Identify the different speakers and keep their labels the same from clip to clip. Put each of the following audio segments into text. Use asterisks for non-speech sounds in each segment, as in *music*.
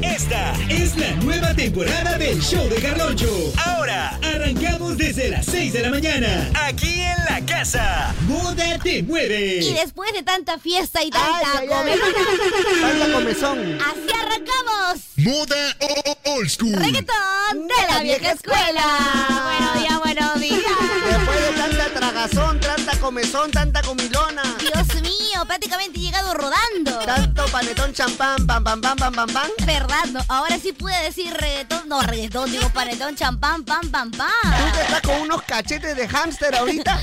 Speaker 1: Esta es la nueva temporada del show de Carloncho. Ahora arrancamos desde las 6 de la mañana. Aquí en la casa. Moda Te Mueve.
Speaker 2: Y después de tanta fiesta y tanta
Speaker 3: Ay, ay, ay.
Speaker 2: comida,
Speaker 3: Falta comezón.
Speaker 2: así arrancamos.
Speaker 4: Moda o- o- Old School.
Speaker 2: Reggaetón de la vieja escuela. Buenos días, buenos días.
Speaker 3: Después de tanta tragazón, tanta comezón, tanta comilona.
Speaker 2: Dios mío, prácticamente he llegado rodando.
Speaker 3: Tanto panetón champán, pam, pam, pam, pam, pam, pam.
Speaker 2: ¿Verdad? No, ahora sí pude decir reggaetón. No, reggaetón, digo paredón, champán, pam, pam,
Speaker 3: Tú
Speaker 2: pam.
Speaker 3: te estás con unos cachetes de
Speaker 2: *laughs*
Speaker 3: hámster ahorita.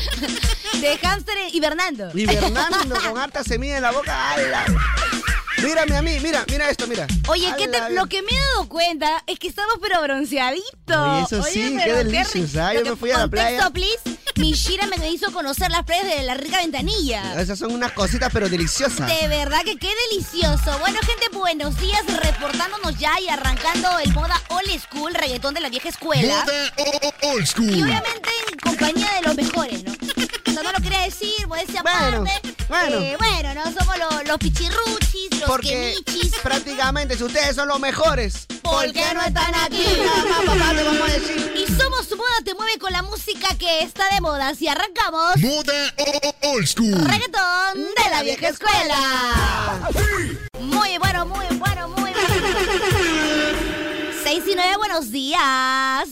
Speaker 2: De hámster y Bernardo.
Speaker 3: Y Bernando con harta semilla en la boca. ¡Ala! Mírame a mí, mira, mira esto, mira.
Speaker 2: Oye, ¿qué te-
Speaker 3: ¡Ala!
Speaker 2: lo que me he dado cuenta es que estamos pero bronceaditos.
Speaker 3: Oye, eso sí, qué
Speaker 2: pero
Speaker 3: delicious,
Speaker 2: rico.
Speaker 3: ah, yo
Speaker 2: Lo que-
Speaker 3: me fui a la playa.
Speaker 2: Contexto, please. Mi Shira me hizo conocer las playas de la rica ventanilla.
Speaker 3: Esas son unas cositas, pero deliciosas.
Speaker 2: De verdad que qué delicioso. Bueno, gente, buenos días. Reportándonos ya y arrancando el moda old school, reggaetón de la vieja escuela.
Speaker 4: Moda o- o- Old
Speaker 2: Y
Speaker 4: School.
Speaker 2: obviamente en compañía de los mejores, ¿no? O sea, no lo quería decir, modestia
Speaker 3: Bueno,
Speaker 2: aparte.
Speaker 3: bueno.
Speaker 2: Eh, bueno, no somos lo- los pichirruchis, los
Speaker 3: Porque
Speaker 2: quemichis.
Speaker 3: prácticamente, si ustedes son los mejores,
Speaker 2: ¿Por qué no están aquí?
Speaker 3: Nada más, papá, te vamos a decir.
Speaker 2: Y somos su moda te mueve con la música que está de moda. Si arrancamos,
Speaker 4: Moda o- o- Old School.
Speaker 2: reggaetón de la vieja escuela. Muy bueno, muy bueno, muy bueno. 6 y 9, buenos días.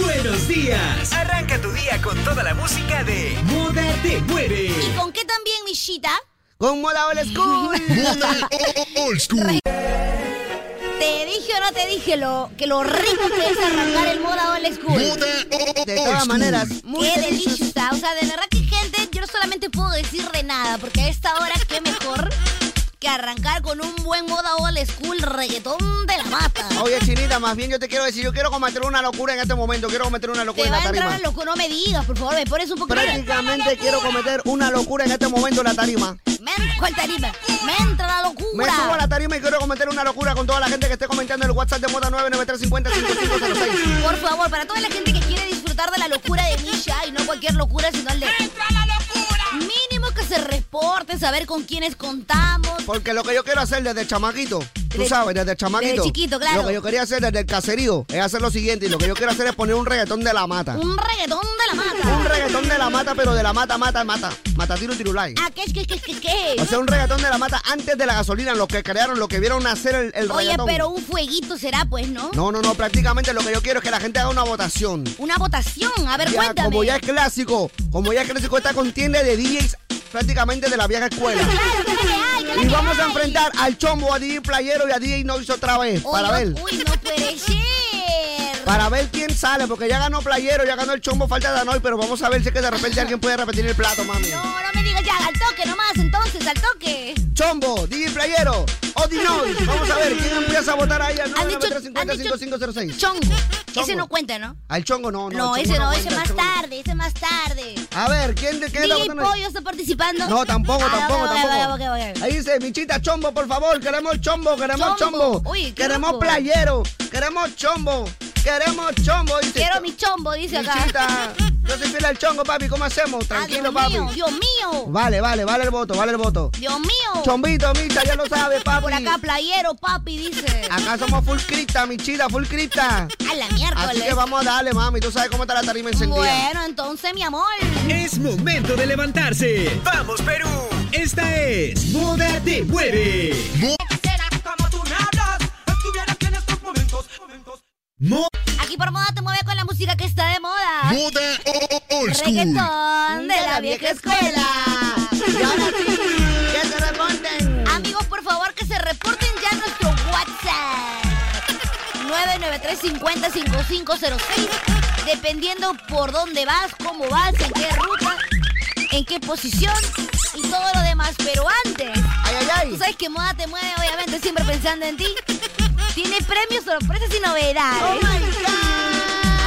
Speaker 1: Buenos días.
Speaker 5: Arranca tu día con toda la música de
Speaker 1: Moda Te Mueve.
Speaker 2: ¿Y con qué también, Mishita?
Speaker 3: Con moda old school.
Speaker 2: *laughs*
Speaker 4: Moda o- o- Old School.
Speaker 2: Te dije o no te dije lo, que lo rico que es arrancar el moda old school.
Speaker 4: Moda o- o-
Speaker 3: De
Speaker 4: Old
Speaker 3: todas
Speaker 4: School.
Speaker 3: maneras, muy
Speaker 2: Qué
Speaker 3: delicioso.
Speaker 2: deliciosa. O sea, de verdad que gente, yo solamente puedo decir de nada, porque a esta hora qué mejor que arrancar con un buen moda old school reggaetón de la mata.
Speaker 3: Oye, Chinita, más bien yo te quiero decir, yo quiero cometer una locura en este momento, quiero cometer una locura
Speaker 2: Te
Speaker 3: en
Speaker 2: va
Speaker 3: la
Speaker 2: a entrar a
Speaker 3: tarima.
Speaker 2: loco, no me digas, por favor, me pones un poquito
Speaker 3: Prácticamente quiero cometer una locura en este momento en la tarima.
Speaker 2: Me en- ¿Cuál tarima? Me entra la
Speaker 3: Me subo a
Speaker 2: locura.
Speaker 3: la tarima y quiero cometer una locura con toda la gente que esté comentando en el WhatsApp de Moda 99350-5506.
Speaker 2: Por favor, para toda la gente que quiere disfrutar de la locura de Misha y no cualquier locura, sino el de. ¡Entra la locura! Mínimo que se reporte, saber con quiénes contamos.
Speaker 3: Porque lo que yo quiero hacer desde chamaquito, tú
Speaker 2: De-
Speaker 3: sabes, desde chamaquito.
Speaker 2: desde chiquito, claro.
Speaker 3: Lo que yo quería hacer desde el caserío es hacer lo siguiente y lo que yo quiero hacer es poner un reggaetón de la mata.
Speaker 2: Un reggaetón de la mata.
Speaker 3: Ah. Un reggaetón de la mata, pero de la mata, mata, mata. Mata tiro, tirulay.
Speaker 2: Ah, ¿qué, qué, qué, qué, qué?
Speaker 3: O sea, un reggaetón de la mata antes de la gasolina, los que crearon, los que vieron nacer el, el
Speaker 2: Oye,
Speaker 3: reggaetón.
Speaker 2: pero un fueguito será, pues, ¿no?
Speaker 3: No, no, no, prácticamente lo que yo quiero es que la gente haga una votación.
Speaker 2: Una votación. A ver,
Speaker 3: Ya,
Speaker 2: cuéntame.
Speaker 3: como ya es clásico, como ya es clásico esta contienda de DJs prácticamente de la
Speaker 2: *laughs*
Speaker 3: vieja escuela.
Speaker 2: Claro, ¿qué es la que hay? ¿Qué es la
Speaker 3: Y
Speaker 2: que
Speaker 3: vamos a
Speaker 2: hay?
Speaker 3: enfrentar al chombo, a DJ Playero y a DJ Noise otra vez.
Speaker 2: Uy,
Speaker 3: Para
Speaker 2: no-
Speaker 3: ver.
Speaker 2: Uy, no puede ser.
Speaker 3: Para ver quién sale, porque ya ganó Playero, ya ganó el chombo, falta Danoy, pero vamos a ver si es que de repente alguien puede repetir el plato, mami.
Speaker 2: No, no me digas ya, al toque nomás, entonces, al toque.
Speaker 3: Chombo, DJ Playero o DJ Noise. Vamos a ver quién empieza a votar ahí al
Speaker 2: Han dicho- han dicho-
Speaker 3: 993
Speaker 2: Chongo. Ese no cuenta, ¿no?
Speaker 3: Al chongo no, no.
Speaker 2: No,
Speaker 3: al
Speaker 2: ese
Speaker 3: chongo
Speaker 2: no,
Speaker 3: cuenta,
Speaker 2: ese
Speaker 3: al
Speaker 2: más
Speaker 3: chongo no.
Speaker 2: tarde, ese más tarde.
Speaker 3: A ver, ¿quién de qué está
Speaker 2: DJ
Speaker 3: votando? ahí?
Speaker 2: Pollo está participando.
Speaker 3: No, tampoco,
Speaker 2: Ah,
Speaker 3: tampoco,
Speaker 2: ok, ok,
Speaker 3: tampoco.
Speaker 2: ok, ok, ok.
Speaker 3: Ahí dice, Michita, chombo, por favor, queremos chombo, queremos
Speaker 2: Chombo.
Speaker 3: chombo.
Speaker 2: Uy, qué eh.
Speaker 3: queremos
Speaker 2: rico.
Speaker 3: playero, queremos chombo, queremos chombo. dice.
Speaker 2: Quiero mi chombo, dice acá. *laughs*
Speaker 3: Michita, yo soy fiel al chongo, papi, ¿cómo hacemos?
Speaker 2: Ah, Dios
Speaker 3: Tranquilo, papi.
Speaker 2: mío, Dios mío,
Speaker 3: Vale, vale, vale el voto, vale el voto.
Speaker 2: Dios mío.
Speaker 3: Chombito, Micha, ya lo sabes, papi.
Speaker 2: *laughs* Por acá, playero, papi, dice.
Speaker 3: Acá somos full cripta, Michita, full
Speaker 2: *laughs*
Speaker 3: cripta.
Speaker 2: A la
Speaker 3: Así que
Speaker 2: miércoles.
Speaker 3: vamos a darle, mami, tú sabes cómo está la tarima encendida.
Speaker 2: Bueno, entonces, mi amor.
Speaker 1: Es momento de levantarse.
Speaker 5: Vamos Perú.
Speaker 1: Esta es Moda Te Mueve.
Speaker 5: Como tú me hablas, estuvieras en estos momentos. momentos.
Speaker 1: Mo-
Speaker 2: Aquí por moda te mueve con la música que está de moda.
Speaker 4: Moda o- o- Old School.
Speaker 2: Reggaetón de la vieja escuela.
Speaker 3: Y ahora sí, que se remonten.
Speaker 2: Amigos, por favor, que se reporten ya a nuestro WhatsApp. 993-50-5506. Dependiendo por dónde vas, cómo vas, en qué ruta, en qué posición y todo lo demás. Pero antes,
Speaker 3: Ay, ay,
Speaker 2: tú
Speaker 3: ay.
Speaker 2: sabes que moda te mueve, obviamente, siempre pensando en ti. Tiene premios, sorpresas y novedades.
Speaker 3: my Oh, God.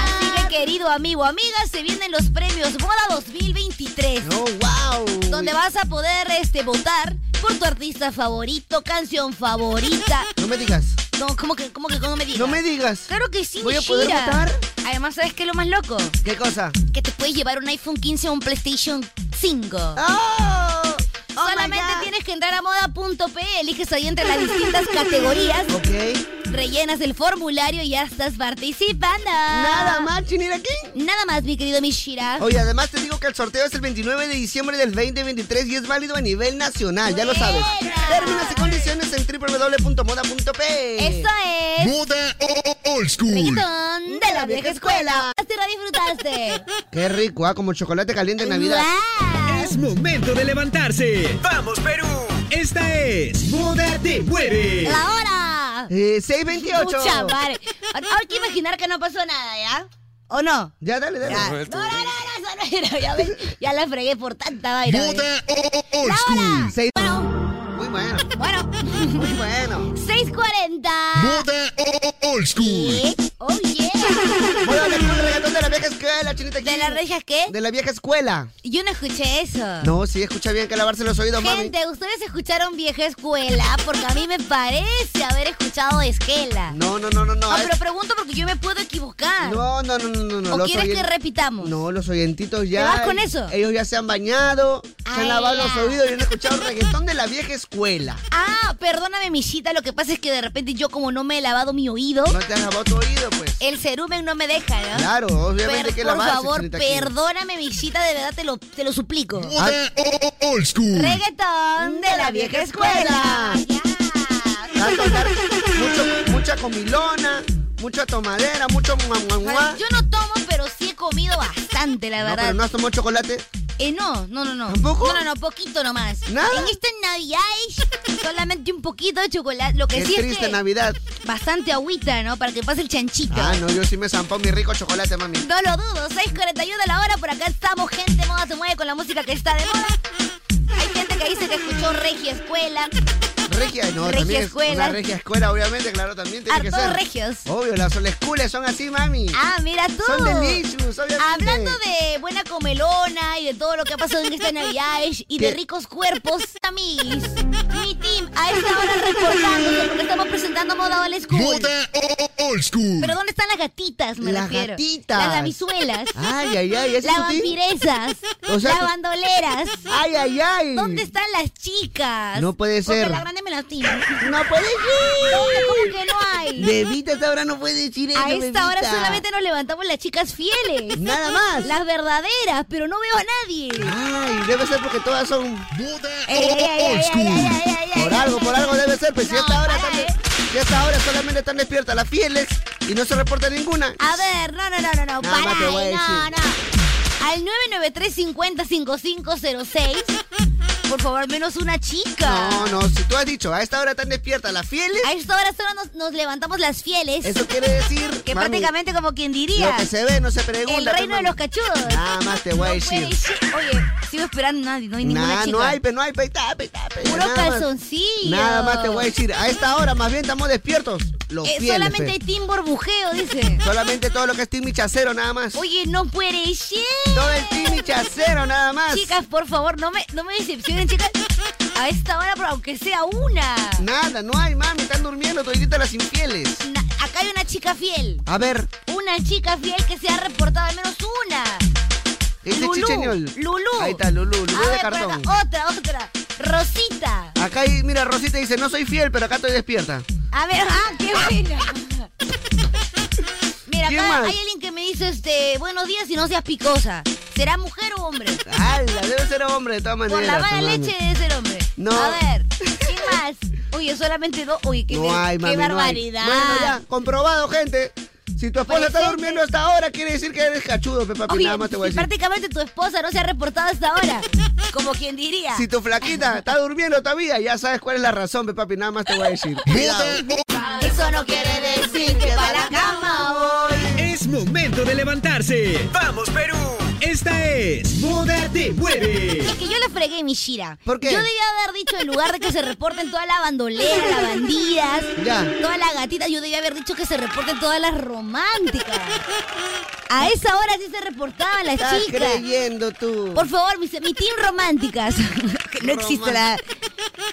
Speaker 2: Así que querido amigo, amiga, se vienen los premios Boda 2023.
Speaker 3: No, wow.
Speaker 2: Donde vas a poder este, votar por tu artista favorito, canción favorita.
Speaker 3: No me digas.
Speaker 2: No, ¿cómo que, cómo que no me digas?
Speaker 3: No me digas.
Speaker 2: Claro que sí,
Speaker 3: ¿Voy a poder
Speaker 2: Shira.
Speaker 3: votar?
Speaker 2: Además, ¿sabes qué es lo más loco?
Speaker 3: ¿Qué cosa?
Speaker 2: Que te puedes llevar un iPhone 15 o un PlayStation 5.
Speaker 3: ¡Oh! Oh my
Speaker 2: Solamente
Speaker 3: God.
Speaker 2: tienes que entrar a moda.p, eliges ahí entre las distintas categorías,
Speaker 3: Ok.
Speaker 2: rellenas el formulario y ya estás participando.
Speaker 3: Nada más, Chinira King.
Speaker 2: Nada más, mi querido Mishira.
Speaker 3: Oye, además te digo que el sorteo es el 29 de diciembre del 2023 y es válido a nivel nacional, ya lo sabes.
Speaker 2: Buena.
Speaker 3: Términos y condiciones en www.moda.p.
Speaker 2: Eso es.
Speaker 4: Moda o- o- old school.
Speaker 2: Reggaetón de la vieja escuela. Hasta ahora disfrutaste.
Speaker 3: Qué rico, ah, como chocolate caliente *laughs* en Navidad.
Speaker 2: Guau.
Speaker 1: Es momento de levantarse. ¡Vamos, Perú! Esta es Moda Te Mueve.
Speaker 2: La hora.
Speaker 3: Eh, 628.
Speaker 2: Mucha madre. Ahora hay que imaginar que no pasó nada, ¿ya? ¿O no?
Speaker 3: Ya, dale, dale.
Speaker 2: Ya. No, no, no, no, eso no era, ya, ves, ya la fregué por tanta vaina. ¿ves?
Speaker 4: Moda o- o- old
Speaker 2: Ahora.
Speaker 4: school.
Speaker 3: Seis-
Speaker 2: Bueno,
Speaker 3: Muy bueno,
Speaker 2: bueno.
Speaker 3: muy bueno.
Speaker 2: 6.40.
Speaker 4: Moda o- o- old school.
Speaker 2: ¿Qué? Oh, yeah.
Speaker 3: Voy a hablar con un reggaetón de la vieja escuela, Chinita King.
Speaker 2: ¿De las rejas qué?
Speaker 3: De la vieja escuela.
Speaker 2: Yo no escuché eso.
Speaker 3: No, sí, escucha bien que lavarse los oídos, mami.
Speaker 2: Gente, ustedes escucharon vieja escuela porque a mí me parece haber escuchado esquela.
Speaker 3: No, no, no, no, no.
Speaker 2: Ah, pero pregunto porque yo me puedo equivocar.
Speaker 3: No, no, no, no, no, no.
Speaker 2: ¿O
Speaker 3: los
Speaker 2: quieres que
Speaker 3: oyen-
Speaker 2: repitamos?
Speaker 3: No, los oyentitos ya.
Speaker 2: ¿Te vas con eso? Ah.
Speaker 3: Ellos ya se han bañado, se
Speaker 2: Ay,
Speaker 3: han lavado los
Speaker 2: ya.
Speaker 3: oídos y han escuchado reggaetón de la vieja escuela.
Speaker 2: Ah, perdóname, Michita, lo que pasa es que de repente yo como no me he lavado mi oído,
Speaker 3: No te has lavado tu oído, pues.
Speaker 2: el cerumen no me deja, ¿no?
Speaker 3: Claro, obviamente
Speaker 2: Pero,
Speaker 3: que
Speaker 2: por
Speaker 3: lavarse,
Speaker 2: favor,
Speaker 3: señorita Kim.
Speaker 2: perdóname, Michita, de verdad te lo, te lo suplico.
Speaker 4: Moda o- o- old school.
Speaker 2: Reggaetón de la vieja escuela. Ya.
Speaker 3: Vas a tocar mucho- mucha comilona, mucha tomadera, mucho mua, mua, mua.
Speaker 2: Bueno, Yo no tomo, pero sí he comido bastante, la
Speaker 3: No,
Speaker 2: verdad.
Speaker 3: pero no has tomado chocolate.
Speaker 2: Eh, no, no, no, no.
Speaker 3: ¿Tampoco?
Speaker 2: No, no, no, poquito nomás.
Speaker 3: ¿Nada?
Speaker 2: En esta Navidad solamente un poquito de chocolate. Lo que
Speaker 3: Qué
Speaker 2: sí es
Speaker 3: triste
Speaker 2: que
Speaker 3: Navidad.
Speaker 2: bastante agüita, ¿no? Para que pase el chanchito.
Speaker 3: Ah, no, yo sí me zampó mi rico chocolate, mami.
Speaker 2: No lo dudo, 6.41 de la hora, por acá estamos, gente, moda se mueve con la música que está de moda. Hay gente que dice que escuchó Regia Escuela.
Speaker 3: Regia, no,
Speaker 2: Regia
Speaker 3: también es
Speaker 2: escuela.
Speaker 3: una regia escuela, obviamente, claro, también tiene que
Speaker 2: Hartos
Speaker 3: ser.
Speaker 2: regios.
Speaker 3: Obvio, las old schools son así, mami.
Speaker 2: Ah, mira tú.
Speaker 3: Son delicious, obviamente.
Speaker 2: Hablando de buena comelona y de todo lo que ha pasado
Speaker 3: *laughs*
Speaker 2: en esta Navidad y de
Speaker 3: ¿Qué?
Speaker 2: ricos
Speaker 3: *laughs*
Speaker 2: cuerpos, amigos, mi team a esta hora reportándose porque estamos presentando Moda Old School.
Speaker 4: Moda o- o- old school.
Speaker 2: Pero ¿dónde están las gatitas, me
Speaker 3: Las
Speaker 2: refiero?
Speaker 3: gatitas.
Speaker 2: Las lamisuelas,
Speaker 3: Ay, ay, ay, ¿ese
Speaker 2: las
Speaker 3: es tu team?
Speaker 2: vampiresas,
Speaker 3: O sea,
Speaker 2: las
Speaker 3: tú-
Speaker 2: bandoleras.
Speaker 3: Ay, ay, ay.
Speaker 2: ¿Dónde están las chicas?
Speaker 3: No puede ser.
Speaker 2: Porque la grande me la tiene.
Speaker 3: No puede
Speaker 2: *laughs* ¿Dónde?
Speaker 3: ser.
Speaker 2: ¿Cómo que no hay?
Speaker 3: Bebita, hasta ahora no puede decir eso.
Speaker 2: A esta hora
Speaker 3: bebita.
Speaker 2: solamente nos levantamos las chicas fieles.
Speaker 3: Nada más.
Speaker 2: Las verdaderas, pero no veo a nadie.
Speaker 3: Ay, debe ser porque todas son.
Speaker 4: Moda
Speaker 2: Ey, ey,
Speaker 4: o- o-
Speaker 2: ey, ey,
Speaker 4: old
Speaker 2: ey,
Speaker 4: school.
Speaker 2: ey, ey, ey,
Speaker 3: Por
Speaker 2: ey,
Speaker 3: algo,
Speaker 2: ey,
Speaker 3: por algo debe ser. Pues si
Speaker 2: No,
Speaker 3: hasta ahora
Speaker 2: para,
Speaker 3: también.
Speaker 2: eh.
Speaker 3: Si hasta ahora solamente están despiertas las fieles y no se reporta ninguna.
Speaker 2: A ver, no, no, no, no, no,
Speaker 3: Nada
Speaker 2: para,
Speaker 3: más te voy a
Speaker 2: ahí, no,
Speaker 3: decir.
Speaker 2: no. Al 993-50-5506, por favor, menos una chica.
Speaker 3: No, no, si tú has dicho, a esta hora están despiertas las fieles,
Speaker 2: A esta hora solo nos, nos levantamos las fieles,
Speaker 3: eso quiere decir.
Speaker 2: que
Speaker 3: mami,
Speaker 2: prácticamente como quien diría,
Speaker 3: Lo que se ve no se pregunta.
Speaker 2: el reino
Speaker 3: pues,
Speaker 2: de
Speaker 3: mami.
Speaker 2: los cachudos.
Speaker 3: Nada más te voy a
Speaker 2: No
Speaker 3: decir.
Speaker 2: puede ser. Oye, sigo esperando nadie, no hay ninguna
Speaker 3: Nah,
Speaker 2: chica.
Speaker 3: no hay, pero no hay, pues, pe, ta, pe, ta, pe,
Speaker 2: Puro
Speaker 3: nada más.
Speaker 2: calzoncillo.
Speaker 3: Nada más te voy a decir, a esta hora más bien estamos despiertos. Los
Speaker 2: Eh,
Speaker 3: fieles.
Speaker 2: solamente
Speaker 3: pe.
Speaker 2: hay team burbujeo,
Speaker 3: *laughs*
Speaker 2: dice.
Speaker 3: Solamente todo lo que es Timmy Chacero, nada más.
Speaker 2: Oye, no puede ser.
Speaker 3: Todo el Timmy Chacero, nada más.
Speaker 2: Chicas, por favor, no me, no me decepcionen, chicas. A esta hora, pero aunque sea una.
Speaker 3: Nada, no hay, mami, están durmiendo todititas las infieles.
Speaker 2: Na- acá hay una chica fiel.
Speaker 3: A ver,
Speaker 2: Una chica fiel que se ha reportado al menos una.
Speaker 3: ¿qué dice
Speaker 2: Lulú,
Speaker 3: este Chicheñol?
Speaker 2: Lulú.
Speaker 3: Ahí está, Lulú, Lulú
Speaker 2: A ver, Oh.
Speaker 3: de
Speaker 2: por acá,
Speaker 3: cartón.
Speaker 2: otra, otra. Rosita.
Speaker 3: Acá, hay- mira, Rosita dice, no soy fiel, pero acá estoy despierta.
Speaker 2: A ver, ah, qué buena.
Speaker 3: *laughs*
Speaker 2: Mira,
Speaker 3: ¿Quién
Speaker 2: acá
Speaker 3: más?
Speaker 2: hay alguien que me dice, este, buenos días y no seas picosa. ¿Será mujer o
Speaker 3: *laughs*
Speaker 2: hombre?
Speaker 3: Ah. ¡Hala! Debe ser hombre, de todas maneras.
Speaker 2: Por la mala
Speaker 3: mami.
Speaker 2: leche de ser hombre.
Speaker 3: No.
Speaker 2: A ver, ¿qué más? Oye, solamente dos. Oye, qué,
Speaker 3: No
Speaker 2: ver-
Speaker 3: hay,
Speaker 2: qué
Speaker 3: mami, no hay.
Speaker 2: barbaridad.
Speaker 3: Bueno, ya, comprobado, gente. Si tu esposa
Speaker 2: Presente.
Speaker 3: está durmiendo hasta ahora, quiere decir que eres cachudo, pe, papi,
Speaker 2: Oye,
Speaker 3: nada más te voy a
Speaker 2: si
Speaker 3: decir.
Speaker 2: prácticamente tu esposa no se ha reportado hasta ahora. Como quien diría.
Speaker 3: Si tu flaquita está durmiendo todavía, ya sabes cuál es la razón, pe, papi,
Speaker 2: *laughs*
Speaker 3: nada más te voy a decir. Cuidado.
Speaker 4: Moda
Speaker 2: Eso no quiere decir que para la cama voy.
Speaker 1: Es momento de levantarse. ¡Vamos, Perú! Esta es Moda Te Mueve.
Speaker 2: Es que yo le fregué mi Shira.
Speaker 3: ¿Por qué?
Speaker 2: Yo debía haber dicho, en lugar de que se reporten todas las bandoleras, las bandidas,
Speaker 3: Ya.
Speaker 2: todas las gatitas, yo debía haber dicho que se reporten todas las románticas. A esa hora sí se reportaban las
Speaker 3: Estás
Speaker 2: chicas.
Speaker 3: creyendo tú.
Speaker 2: Por favor, mi, mi team románticas. *laughs* Que no existe la.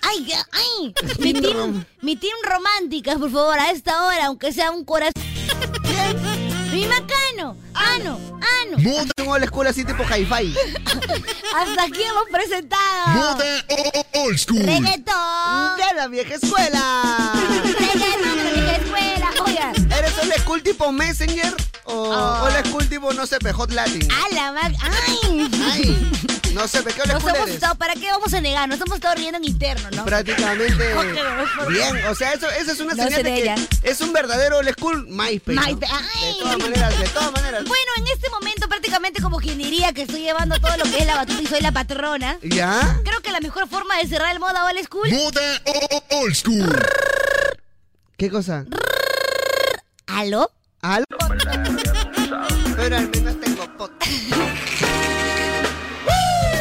Speaker 2: Ay, ya, ay. Mi
Speaker 3: Team
Speaker 2: team,
Speaker 3: rom-
Speaker 2: mi team románticas, por favor, a esta hora, aunque sea un corazón. Mi macano, ano, ano.
Speaker 4: Moda,
Speaker 3: Tengo la escuela así tipo hi-fi.
Speaker 2: Hasta aquí hemos presentado.
Speaker 4: moda, o- o- old school.
Speaker 2: Reggaetón.
Speaker 3: De la vieja escuela.
Speaker 2: Reggaetón de la vieja escuela. Oiga.
Speaker 3: ¿Eres el school tipo Messenger o,
Speaker 2: Ah.
Speaker 3: o el school tipo, no sé, pe, Hot Latin?
Speaker 2: A la mac. Ay.
Speaker 3: Ay, no sé, pe, ¿qué old
Speaker 2: Nos
Speaker 3: school
Speaker 2: hemos
Speaker 3: eres?
Speaker 2: estado, ¿para qué vamos a negar? Nos hemos estado riendo en interno, ¿no? *laughs*
Speaker 3: Prácticamente
Speaker 2: Oye, por-
Speaker 3: bien, o sea, eso, eso es una
Speaker 2: No sé
Speaker 3: señal de
Speaker 2: de
Speaker 3: que
Speaker 2: ella.
Speaker 3: es un verdadero old school MySpace. ¿no?
Speaker 2: MySpace, ay.
Speaker 3: De todas maneras, de todas maneras.
Speaker 2: Bueno, en este momento prácticamente como quien diría que estoy llevando todo lo que es la batuta y soy la patrona.
Speaker 3: ¿Ya?
Speaker 2: Creo que la mejor forma de cerrar el moda old school
Speaker 4: Moda, o- o- old school.
Speaker 3: ¿Qué cosa?
Speaker 2: ¿Aló?
Speaker 3: ¿Algo? Pero al menos tengo pot. *laughs*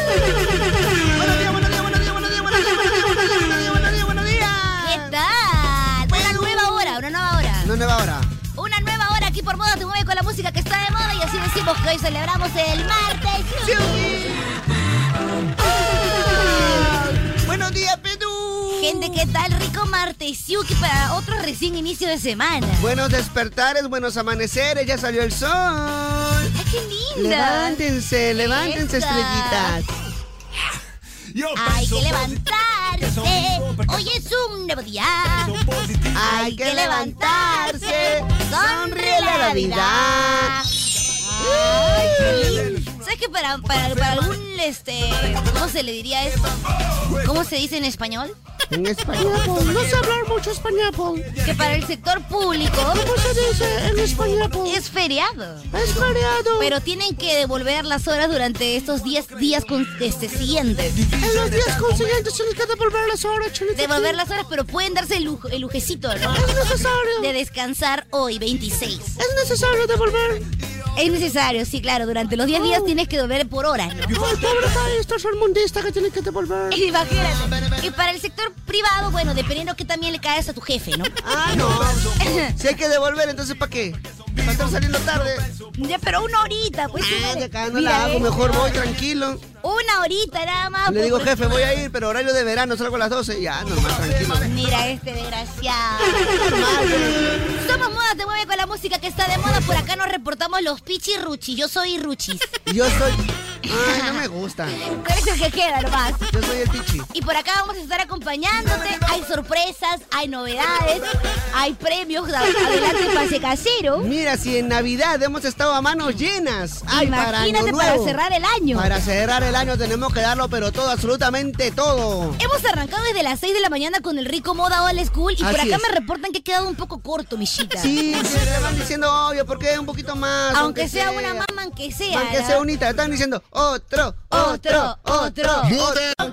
Speaker 3: buenos días, buenos días, buenos días, buenos días, buenos días, buenos días, buenos días, buenos días, buenos
Speaker 2: ¿Qué
Speaker 3: días. Ah.
Speaker 2: tal? Una nueva hora, una nueva hora.
Speaker 3: ¿Dónde va ahora?
Speaker 2: Una nueva hora aquí por Moda Te Mueve con la música que está de moda y así decimos que hoy celebramos el martes.
Speaker 3: Buenos días, Perú.
Speaker 2: Gente, ¿qué tal? Rico martes yuki para otro recién inicio de semana.
Speaker 3: Buenos despertares, buenos amaneceres, ya salió el sol.
Speaker 2: ¡Ay, qué linda!
Speaker 3: Levántense, levántense,
Speaker 2: Esa.
Speaker 3: estrellitas.
Speaker 2: Hay que levantarse, hoy es un nuevo día.
Speaker 3: Hay que levantarse, sonríe la vida.
Speaker 2: Ay, qué lindo. ¿Sabes que para, para, para algún, este, ¿cómo se le diría esto? ¿Cómo se dice en español?
Speaker 3: En español.
Speaker 6: No sé hablar mucho español.
Speaker 2: Que para el sector público
Speaker 6: ¿Cómo se dice en español?
Speaker 2: es feriado.
Speaker 6: Es feriado.
Speaker 2: Pero tienen que devolver las horas durante estos 10 días con, este, siguientes.
Speaker 6: En los días consiguientes se les queda volver las horas, chulita.
Speaker 2: Devolver las horas, pero pueden darse el, lujo, el lujecito, ¿no?
Speaker 6: Es necesario.
Speaker 2: De descansar hoy, 26.
Speaker 6: Es necesario devolver.
Speaker 2: Es necesario, sí, claro. Durante los 10 días tienes que devolver por horas, ¿no?
Speaker 6: Ay, pobre país tercermundista que tiene que devolver.
Speaker 2: *laughs* Imagínate. Y para el sector privado, bueno, dependiendo que también le caes a tu jefe,
Speaker 3: *laughs*
Speaker 2: ¿no?
Speaker 3: Ah, no. *laughs* Si hay que devolver, entonces ¿para qué? Para estar saliendo tarde.
Speaker 2: Ya, pero una horita, pues.
Speaker 3: Ah,
Speaker 2: sí,
Speaker 3: de acá no
Speaker 2: mira, eh.
Speaker 3: la hago,
Speaker 2: ¿ves?
Speaker 3: mejor voy tranquilo.
Speaker 2: Una horita nada más.
Speaker 3: Le
Speaker 2: pues,
Speaker 3: digo,
Speaker 2: pues.
Speaker 3: jefe, voy a ir, pero horario de verano, salgo a las 12. Ya, normal, tranquilo.
Speaker 2: Mira este
Speaker 3: *laughs*
Speaker 2: desgraciado. Somos Moda Te Mueve con la música que está de moda. Por acá nos reportamos los pichirruchis. Yo soy Ruchis.
Speaker 3: Yo soy. Ay, no me gusta.
Speaker 2: Tú eres el que queda, nomás.
Speaker 3: Yo soy el pichi.
Speaker 2: Y por acá vamos a estar acompañándote. Hay sorpresas, hay novedades, hay premios. Adelante, pase casero.
Speaker 3: Mira, si en Navidad hemos estado a manos llenas. Ay, para Año
Speaker 2: Imagínate para
Speaker 3: Nuevo.
Speaker 2: cerrar el año.
Speaker 3: Para cerrar el año tenemos que darlo, pero todo, absolutamente todo.
Speaker 2: Hemos arrancado desde las 6 de la mañana con el rico moda All School y por
Speaker 3: Así
Speaker 2: acá
Speaker 3: es.
Speaker 2: me reportan que he quedado un poco corto, mi chica.
Speaker 3: Sí, se le van diciendo, obvio, ¿por qué un poquito más?
Speaker 2: Aunque sea una mamá, aunque sea.
Speaker 3: Aunque
Speaker 2: ¿no?
Speaker 3: sea unita, están diciendo otro, otro, otro.
Speaker 2: Otro.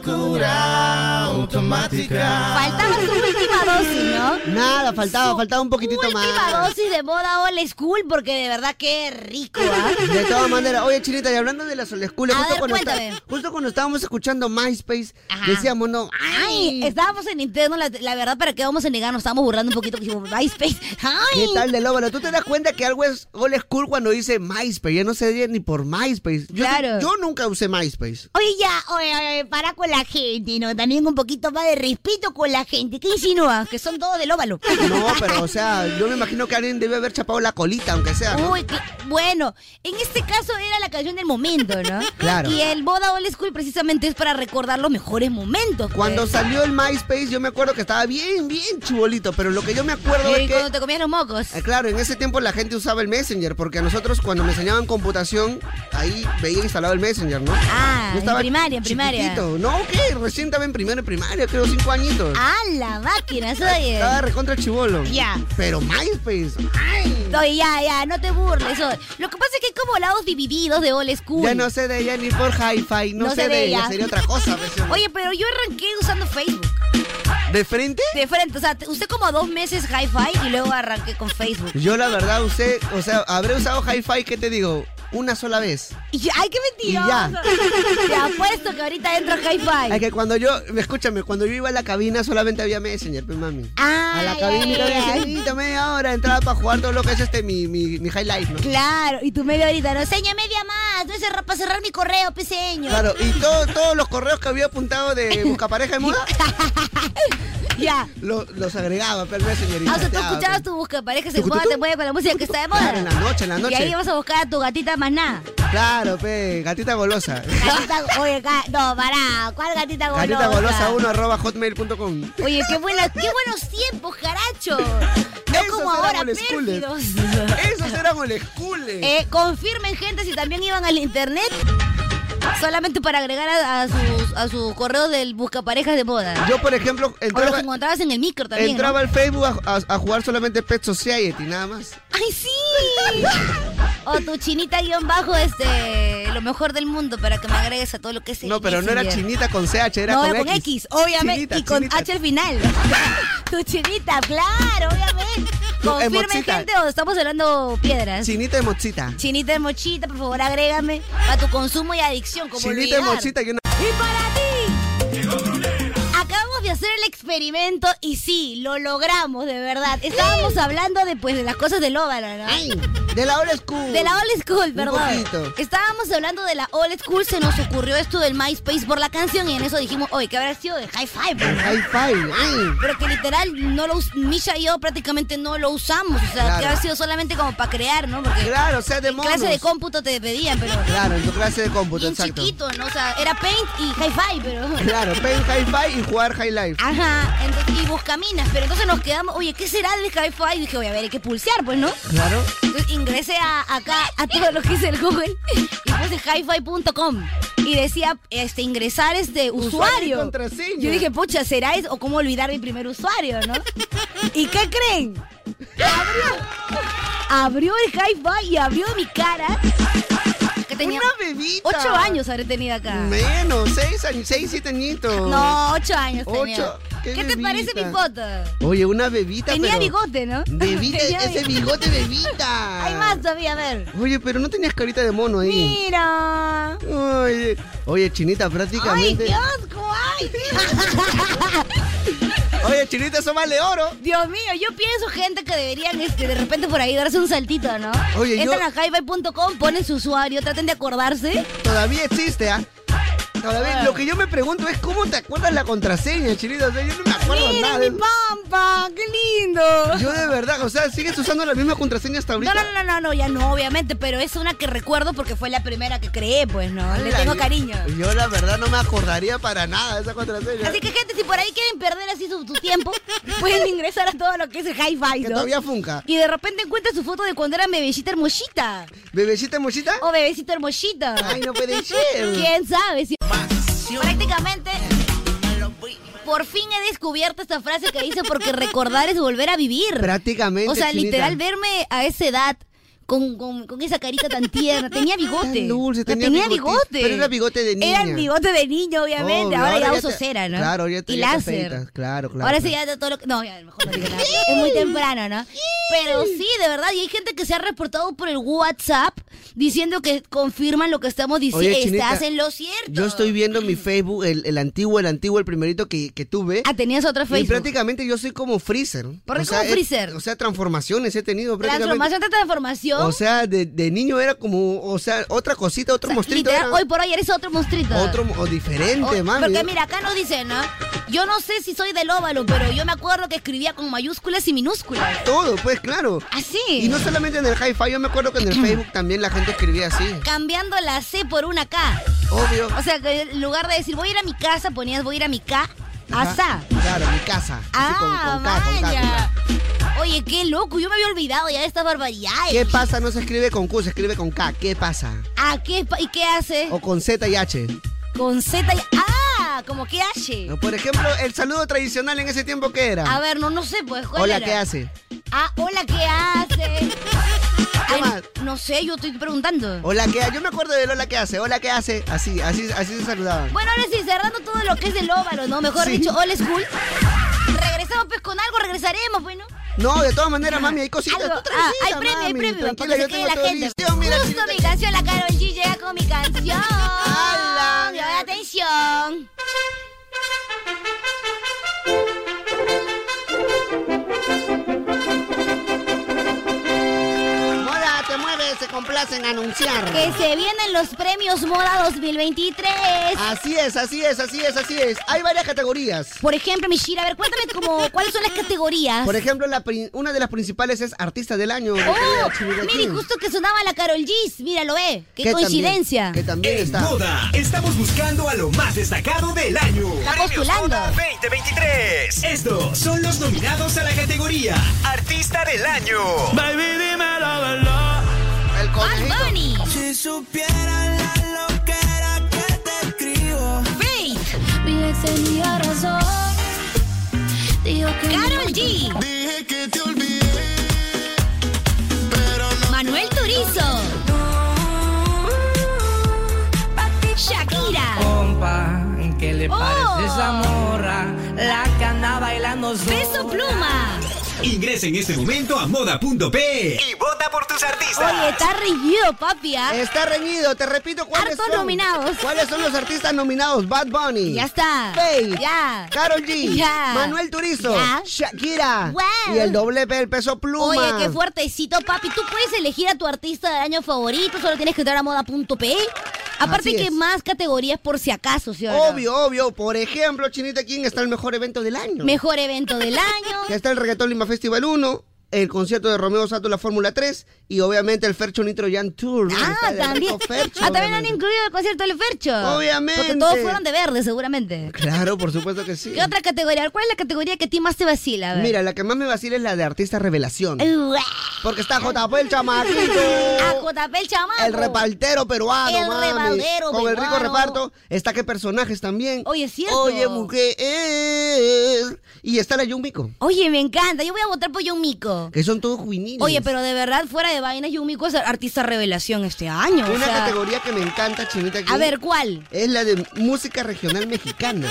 Speaker 4: Moda,
Speaker 2: Faltaba su última dosis, ¿no?
Speaker 3: Nada, faltaba, faltaba un poquitito
Speaker 2: última
Speaker 3: más.
Speaker 2: dosis de moda All School porque de verdad que rico, ¿ah?
Speaker 3: *laughs* De todas maneras, oye Chinita, y hablando de las escuelas,
Speaker 2: A
Speaker 3: justo,
Speaker 2: ver,
Speaker 3: cuando está-
Speaker 2: cuéntame.
Speaker 3: justo cuando estábamos escuchando MySpace,
Speaker 2: Ajá.
Speaker 3: decíamos, no,
Speaker 2: Ay, estábamos en Nintendo, la, la verdad, ¿para qué vamos a negar? Nos estábamos burlando un poquito. dijimos, MySpace. Ay,
Speaker 3: ¿Qué tal de óvalo? ¿Tú te das cuenta que algo es old school cuando dice MySpace? Ya no se dice ni por MySpace. Yo,
Speaker 2: Claro.
Speaker 3: Yo nunca usé MySpace.
Speaker 2: Oye, ya, oye, oye, para con la gente, ¿no? También un poquito más de respeto con la gente. ¿Qué insinúas? Que son todos del óvalo.
Speaker 3: No, pero o sea, yo me imagino que alguien debe haber chapado la colita, aunque sea. ¿no?
Speaker 2: Uy, qué- bueno, en este caso era la canción del momento, ¿no?
Speaker 3: *laughs* Claro.
Speaker 2: Y el Boda Old School precisamente es para recordar los mejores momentos. pues.
Speaker 3: Cuando salió el MySpace, yo me acuerdo que estaba bien, bien chibolito, pero lo que yo me acuerdo
Speaker 2: Y
Speaker 3: es
Speaker 2: cuando
Speaker 3: que.
Speaker 2: te comías los mocos.
Speaker 3: eh, Claro, en ese tiempo la gente usaba el Messenger, porque a nosotros cuando me enseñaban computación, ahí veía instalado el Messenger, ¿no?
Speaker 2: Ah, en
Speaker 3: estaba
Speaker 2: primaria, en primaria.
Speaker 3: chiquitito. No, ¿qué? Recién estaba en primero, en primaria, creo, cinco añitos.
Speaker 2: A la máquina, oye.
Speaker 3: Estaba recontra chivolo.
Speaker 2: Ah, Ya.
Speaker 3: Pero MySpace.
Speaker 2: Oye, ya, ya, no te burles. oye. Lo que pasa es que hay como lados divididos de Old School.
Speaker 3: Ya no sé de
Speaker 2: *laughs*
Speaker 3: ella ni por hi-fi, no, sé de ella. Sería otra cosa. pues, ¿no?
Speaker 2: Oye, pero yo arranqué usando Facebook.
Speaker 3: ¿De frente?
Speaker 2: De frente, o sea, te- usé como dos meses hi-fi y luego arranqué con Facebook.
Speaker 3: Yo la verdad usé, o sea, habré usado hi-fi, ¿qué te digo? Una sola vez.
Speaker 2: Y yo, ¡Ay, qué mentiroso!
Speaker 3: Y
Speaker 2: Te apuesto que ahorita entro hi-fi.
Speaker 3: Es que cuando yo, escúchame, cuando yo iba a la cabina solamente había Messenger, pues mami.
Speaker 2: Ah,
Speaker 3: A la
Speaker 2: ya,
Speaker 3: cabina,
Speaker 2: ya, ya.
Speaker 3: cabina, media hora, entraba para jugar todo lo que es este, mi, mi, mi highlight, ¿no?
Speaker 2: Claro, y tu media horita, no, seña media más, no es cerrar- para cerrar mi correo, peseño.
Speaker 3: Claro, y todo- todos los correos que había apuntado de Busca Pareja de Moda,
Speaker 2: *laughs* Ya.
Speaker 3: lo- los agregaba, pues, pero no señorita.
Speaker 2: Ah, o sea, tú escuchabas tu busca pareja, se
Speaker 3: Tucu,
Speaker 2: moda,
Speaker 3: tucu.
Speaker 2: te mueve con la música que está de moda.
Speaker 3: Claro, en la noche, en la
Speaker 2: Y ahí
Speaker 3: noche.
Speaker 2: vas a buscar a tu gatita más nada.
Speaker 3: pues. Claro, pe,
Speaker 2: *laughs*
Speaker 3: gatita golosa. *laughs*
Speaker 2: Gatita, oye, ga- no, pará, ¿cuál gatita golosa?
Speaker 3: Gatita golosa 1 arroba hotmail.com.
Speaker 2: Oye, qué, buena, qué buenos tiempos,
Speaker 3: *laughs*
Speaker 2: caracho. No
Speaker 3: Esos
Speaker 2: como
Speaker 3: eran
Speaker 2: ahora,
Speaker 3: old schoolers.
Speaker 2: pérfidos.
Speaker 3: Esos eran old schools.
Speaker 2: Eh, confirmen, gente, si también iban al internet. Solamente para agregar a, a sus, a sus correos del buscaparejas de moda.
Speaker 3: Yo, por ejemplo,
Speaker 2: O los
Speaker 3: entraba,
Speaker 2: encontrabas en el micro también. ¿no?
Speaker 3: entraba al Facebook a, a- a jugar solamente Pet Society, nada más.
Speaker 2: ¡Ay, sí! *laughs* O tu chinita guión bajo, este, lo mejor del mundo para que me agregues a todo lo que es el
Speaker 3: No, pero no era
Speaker 2: Messenger.
Speaker 3: chinita con CH, era
Speaker 2: no,
Speaker 3: con,
Speaker 2: era con X, obviamente,
Speaker 3: Chinita,
Speaker 2: y con
Speaker 3: chinita.
Speaker 2: H al final. *laughs* tu chinita, claro,
Speaker 3: *laughs*
Speaker 2: obviamente.
Speaker 3: No,
Speaker 2: Confirmen,
Speaker 3: emochita.
Speaker 2: gente, o estamos hablando piedras.
Speaker 3: Chinita de mochita.
Speaker 2: Chinita de mochita, por favor, agrégame a tu consumo y adicción, como
Speaker 3: Chinita de
Speaker 2: olvidar.
Speaker 3: mochita que una...
Speaker 2: Y para ti. Acabamos de hacer el experimento y sí, lo logramos, de verdad. Estábamos hablando de, pues, de las cosas del óvalo, ¿no?
Speaker 3: De la old school.
Speaker 2: De la old school,
Speaker 3: Un
Speaker 2: perdón.
Speaker 3: poquito.
Speaker 2: Estábamos hablando de la old school, se nos ocurrió esto del MySpace por la canción y en eso dijimos, oye, que habrá sido de High Five? bro?"
Speaker 3: High five. ay.
Speaker 2: Pero que literal, no lo us- Misha y yo prácticamente no lo usamos. O sea,
Speaker 3: Claro.
Speaker 2: que habrá sido solamente como para crear, ¿no? Porque
Speaker 3: Claro, o sea, de monos.
Speaker 2: clase de cómputo te pedían, pero
Speaker 3: Claro, en tu clase de cómputo,
Speaker 2: bien
Speaker 3: exacto.
Speaker 2: chiquito, ¿no? O sea, era Paint y High Five, pero...
Speaker 3: Claro, pen high five y jugar high
Speaker 2: Ah,
Speaker 3: life.
Speaker 2: Ajá, entonces, y buscaminas, pero entonces nos quedamos, oye, ¿qué será de Hi-Fi? Y dije, voy a ver, hay que pulsear, pues, ¿no?
Speaker 3: Claro.
Speaker 2: Entonces ingresé a, acá a todo lo que es el Google y puse hifi.com y decía, este, ingresar este
Speaker 3: Usuario y
Speaker 2: usuario.
Speaker 3: contraseña.
Speaker 2: Yo dije, pucha, ¿será eso? O cómo olvidar mi primer usuario, ¿no? ¿Y qué creen? Abrió, abrió el Hi-Fi y abrió mi cara. Que tenía
Speaker 3: Una bebita.
Speaker 2: ocho años habré tenido acá.
Speaker 3: Menos, seis años, seis, siete añitos.
Speaker 2: No, ocho años tenía.
Speaker 3: Ocho, qué
Speaker 2: ¿Qué te
Speaker 3: bebita.
Speaker 2: parece mi foto?
Speaker 3: Oye, una bebita,
Speaker 2: Tenía
Speaker 3: pero-
Speaker 2: bigote, ¿no? *laughs*
Speaker 3: Bebita,
Speaker 2: Tenía
Speaker 3: ese
Speaker 2: bigote.
Speaker 3: bigote bebita.
Speaker 2: Hay más todavía, a ver.
Speaker 3: Oye, pero no tenías carita de mono ahí.
Speaker 2: Mira.
Speaker 3: Oye, oye, Chinita,
Speaker 2: ¡Ay,
Speaker 3: prácticamente.
Speaker 2: Dios, guay!
Speaker 3: Oye, Chinita, eso vale oro.
Speaker 2: *laughs* Dios mío, yo pienso gente que deberían este, de repente por ahí darse un saltito, ¿no?
Speaker 3: Oye, yo-
Speaker 2: Entran a highbay.com, ponen su usuario, traten de acordarse.
Speaker 3: Todavía existe, ¿ah? Todavía, lo que yo me pregunto es cómo te acuerdas la contraseña, Chinita. O sea, yo no me acuerdo
Speaker 2: ¡Mira
Speaker 3: nada.
Speaker 2: mi
Speaker 3: de-
Speaker 2: pampa! ¡Qué lindo!
Speaker 3: Yo de verdad, o sea, sigues usando la misma contraseña hasta
Speaker 2: No,
Speaker 3: ahorita.
Speaker 2: no, no, no, no, ya no, obviamente, pero es una que recuerdo porque fue la primera que creé, pues, ¿no? Le
Speaker 3: Ala,
Speaker 2: tengo
Speaker 3: yo-
Speaker 2: cariño.
Speaker 3: Yo la verdad no me acordaría para nada de esa contraseña.
Speaker 2: Así que, gente, si por ahí quieren perder así su, su
Speaker 3: *laughs*
Speaker 2: tiempo, pueden ingresar a todo lo que es el hi-fi,
Speaker 3: Que
Speaker 2: ¿no?
Speaker 3: todavía funca.
Speaker 2: Y de repente encuentran su foto de cuando era bebecita hermosita.
Speaker 3: ¿Bebecita mochita?
Speaker 2: O bebecito hermosita.
Speaker 3: Ay, no puede ser.
Speaker 2: ¿Quién sabe? si- Prácticamente, por fin he descubierto esta frase que dice porque recordar es volver a vivir.
Speaker 3: Prácticamente.
Speaker 2: O sea,
Speaker 3: Chinita.
Speaker 2: literal, verme a esa edad con, con- con esa carita tan tierna. Tenía bigote.
Speaker 3: Tan dulce,
Speaker 2: No,
Speaker 3: tenía bigote.
Speaker 2: bigote.
Speaker 3: Pero era bigote de niña.
Speaker 2: Era el bigote de niño, obviamente.
Speaker 3: Obvio,
Speaker 2: ahora, ya,
Speaker 3: ahora ya
Speaker 2: uso
Speaker 3: te-
Speaker 2: cera, ¿no?
Speaker 3: claro, ya te-
Speaker 2: Y
Speaker 3: ya te
Speaker 2: láser.
Speaker 3: afeitas, claro, claro,
Speaker 2: Ahora
Speaker 3: claro.
Speaker 2: sí ya todo lo que... No, ya, mejor no digo nada. Es muy temprano, ¿no? Pero sí, de verdad. Y hay gente que se ha reportado por el WhatsApp diciendo que confirman lo que estamos diciendo.
Speaker 3: Oye, Chinita,
Speaker 2: Estás en lo cierto.
Speaker 3: Yo estoy viendo mi Facebook, el, el antiguo, el antiguo, el primerito que, que tuve.
Speaker 2: Ah, tenías otra
Speaker 3: Y
Speaker 2: Facebook.
Speaker 3: prácticamente yo soy como Freezer.
Speaker 2: ¿Por qué
Speaker 3: O sea,
Speaker 2: como
Speaker 3: he-
Speaker 2: Freezer?
Speaker 3: o sea, transformaciones he tenido prácticamente.
Speaker 2: Transformación de transformación.
Speaker 3: O sea, de, de niño era como, o sea, otra cosita, otro mostrito.
Speaker 2: Literal,
Speaker 3: era.
Speaker 2: hoy por hoy eres otro monstruito.
Speaker 3: Otro mo- o diferente,
Speaker 2: Oh,
Speaker 3: mami.
Speaker 2: Porque mira, acá nos dicen, ¿no? Yo no sé si soy del óvalo, pero yo me acuerdo que escribía con mayúsculas y minúsculas.
Speaker 3: Todo, pues claro.
Speaker 2: Así.
Speaker 3: Y no solamente en el hi-fi, yo me acuerdo que en el
Speaker 2: *clears throat*
Speaker 3: Facebook también la gente escribía así.
Speaker 2: Cambiando la C por una K.
Speaker 3: Obvio.
Speaker 2: O sea, que en lugar de decir voy a ir a mi casa, ponías voy a ir a mi K a Sa.
Speaker 3: Ajá, Claro, mi casa. Así
Speaker 2: Ah,
Speaker 3: con- con K, con K, con K.
Speaker 2: maña. Oye, qué loco, yo me había olvidado ya de estas barbaridades.
Speaker 3: ¿Qué pasa? No se escribe con Q, se escribe con K. ¿Qué pasa?
Speaker 2: Ah, ¿qué pa- ¿Y qué hace?
Speaker 3: O con Z y H.
Speaker 2: Con Z y... Ah, como que hace.
Speaker 3: O, Por ejemplo, el saludo tradicional en ese tiempo, ¿qué
Speaker 2: A
Speaker 3: era?
Speaker 2: ver, no, no sé, pues, ¿cuál
Speaker 3: Hola,
Speaker 2: era?
Speaker 3: ¿qué hace?
Speaker 2: Ah, hola, ¿qué hace? Ay,
Speaker 3: más?
Speaker 2: No sé, yo estoy preguntando.
Speaker 3: Hola, ¿qué hace? Yo me acuerdo del hola, ¿qué hace? Hola, ¿qué hace? Así, así, así se saludaban.
Speaker 2: Bueno, ahora sí, cerrando todo lo que es el óvalo, ¿no? Mejor
Speaker 3: Sí.
Speaker 2: dicho, old school. Regresamos pues con algo, regresaremos, pues, bueno.
Speaker 3: No, de todas maneras, mami, hay cositas.
Speaker 2: Algo-
Speaker 3: Tú
Speaker 2: ah,
Speaker 3: tranquila,
Speaker 2: hay premio, hay
Speaker 3: mami,
Speaker 2: premio. Para que
Speaker 3: Tranquila, yo
Speaker 2: se quede
Speaker 3: tengo
Speaker 2: la
Speaker 3: todo
Speaker 2: gente.
Speaker 3: listo. Mira,
Speaker 2: Justo mi canción, la Carol G llega con mi
Speaker 3: *laughs*
Speaker 2: canción.
Speaker 3: ¡Hala!
Speaker 2: Yo, atención.
Speaker 3: Moda, te mueves, se complacen anunciar.
Speaker 2: Que se vienen los premios Moda 2023.
Speaker 3: Así es, así es, así es, así es. Hay varias categorías.
Speaker 2: Por ejemplo, Mishira, a ver, cuéntame como, cuáles
Speaker 3: *laughs*
Speaker 2: son las
Speaker 3: Pues,
Speaker 2: categorías.
Speaker 3: Por ejemplo, la pri- una de las principales es Artista del Año.
Speaker 2: Oh, mira, y
Speaker 3: mira,
Speaker 2: justo que sonaba la Carol G. Mira, lo ve. Qué coincidencia.
Speaker 3: que también
Speaker 1: En
Speaker 3: está.
Speaker 1: moda, estamos buscando a lo más destacado del año.
Speaker 2: Está postulando.
Speaker 1: 2023. Estos son los nominados a la categoría Artista del Año.
Speaker 3: El conejito.
Speaker 2: Bad Bunny.
Speaker 5: Si supieran la loquera que te escribo.
Speaker 2: Faith.
Speaker 7: Mi ex tenía razón. Dijo que
Speaker 2: Carol G.
Speaker 4: Dije que te olvidé.
Speaker 2: Manuel Turizo. Shakira.
Speaker 5: Compa, ¿qué le
Speaker 2: Oh.
Speaker 5: parece esa morra? La que anda bailando
Speaker 2: Peso
Speaker 5: sola.
Speaker 2: Pluma.
Speaker 1: Ingresa en este momento a moda.p y vota por tus artistas.
Speaker 2: Oye, está reñido, papi. ¿ah?
Speaker 3: Está reñido, te repito cuáles
Speaker 2: Hartos
Speaker 3: son.
Speaker 2: nominados.
Speaker 3: ¿Cuáles son los artistas nominados? Bad Bunny.
Speaker 2: Ya está.
Speaker 3: Faith.
Speaker 2: Ya.
Speaker 3: Carol G.
Speaker 2: Ya.
Speaker 3: Manuel Turizo.
Speaker 2: Ya.
Speaker 3: Shakira.
Speaker 2: Wow.
Speaker 3: Y el doble P, el peso pluma.
Speaker 2: Oye, qué fuertecito, papi. Tú puedes elegir a tu artista del año favorito, solo tienes que entrar a moda.pe. Aparte
Speaker 3: Así
Speaker 2: que
Speaker 3: es.
Speaker 2: más categorías por si acaso, ¿sí o no?
Speaker 3: Obvio, obvio. Por ejemplo, Chinita, ¿quién está el mejor evento del año?
Speaker 2: Mejor evento
Speaker 3: *laughs*
Speaker 2: del año.
Speaker 3: Ya está el Reggaetón Lima Festival 1, el concierto de Romeo Santos, la Fórmula 3 y obviamente el Fercho Nitro Jan Tour. ¿no? Está
Speaker 2: Ah,
Speaker 3: de
Speaker 2: también.
Speaker 3: rico Fercho,
Speaker 2: ah, también han
Speaker 3: obviamente.
Speaker 2: incluido el concierto del Fercho.
Speaker 3: Obviamente.
Speaker 2: Porque todos fueron de verde, seguramente.
Speaker 3: Claro, por supuesto que sí.
Speaker 2: ¿Qué otra categoría? ¿Cuál es la categoría que a ti más te vacila? A ver.
Speaker 3: Mira, la que más me vacila es la de Artista Revelación.
Speaker 2: Uah.
Speaker 3: Porque está J.P. el chamaquito.
Speaker 2: *laughs* A JP el chamaco.
Speaker 3: El repartero peruano,
Speaker 2: Ah, El
Speaker 3: mami.
Speaker 2: rebaldero
Speaker 3: Con el rico
Speaker 2: peruano.
Speaker 3: reparto. Está que personajes también.
Speaker 2: Oye, es cierto.
Speaker 3: Oye, mujer. Y está la Yumiko.
Speaker 2: Oye, me encanta. Yo voy a votar por John Mico.
Speaker 3: Que son todos juveniles.
Speaker 2: Oye, pero de verdad, fuera de vainas, John Mico es artista revelación este año. o
Speaker 3: Una
Speaker 2: sea.
Speaker 3: categoría que me encanta, Chinita.
Speaker 2: A
Speaker 3: Kim,
Speaker 2: ver, ¿cuál?
Speaker 3: Es la de música regional mexicana.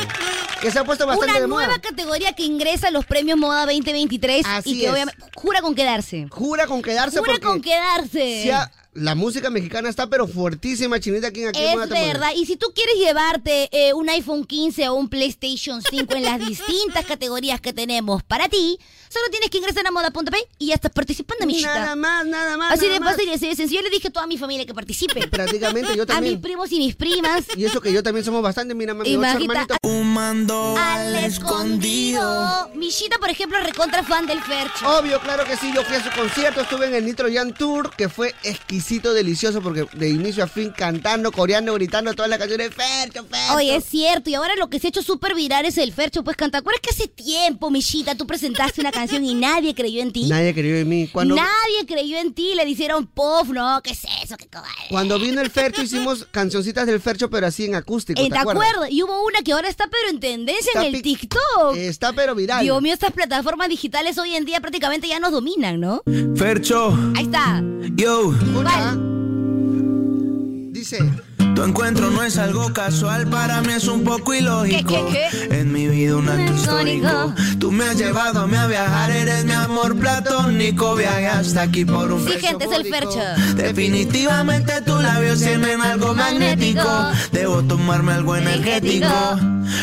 Speaker 3: Que se ha puesto bastante
Speaker 2: Una
Speaker 3: de
Speaker 2: nueva
Speaker 3: moda.
Speaker 2: categoría que ingresa a los premios Moda 2023 y
Speaker 3: Así
Speaker 2: que
Speaker 3: es.
Speaker 2: obviamente jura con quedarse.
Speaker 3: Jura con quedarse
Speaker 2: Jura
Speaker 3: porque
Speaker 2: con quedarse.
Speaker 3: se ha- la música mexicana está pero fuertísima, Chinita. Kim, aquí en
Speaker 2: Es
Speaker 3: Moda Te Mueve.
Speaker 2: verdad. Y si tú quieres llevarte eh, un iPhone 15 o un PlayStation 5 en
Speaker 3: *laughs*
Speaker 2: las distintas categorías que tenemos para ti, solo tienes que ingresar a moda.p y ya estás participando,
Speaker 3: Nada
Speaker 2: mijita.
Speaker 3: más, nada más.
Speaker 2: Así
Speaker 3: nada
Speaker 2: de
Speaker 3: más.
Speaker 2: fácil y así de sencillo. Yo le dije a toda mi familia que
Speaker 3: *laughs*
Speaker 2: participe.
Speaker 3: Prácticamente
Speaker 2: *laughs*
Speaker 3: yo
Speaker 2: A mis
Speaker 3: también.
Speaker 2: primos y mis primas.
Speaker 3: *laughs* Y eso que yo también somos bastante, mira, mami,
Speaker 2: Y
Speaker 3: ocho
Speaker 2: Majita,
Speaker 3: hermanitos.
Speaker 2: al escondido. Michita, por ejemplo, recontra fan del Fercho.
Speaker 3: Obvio, claro que sí, yo fui a su concierto, estuve en el Nitro Jan Tour, que fue exquisito, delicioso, porque de inicio a fin cantando, coreando, gritando todas las canciones, Fercho, Fercho.
Speaker 2: Oye, es cierto, y ahora lo que se ha hecho súper viral es el Fercho, pues canta. ¿Acuerdas que hace tiempo, Michita, tú presentaste una canción y nadie creyó en ti?
Speaker 3: Nadie creyó en mí. Cuando,
Speaker 2: Nadie creyó en ti, le hicieron puff, no, ¿qué es eso? ¿Qué cobarde?
Speaker 3: cuando vino el Fercho hicimos cancioncitas del Fercho, pero así en acústico,
Speaker 2: Eh,
Speaker 3: ¿te,
Speaker 2: ¿Te
Speaker 3: acuerdas?
Speaker 2: acuerdas? Y hubo una que ahora está pero en tendencia
Speaker 3: Está
Speaker 2: en el
Speaker 3: pi- Eh,
Speaker 2: TikTok.
Speaker 3: Está pero viral.
Speaker 2: Dios mío, estas plataformas digitales hoy en día prácticamente ya nos dominan, ¿no?
Speaker 8: Fercho,
Speaker 2: Ahí está.
Speaker 8: yo,
Speaker 3: Escucha,
Speaker 2: ¿Cuál?
Speaker 3: Dice,
Speaker 8: tu encuentro no es algo casual, para mí es un poco
Speaker 3: Ah,
Speaker 8: ilógico.
Speaker 2: ¿Qué,
Speaker 8: En mi vida un acto histórico.
Speaker 2: Histórico.
Speaker 8: Tú me has llevado a mí a viajar, eres mi amor platónico. Viaje hasta aquí por un
Speaker 2: Sí,
Speaker 8: beso
Speaker 2: gente, es el
Speaker 8: módico.
Speaker 2: Fercho.
Speaker 8: Definitivamente tus labios tienen algo magnético.
Speaker 2: Magnético.
Speaker 8: Debo tomarme algo energético.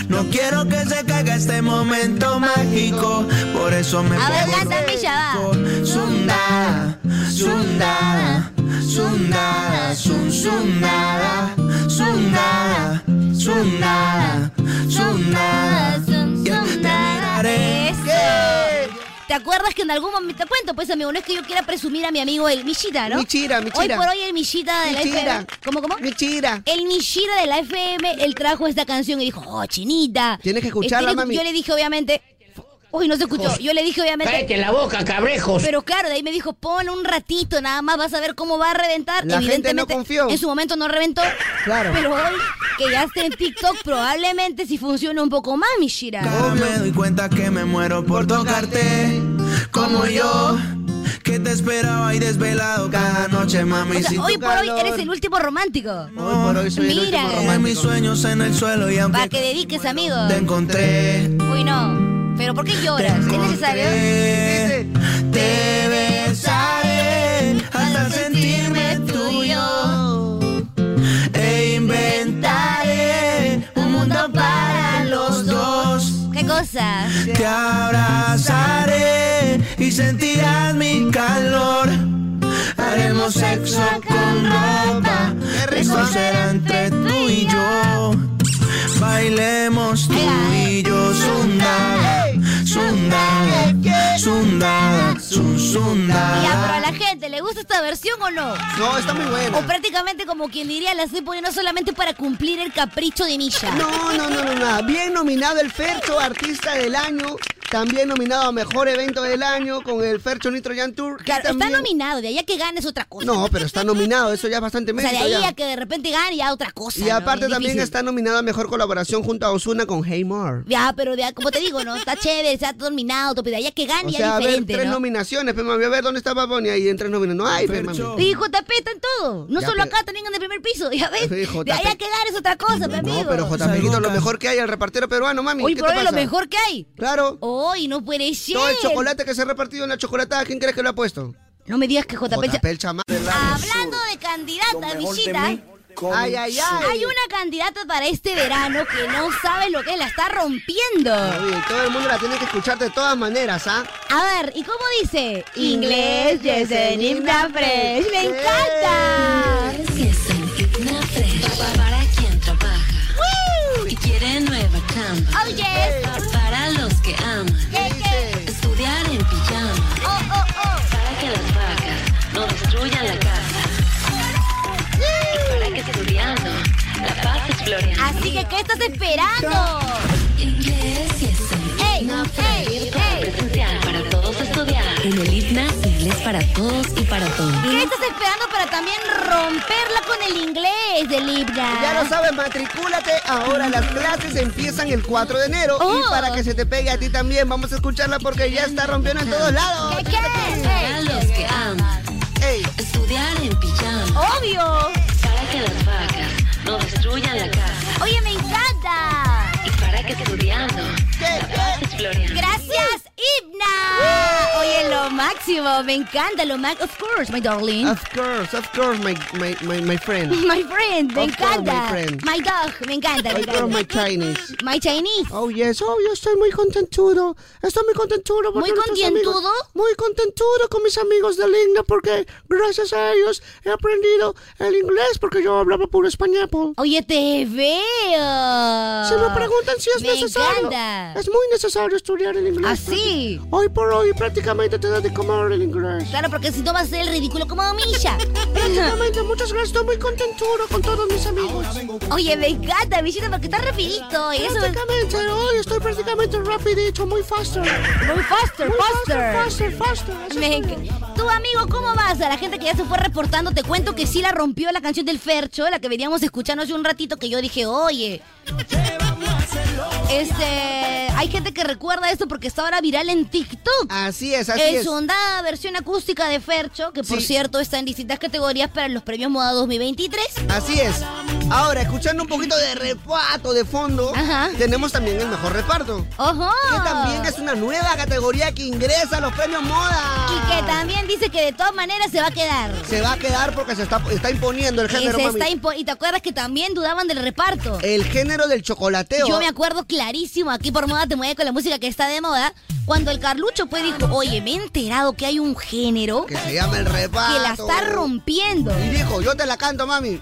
Speaker 8: No quiero que se caiga este momento mágico. Por eso me
Speaker 2: A ver,
Speaker 8: pongo
Speaker 2: canta,
Speaker 8: loco.
Speaker 2: Misha, va.
Speaker 8: Sunda, sunda, sunda, sun sunda, sunda, sunda, sunda. Ya terminaré.
Speaker 2: Eso. ¿Te acuerdas que en algún momento te cuento? Pues amigo, no es que yo quiera presumir a mi amigo el Michita, ¿no?
Speaker 3: Michira, Michira.
Speaker 2: Hoy por hoy el Michita de la
Speaker 3: Michira.
Speaker 2: FM. ¿Cómo, cómo? Eh,
Speaker 3: Michira.
Speaker 2: El Michira de la FM, él trajo esta canción y dijo, oh, chinita.
Speaker 3: Tienes que escucharla,
Speaker 2: Este,
Speaker 3: mami.
Speaker 2: Yo le dije, obviamente. Uy, no se escuchó. Yo le dije, obviamente.
Speaker 9: Cállate la boca, cabrejos.
Speaker 2: Pero claro, de ahí me dijo, pon un ratito, nada más vas a ver cómo va a reventar.
Speaker 3: La gente no
Speaker 2: Evidentemente,
Speaker 3: confió.
Speaker 2: en su momento no reventó.
Speaker 3: Claro.
Speaker 2: Pero hoy, que ya está en TikTok, probablemente si funciona un poco más, Michira.
Speaker 8: Ahora me doy cuenta que me muero por tocarte. Como yo, que te esperaba y desvelado cada noche, mami.
Speaker 2: O
Speaker 8: sin
Speaker 2: sea, hoy
Speaker 8: tu
Speaker 2: por hoy
Speaker 8: calor.
Speaker 2: eres el último romántico.
Speaker 3: Hoy por hoy soy el
Speaker 2: Mira.
Speaker 3: último
Speaker 8: Dejé mis
Speaker 3: romántico.
Speaker 8: sueños en el suelo y aunque
Speaker 2: Para que dediques, amigo.
Speaker 8: te encontré,
Speaker 2: Uy, no. Pero ¿por qué lloras? ¿Es necesario?
Speaker 8: Dice, te besaré hasta
Speaker 2: Para
Speaker 8: sentirme tuyo e inventaré un mundo para los dos.
Speaker 2: ¿Qué cosa?
Speaker 8: Te abrazaré y sentirás mi calor. Haremos sexo con ropa, eso será entre tú y yo. Bailemos tú y yo, sundada, sundada, sundada, su-
Speaker 2: Ya, pero a
Speaker 8: sundada.
Speaker 2: la gente, ¿le gusta esta versión o no?
Speaker 3: No, está muy buena.
Speaker 2: O prácticamente como quien diría, la estoy poniendo solamente para cumplir el capricho de Misha.
Speaker 3: No, no, no, no, nada. Bien nominado el Fercho Artista del Año. También nominado a Mejor Evento del Año con el Fercho Nitro Jan Tour. que
Speaker 2: Claro,
Speaker 3: también-
Speaker 2: está nominado, de ahí a que gane es otra cosa.
Speaker 3: No, pero está nominado. Eso ya es bastante
Speaker 2: o sea, de
Speaker 3: mérito.
Speaker 2: ahí
Speaker 3: ya.
Speaker 2: a que de repente gane ya otra cosa.
Speaker 3: Y
Speaker 2: ¿no?
Speaker 3: aparte
Speaker 2: Es
Speaker 3: también
Speaker 2: difícil.
Speaker 3: está nominado a Mejor Colaboración junto a Osuna con Heymar.
Speaker 2: Ya, pero de, como te digo, ¿no? Está chévere, está dominado, pero de Ah, ahí a que gane
Speaker 3: O
Speaker 2: ya
Speaker 3: sea,
Speaker 2: es
Speaker 3: a ver,
Speaker 2: diferente,
Speaker 3: tres
Speaker 2: ¿no?
Speaker 3: nominaciones, pero mami, a ver dónde está Baboni ahí en tres nominaciones. No hay, pe,
Speaker 2: *laughs*
Speaker 3: mami.
Speaker 8: Fercho.
Speaker 2: Y JP está en todo, no
Speaker 3: Ya,
Speaker 2: solo
Speaker 3: pero-
Speaker 2: acá, también en el primer piso, ya ves.
Speaker 3: Sí,
Speaker 2: De ahí a
Speaker 3: JP.
Speaker 2: que gane es otra cosa, mi amigo.
Speaker 3: No, pero JPito, lo
Speaker 8: Salbuca.
Speaker 3: mejor que hay al repartero peruano, mami.
Speaker 2: Oye,
Speaker 3: ¿qué
Speaker 2: pero
Speaker 3: te
Speaker 2: es lo
Speaker 3: pasa?
Speaker 2: mejor Oh, que hay.
Speaker 3: Claro.
Speaker 2: Hoy no puede ser.
Speaker 3: Todo el chocolate que se ha repartido en la chocolatada, ¿quién crees que lo ha puesto?
Speaker 2: No me digas que JP... se-
Speaker 3: JP el chamán.
Speaker 2: Hablando de candidata, Mishita,
Speaker 3: Ay, ay, ay.
Speaker 2: hay una candidata para este verano que no sabe lo que es, la está rompiendo.
Speaker 3: Oye, todo el mundo la tiene que escuchar de todas maneras, ¿ah?
Speaker 2: A ver, ¿y cómo dice? Inglés, Yesenita Fresh. ¡Me encanta!
Speaker 7: Para quien trabaja, que quiere nueva chamba,
Speaker 2: ¡Oh, yes!
Speaker 7: para los que aman,
Speaker 2: ¿Qué, qué?
Speaker 7: estudiar en pijama,
Speaker 2: ¡Oh, oh, oh!
Speaker 7: para que las vacas no destruyan la casa, para que estudiando la paz es floreando.
Speaker 2: Así que, ¿qué estás esperando?
Speaker 7: Inglés y es
Speaker 2: ¡Ey, ey, ey!
Speaker 7: presencial para todos estudiar. En el ITNA, inglés para todos y para todos.
Speaker 2: ¿Qué estás esperando para también romperla con el inglés de Libra?
Speaker 3: Ya lo sabes, matricúlate. Ahora las clases empiezan el 4 de enero.
Speaker 2: Oh.
Speaker 3: Y para que se te pegue a ti también, vamos a escucharla porque ya está rompiendo en todos lados.
Speaker 2: ¿Qué, qué?
Speaker 7: Para los que aman,
Speaker 3: Ey,
Speaker 7: estudiar en pijama,
Speaker 2: ¡Obvio!
Speaker 7: para que las vacas no destruyan la casa
Speaker 2: ¡Oye, me encanta!
Speaker 7: y para que estudiando la paz es floreando.
Speaker 2: Gracias, Ibna. Oye, lo máximo, me encanta lo máximo. Of course, my darling.
Speaker 3: of course, of course, my, my, my, my
Speaker 2: *laughs*
Speaker 3: friend.
Speaker 2: My friend, me
Speaker 3: Of course,
Speaker 2: encanta.
Speaker 3: my friend.
Speaker 2: My dog, me encanta. me
Speaker 3: Of course,
Speaker 2: encanta.
Speaker 3: my Chinese.
Speaker 2: My Chinese.
Speaker 3: Oh, yes.
Speaker 6: Oh, yo estoy muy contentudo. Estoy muy contentudo. porque
Speaker 2: ¿Muy
Speaker 6: nuestros amigos-
Speaker 2: contentudo?
Speaker 6: Muy contentudo con mis amigos del INGNA porque gracias a ellos he aprendido el inglés porque yo hablaba puro español.
Speaker 2: Oye, te veo.
Speaker 6: Si me preguntan si es
Speaker 2: me
Speaker 6: necesario,
Speaker 2: encanta. ¿Ah,
Speaker 6: es muy necesario estudiar el inglés.
Speaker 2: Así.
Speaker 6: Hoy por hoy prácticamente te da de comer el inglés.
Speaker 2: Claro, porque si no vas a ser el ridículo como
Speaker 6: *laughs*
Speaker 2: Misha.
Speaker 6: Prácticamente, muchas gracias. Estoy muy contenturo con todos mis amigos.
Speaker 2: Oye, me encanta, Mishita, porque estás rapidito. y Eso es
Speaker 6: Prácticamente, hoy estoy prácticamente rapidito, muy faster.
Speaker 2: muy faster,
Speaker 6: Muy
Speaker 2: faster.
Speaker 6: faster, faster, faster.
Speaker 2: Me enc- Tú, amigo, ¿cómo vas? A la gente que ya se fue reportando, te cuento que sí la rompió la canción del Fercho, la que veníamos escuchando hace un ratito, que yo dije, oye. Este. Hay gente que recuerda esto porque está ahora viral en TikTok.
Speaker 3: Así es, Ah, así
Speaker 2: En
Speaker 3: es.
Speaker 2: su ondada versión acústica de Fercho, que por
Speaker 3: Sí.
Speaker 2: cierto está en distintas categorías para los premios Moda 2023.
Speaker 3: Así es. Ahora, escuchando un poquito de reparto de fondo,
Speaker 2: Ajá. Ah.
Speaker 3: tenemos también el mejor reparto.
Speaker 2: ¡Ojo!
Speaker 3: Que también es una nueva categoría que ingresa a los premios moda.
Speaker 2: Y que también dice que de todas maneras se va a quedar.
Speaker 3: Se va a quedar porque se está, está imponiendo el
Speaker 2: Y,
Speaker 3: género,
Speaker 2: se
Speaker 3: mami. Eh,
Speaker 2: está impo- y te acuerdas que también dudaban del reparto.
Speaker 3: El género del chocolateo.
Speaker 2: Yo me acuerdo clarísimo, aquí por moda te mueve con la música que está de moda, cuando el Carlucho pues dijo, oye, me he enterado que hay un género que
Speaker 3: Que se llama el reparto.
Speaker 2: la está rompiendo.
Speaker 3: Y dijo, yo te la canto, mami.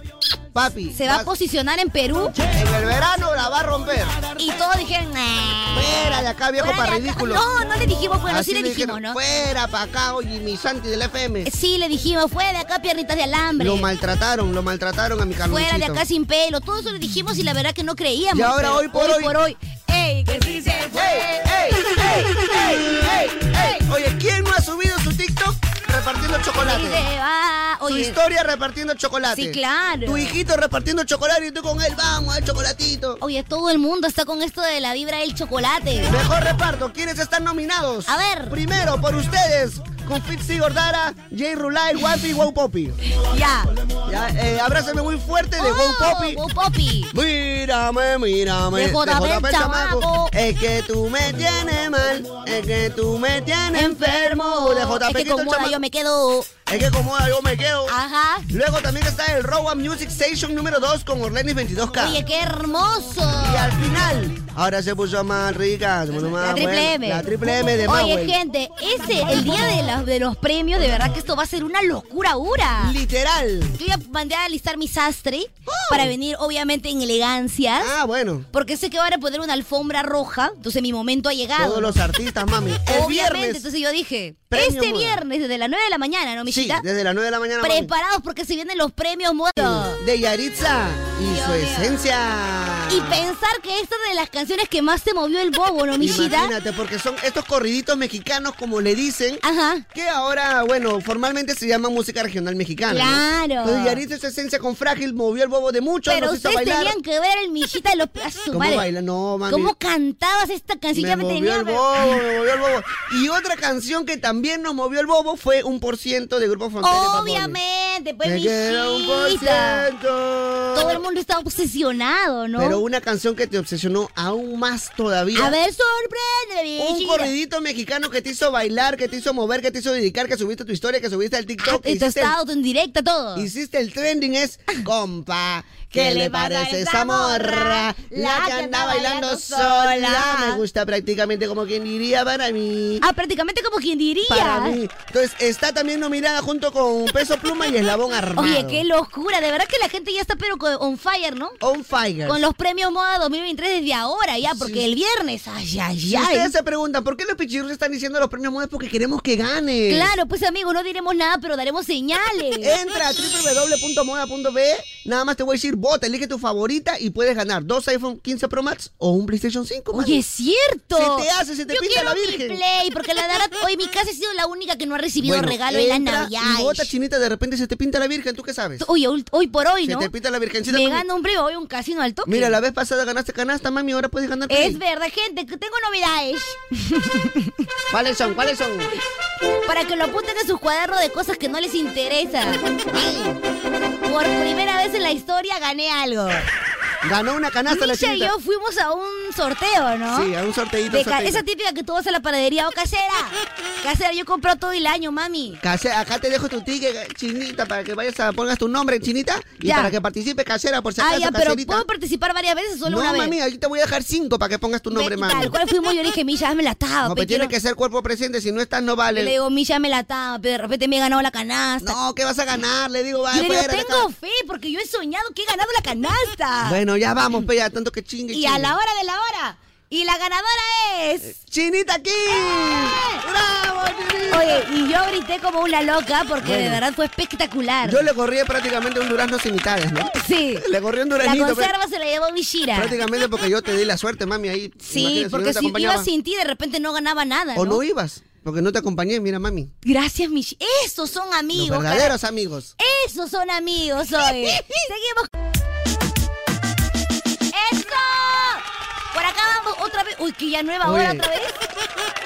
Speaker 3: Papi.
Speaker 2: Se va a
Speaker 3: vas-
Speaker 2: posicionar en Perú
Speaker 3: En el verano la va a romper.
Speaker 2: y todos dijeron, "Nah".
Speaker 3: Fuera de acá, viejo,
Speaker 2: Fuera
Speaker 3: para
Speaker 2: de acá.
Speaker 3: ridículo.
Speaker 2: No, no le dijimos, bueno,
Speaker 3: Así
Speaker 2: sí le dijimos,
Speaker 3: dijeron,
Speaker 2: ¿no?
Speaker 3: Fuera para acá, oye, mi Santi del FM.
Speaker 2: Sí, le dijimos, fuera de acá piernitas de alambre,
Speaker 3: Lo maltrataron, lo maltrataron a mi Carluchito.
Speaker 2: fuera de acá sin pelo, todo eso le dijimos y la verdad que no creíamos.
Speaker 3: Y ahora
Speaker 2: pero
Speaker 3: hoy por hoy-
Speaker 2: por hoy, ¡ey, que sí se fue!
Speaker 3: ¡Ey, ey, ey, ey, ey, ey! Oye, ¿quién no ha subido su TikTok repartiendo
Speaker 2: Y
Speaker 3: chocolate?
Speaker 2: se va,
Speaker 3: Su
Speaker 2: oye,
Speaker 3: historia repartiendo chocolate.
Speaker 2: Sí, claro.
Speaker 3: Tu hijito repartiendo chocolate y tú con él, vamos al chocolatito.
Speaker 2: oye, todo el mundo está con esto de la vibra del chocolate.
Speaker 3: Mejor reparto, ¿quiénes están nominados?
Speaker 2: A ver.
Speaker 3: Primero, por ustedes, con Fitzy Gordara, Jay Rulay, Wafi, Wow Poppy.
Speaker 2: Ya.
Speaker 3: Ya, eh, abrázame muy fuerte de Wow Poppy.
Speaker 2: Wow Poppy.
Speaker 3: Mírame, mírame.
Speaker 2: Oh, De J.B.
Speaker 3: J.B.
Speaker 2: el chamaco.
Speaker 3: Es que tú me tienes mal. Es que tú me tienes enfermo. De
Speaker 2: Es
Speaker 3: JP
Speaker 2: que con moda yo me Ah. quedo.
Speaker 3: Es que como yo me quedo.
Speaker 2: Ajá.
Speaker 3: Luego también está el Rowan Music Station número 2 con Orlenis 22K.
Speaker 2: Oye, qué hermoso.
Speaker 3: Y al final, ahora se puso más rica. se puso más
Speaker 2: La triple
Speaker 3: buena.
Speaker 2: M.
Speaker 3: La triple M de
Speaker 2: Oye,
Speaker 3: Mawel.
Speaker 2: gente, ese, el día de, las- de los premios, de verdad que esto va a ser una locura ahora.
Speaker 3: Literal.
Speaker 2: Yo ya mandé a alistar mi sastre
Speaker 3: ¡Oh!
Speaker 2: para venir, obviamente, en elegancias.
Speaker 3: Ah, bueno.
Speaker 2: Porque sé que van a poner una alfombra roja, entonces mi momento ha llegado.
Speaker 3: Todos los artistas, mami. El
Speaker 2: Obviamente,
Speaker 3: viernes.
Speaker 2: entonces yo dije,
Speaker 3: Premio
Speaker 2: este
Speaker 3: Moda.
Speaker 2: viernes desde las 9 de la mañana, ¿no,
Speaker 3: Sí,
Speaker 2: mijita?
Speaker 3: desde las 9 de la mañana. mami.
Speaker 2: Preparados porque se vienen los premios moda.
Speaker 3: De Yaritza y su esencia.
Speaker 2: Y pensar que esta es de las canciones que más te movió el bobo, ¿no, mijita?
Speaker 3: Imagínate, porque son estos corriditos mexicanos, como le dicen,
Speaker 2: Ajá.
Speaker 3: que ahora, bueno, formalmente se llama música regional mexicana. ¿no?
Speaker 2: Claro.
Speaker 3: Entonces, Yaritza es esencia con frágil, movió el bobo de muchos,
Speaker 2: Pero
Speaker 3: nos hizo
Speaker 2: ustedes
Speaker 3: bailar.
Speaker 2: tenían que ver el mijita
Speaker 3: *laughs*
Speaker 2: de los... a su
Speaker 3: ¿Cómo
Speaker 2: madre.
Speaker 3: baila? No, mami.
Speaker 2: ¿Cómo cantabas esta canción?
Speaker 3: me
Speaker 2: ya
Speaker 3: movió
Speaker 2: tenía...
Speaker 3: el bobo, me movió el bobo. Y otra canción que también nos movió el bobo fue un por ciento de Grupo Frontera. y Bad Bunny.
Speaker 2: Obviamente, pues,
Speaker 3: Me queda un por
Speaker 2: mijita.
Speaker 3: ciento.
Speaker 2: Todo el mundo está obsesionado, ¿no?
Speaker 3: Pero una canción que te obsesionó aún más todavía.
Speaker 2: A ver, sorprende,
Speaker 3: Un
Speaker 2: mijita.
Speaker 3: corridito mexicano que te hizo bailar, que te hizo mover, que te hizo dedicar, que subiste tu historia, que subiste al
Speaker 2: Ah,
Speaker 3: TikTok. que
Speaker 2: esto
Speaker 3: hiciste,
Speaker 2: está auto en directa todo.
Speaker 3: el, hiciste el trending es,
Speaker 2: *laughs*
Speaker 3: compa,
Speaker 2: ¿Qué
Speaker 3: ¿qué
Speaker 2: le
Speaker 3: le
Speaker 2: pasa a
Speaker 3: parece
Speaker 2: esa
Speaker 3: esa morra?
Speaker 2: morra?
Speaker 3: La que anda bailando sola. Me gusta prácticamente como quien diría para mí.
Speaker 2: Ah, prácticamente como quien diría.
Speaker 3: Para mí. Entonces está también nominada junto con Peso Pluma y Eslabón
Speaker 2: *laughs*
Speaker 3: Armado.
Speaker 2: Oye, qué locura. De verdad que la gente ya está pero con- on fire, ¿no?
Speaker 3: On fire.
Speaker 2: Con los premios Moda 2023 desde ahora ya, porque el viernes, ay, ay,
Speaker 3: Y ustedes
Speaker 2: ay.
Speaker 3: se preguntan, ¿por qué los pichirros están diciendo los premios moda? Porque queremos que gane.
Speaker 2: Claro, pues amigos, no diremos nada, pero daremos
Speaker 3: *laughs*
Speaker 2: señales.
Speaker 3: Entra a www.moda.be, nada más te voy a decir, vota, elige tu favorita y puedes ganar dos iPhone 15 Pro Max o un PlayStation 5. mami.
Speaker 2: Oye, es cierto.
Speaker 3: Se te hace, se te
Speaker 2: Yo
Speaker 3: pinta
Speaker 2: quiero
Speaker 3: la
Speaker 2: mi
Speaker 3: Virgen.
Speaker 2: Play, porque la verdad, hoy mi casa ha sido la única que no ha recibido
Speaker 3: Bueno,
Speaker 2: regalo en la
Speaker 3: entra
Speaker 2: Navidad.
Speaker 3: Y vota chinita, de repente se te pinta la Virgen, ¿tú qué sabes?
Speaker 2: Oye, hoy, hoy por hoy,
Speaker 3: Se
Speaker 2: ¿no?
Speaker 3: te pinta la Virgencita.
Speaker 2: Me
Speaker 3: mami.
Speaker 2: gano un premio, voy a un casino al toque.
Speaker 3: Mira, la vez pasada ganaste canasta, mami, ahora puedes ganar.
Speaker 2: Es
Speaker 3: Play.
Speaker 2: verdad, gente, que tengo novedades.
Speaker 3: ¿Cuáles son? ¿Cuáles son?
Speaker 2: Para que lo apunten en sus cuadernos de cosas que no les interesan. Por primera vez en la historia gané algo.
Speaker 3: Ganó una canasta la
Speaker 2: Misha y
Speaker 3: chinita.
Speaker 2: yo fuimos a un sorteo, ¿no?
Speaker 3: Sí, a un sorteíto.
Speaker 2: De ca-
Speaker 3: sorteíto.
Speaker 2: esa típica que tú vas a la panadería o casera. Casera, yo compro todo el año, mami.
Speaker 3: Case- acá te dejo tu ticket, chinita, para que vayas a pongas tu nombre, chinita, y
Speaker 2: Ya.
Speaker 3: para que participe casera por si acaso,
Speaker 2: ah, ya, pero
Speaker 3: caserita.
Speaker 2: puedo participar varias veces o solo
Speaker 3: no,
Speaker 2: una vez.
Speaker 3: mami, aquí te voy a dejar cinco para que pongas tu
Speaker 2: Ve-
Speaker 3: nombre,
Speaker 2: y
Speaker 3: mami.
Speaker 2: Tal cual fuimos, yo le dije, Misha, hazme la taba.
Speaker 3: No,
Speaker 2: pe,
Speaker 3: pero tiene
Speaker 2: quiero-
Speaker 3: que ser cuerpo presente, si no estás no
Speaker 2: Yo
Speaker 3: vale.
Speaker 2: pues le digo, Misha, hazme la taba, pero de repente me he ganado la canasta.
Speaker 3: No, ¿qué vas a ganar? Le digo, va,
Speaker 2: yo le digo,
Speaker 3: fuera de acá.
Speaker 2: tengo fe, porque yo he soñado que he ganado la canasta.
Speaker 3: Bueno, ya vamos, pe,
Speaker 2: *laughs*
Speaker 3: ya tanto que chingue.
Speaker 2: Y
Speaker 3: chingue.
Speaker 2: a la hora de la hora. Y la ganadora es.
Speaker 3: ¡Chinita aquí! Eh.
Speaker 2: Ah.
Speaker 3: ¡Bravo, chinita!
Speaker 2: Oye, y yo grité como una loca porque de
Speaker 3: Bueno.
Speaker 2: verdad fue espectacular.
Speaker 3: Yo le corrí prácticamente un durazno sin mitades, ¿no?
Speaker 2: Sí.
Speaker 3: Le *laughs* corrí un
Speaker 2: La
Speaker 3: duraznito, pe,
Speaker 2: conserva se la llevó Mishira.
Speaker 3: prácticamente porque yo te di la suerte, mami, ahí.
Speaker 2: Sí,
Speaker 3: Imagínate,
Speaker 2: porque
Speaker 3: no te
Speaker 2: si
Speaker 3: acompañaba.
Speaker 2: iba sin ti, de repente no ganaba nada.
Speaker 3: O
Speaker 2: ¿no?
Speaker 3: no ibas, porque no te acompañé, mira, mami.
Speaker 2: Gracias, Mishira. Esos son amigos.
Speaker 3: Los
Speaker 2: cara-
Speaker 3: verdaderos amigos.
Speaker 2: Esos son amigos hoy. Seguimos. ¡Eso! Por acá vamos otra vez. Uy, que ya nueva
Speaker 3: Oye.
Speaker 2: hora otra vez.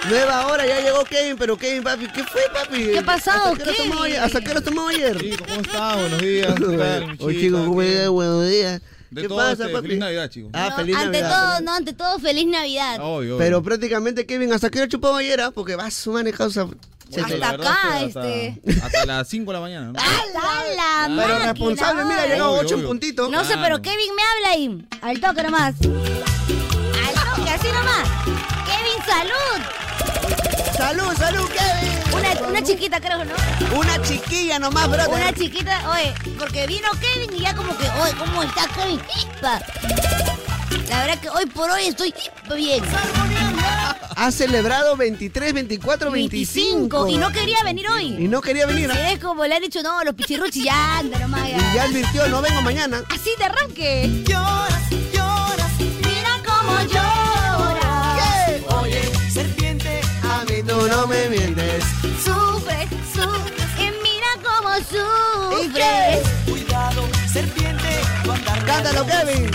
Speaker 3: Nueva hora, ya llegó Kevin, pero Kevin, papi, ¿qué fue, papi?
Speaker 2: ¿Qué ha pasado,
Speaker 3: ¿Hasta qué hora tomó
Speaker 2: Kevin?
Speaker 3: ayer? ¿Hasta qué hora tomó ayer?
Speaker 9: Chicos, ¿cómo está? Buenos días. ¿Qué tal,
Speaker 3: Oye, chico,
Speaker 9: muchachos?
Speaker 3: ¿cómo llega? Buenos días.
Speaker 9: De
Speaker 3: ¿Qué
Speaker 9: todo,
Speaker 3: pasa,
Speaker 9: este,
Speaker 3: papi?
Speaker 9: feliz Navidad, chicos.
Speaker 3: Ah,
Speaker 2: No,
Speaker 3: feliz
Speaker 2: ante
Speaker 3: Navidad.
Speaker 2: todo, no, ante todo, feliz Navidad.
Speaker 9: Obvio, obvio.
Speaker 3: Pero prácticamente, Kevin, ¿hasta qué hora chupó ayer? ah? Porque va su mane causa.
Speaker 9: Bueno,
Speaker 2: hasta
Speaker 9: la verdad
Speaker 2: acá,
Speaker 9: es que hasta-
Speaker 2: este.
Speaker 9: Hasta, las 5 de la mañana, ¿no?
Speaker 2: ¡Ala, la
Speaker 3: Pero
Speaker 2: máquina!
Speaker 3: responsable, mira, llegó Ah.
Speaker 9: Obvio,
Speaker 3: ocho en
Speaker 9: obvio.
Speaker 3: puntito.
Speaker 2: No sé,
Speaker 9: Claro.
Speaker 2: pero Kevin me habla ahí. Al toque nomás. Al toque, así nomás. Kevin, salud.
Speaker 3: ¡Salud, salud, Kevin!
Speaker 2: Una, una chiquita, creo, ¿no?
Speaker 3: Una chiquilla nomás, brother.
Speaker 2: Una chiquita, oye, porque vino Kevin y ya como que, oye, ¿cómo está Kevin? ¡Hipa! La verdad que hoy por hoy estoy hipa bien.
Speaker 3: Ha celebrado 23, 24, 25.
Speaker 2: y no quería venir
Speaker 3: Y
Speaker 2: hoy.
Speaker 3: no quería venir. ah.
Speaker 2: Y es como le han dicho, no, los pichirruchis ya anda nomás. ya.
Speaker 3: Y ya advirtió, no vengo mañana.
Speaker 2: Así de arranque. Lloras, lloras, mira cómo lloras.
Speaker 5: serpiente.
Speaker 3: A mí tú no me mientes.
Speaker 2: Sufres, sufres, y mira cómo
Speaker 3: ¿Y qué?
Speaker 2: sufres.
Speaker 5: Cuidado, serpiente. tu andar
Speaker 3: Cántalo, Kevin.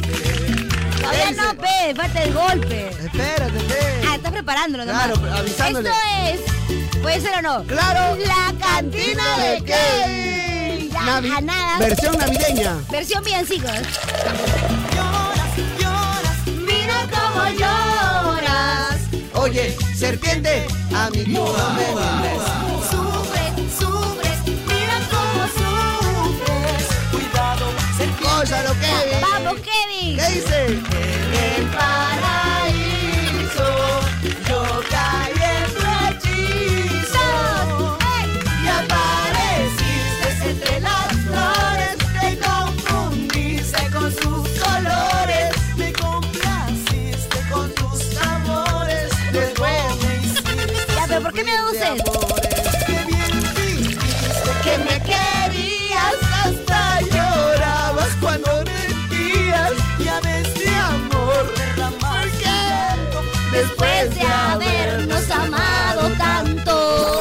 Speaker 2: Todavía no, pe, falta el golpe.
Speaker 3: Espérate, Kevin.
Speaker 2: Ah, estás preparándolo, nomás.
Speaker 3: Claro, pero avisándole.
Speaker 2: Esto es ¿Puede ser o no?
Speaker 3: Claro.
Speaker 2: La cantina de Kevin. La
Speaker 3: Navi-
Speaker 2: janada.
Speaker 3: Versión navideña.
Speaker 2: Versión villancicos.
Speaker 5: Lloras, lloras,
Speaker 2: Mira cómo lloras.
Speaker 3: Oye, serpiente, a mi muda,
Speaker 5: sufres, sufres, mira cómo sufres. Cuidado, serpiente.
Speaker 3: Ósalo, Kevin.
Speaker 2: Vamos, Kevin.
Speaker 3: ¿Qué dice?
Speaker 5: El paraíso, yo caí en tu hechizo y apareciste entre las flores, te confundiste con sus colores, me complaciste con tus amores, luego me hiciste
Speaker 2: Ya, pero ¿por qué me seduces?
Speaker 5: amores, que bien dijiste que me querías, hasta llorabas cuando mentías, ya ves mi amor derramaste tanto,
Speaker 2: Después de habernos amado tanto.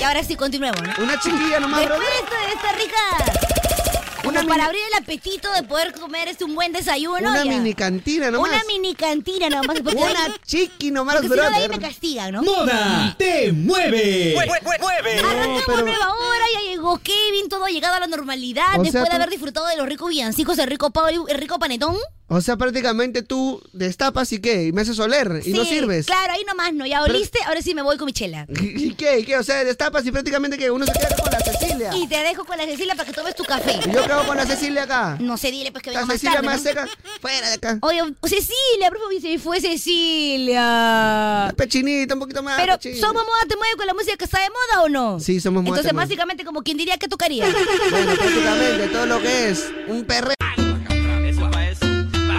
Speaker 2: Y ahora sí, continuemos, ¿no?
Speaker 3: Una chiquilla nomás,
Speaker 2: Después
Speaker 3: brother.
Speaker 2: de esta, de esta rica. como
Speaker 3: Una mini-
Speaker 2: para abrir el apetito de poder comer este un buen desayuno.
Speaker 3: Una
Speaker 2: ya.
Speaker 3: mini cantina nomás.
Speaker 2: Una mini cantina nada más. Porque, de ahí-
Speaker 3: Una chiqui nomás,
Speaker 2: porque si no de ahí me
Speaker 3: brother.
Speaker 2: castigan, ¿no?
Speaker 9: ¡Moda te mueve!
Speaker 2: Arrancamos nueva hora, ya llegó Kevin, todo ha llegado a la normalidad.
Speaker 3: O
Speaker 2: después
Speaker 3: sea,
Speaker 2: de
Speaker 3: tú-
Speaker 2: haber disfrutado de los ricos villancicos, el rico, pavo y el rico panetón.
Speaker 3: O sea, prácticamente tú destapas y qué, y me haces oler, y no
Speaker 2: Sí,
Speaker 3: sirves.
Speaker 2: Claro, ahí nomás no, ya oliste, ahora sí me voy con mi chela.
Speaker 3: *laughs* ¿Y qué? ¿Y qué? O sea, destapas y prácticamente que uno se queda con la Cecilia.
Speaker 2: Y te dejo con la Cecilia para que tomes tu café.
Speaker 3: Y yo quedo con la Cecilia acá.
Speaker 2: No sé, dile pues que venga
Speaker 3: La
Speaker 2: más
Speaker 3: Cecilia
Speaker 2: tarde.
Speaker 3: más
Speaker 2: ¿no?
Speaker 3: seca. Fuera de acá.
Speaker 2: Oye, o- Cecilia, por favor, se fue Cecilia.
Speaker 3: La pechinita, un poquito más.
Speaker 2: Pero,
Speaker 3: pechín.
Speaker 2: ¿somos moda te mueve con la música que está de moda o no?
Speaker 3: Ah, pues, Sí, somos moda,
Speaker 2: Entonces,
Speaker 3: te mueve.
Speaker 2: básicamente, como quien diría que tocaría.
Speaker 3: *laughs* Bueno, prácticamente todo lo que es un perre.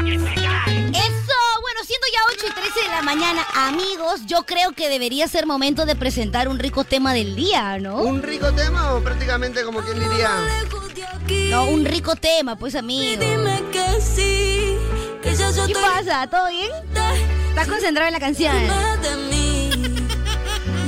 Speaker 2: Eso, bueno, siendo ya 8 y 13 de la mañana, amigos, yo creo que debería ser momento de presentar un rico tema del día, ¿no?
Speaker 3: Un rico tema o prácticamente como quien diría.
Speaker 2: No, un rico tema, pues, amigos.
Speaker 10: que sí, que ya yo
Speaker 2: ¿Qué
Speaker 10: estoy
Speaker 2: pasa? ¿Todo bien? ¿Estás concentrado en la canción?
Speaker 10: más de mí.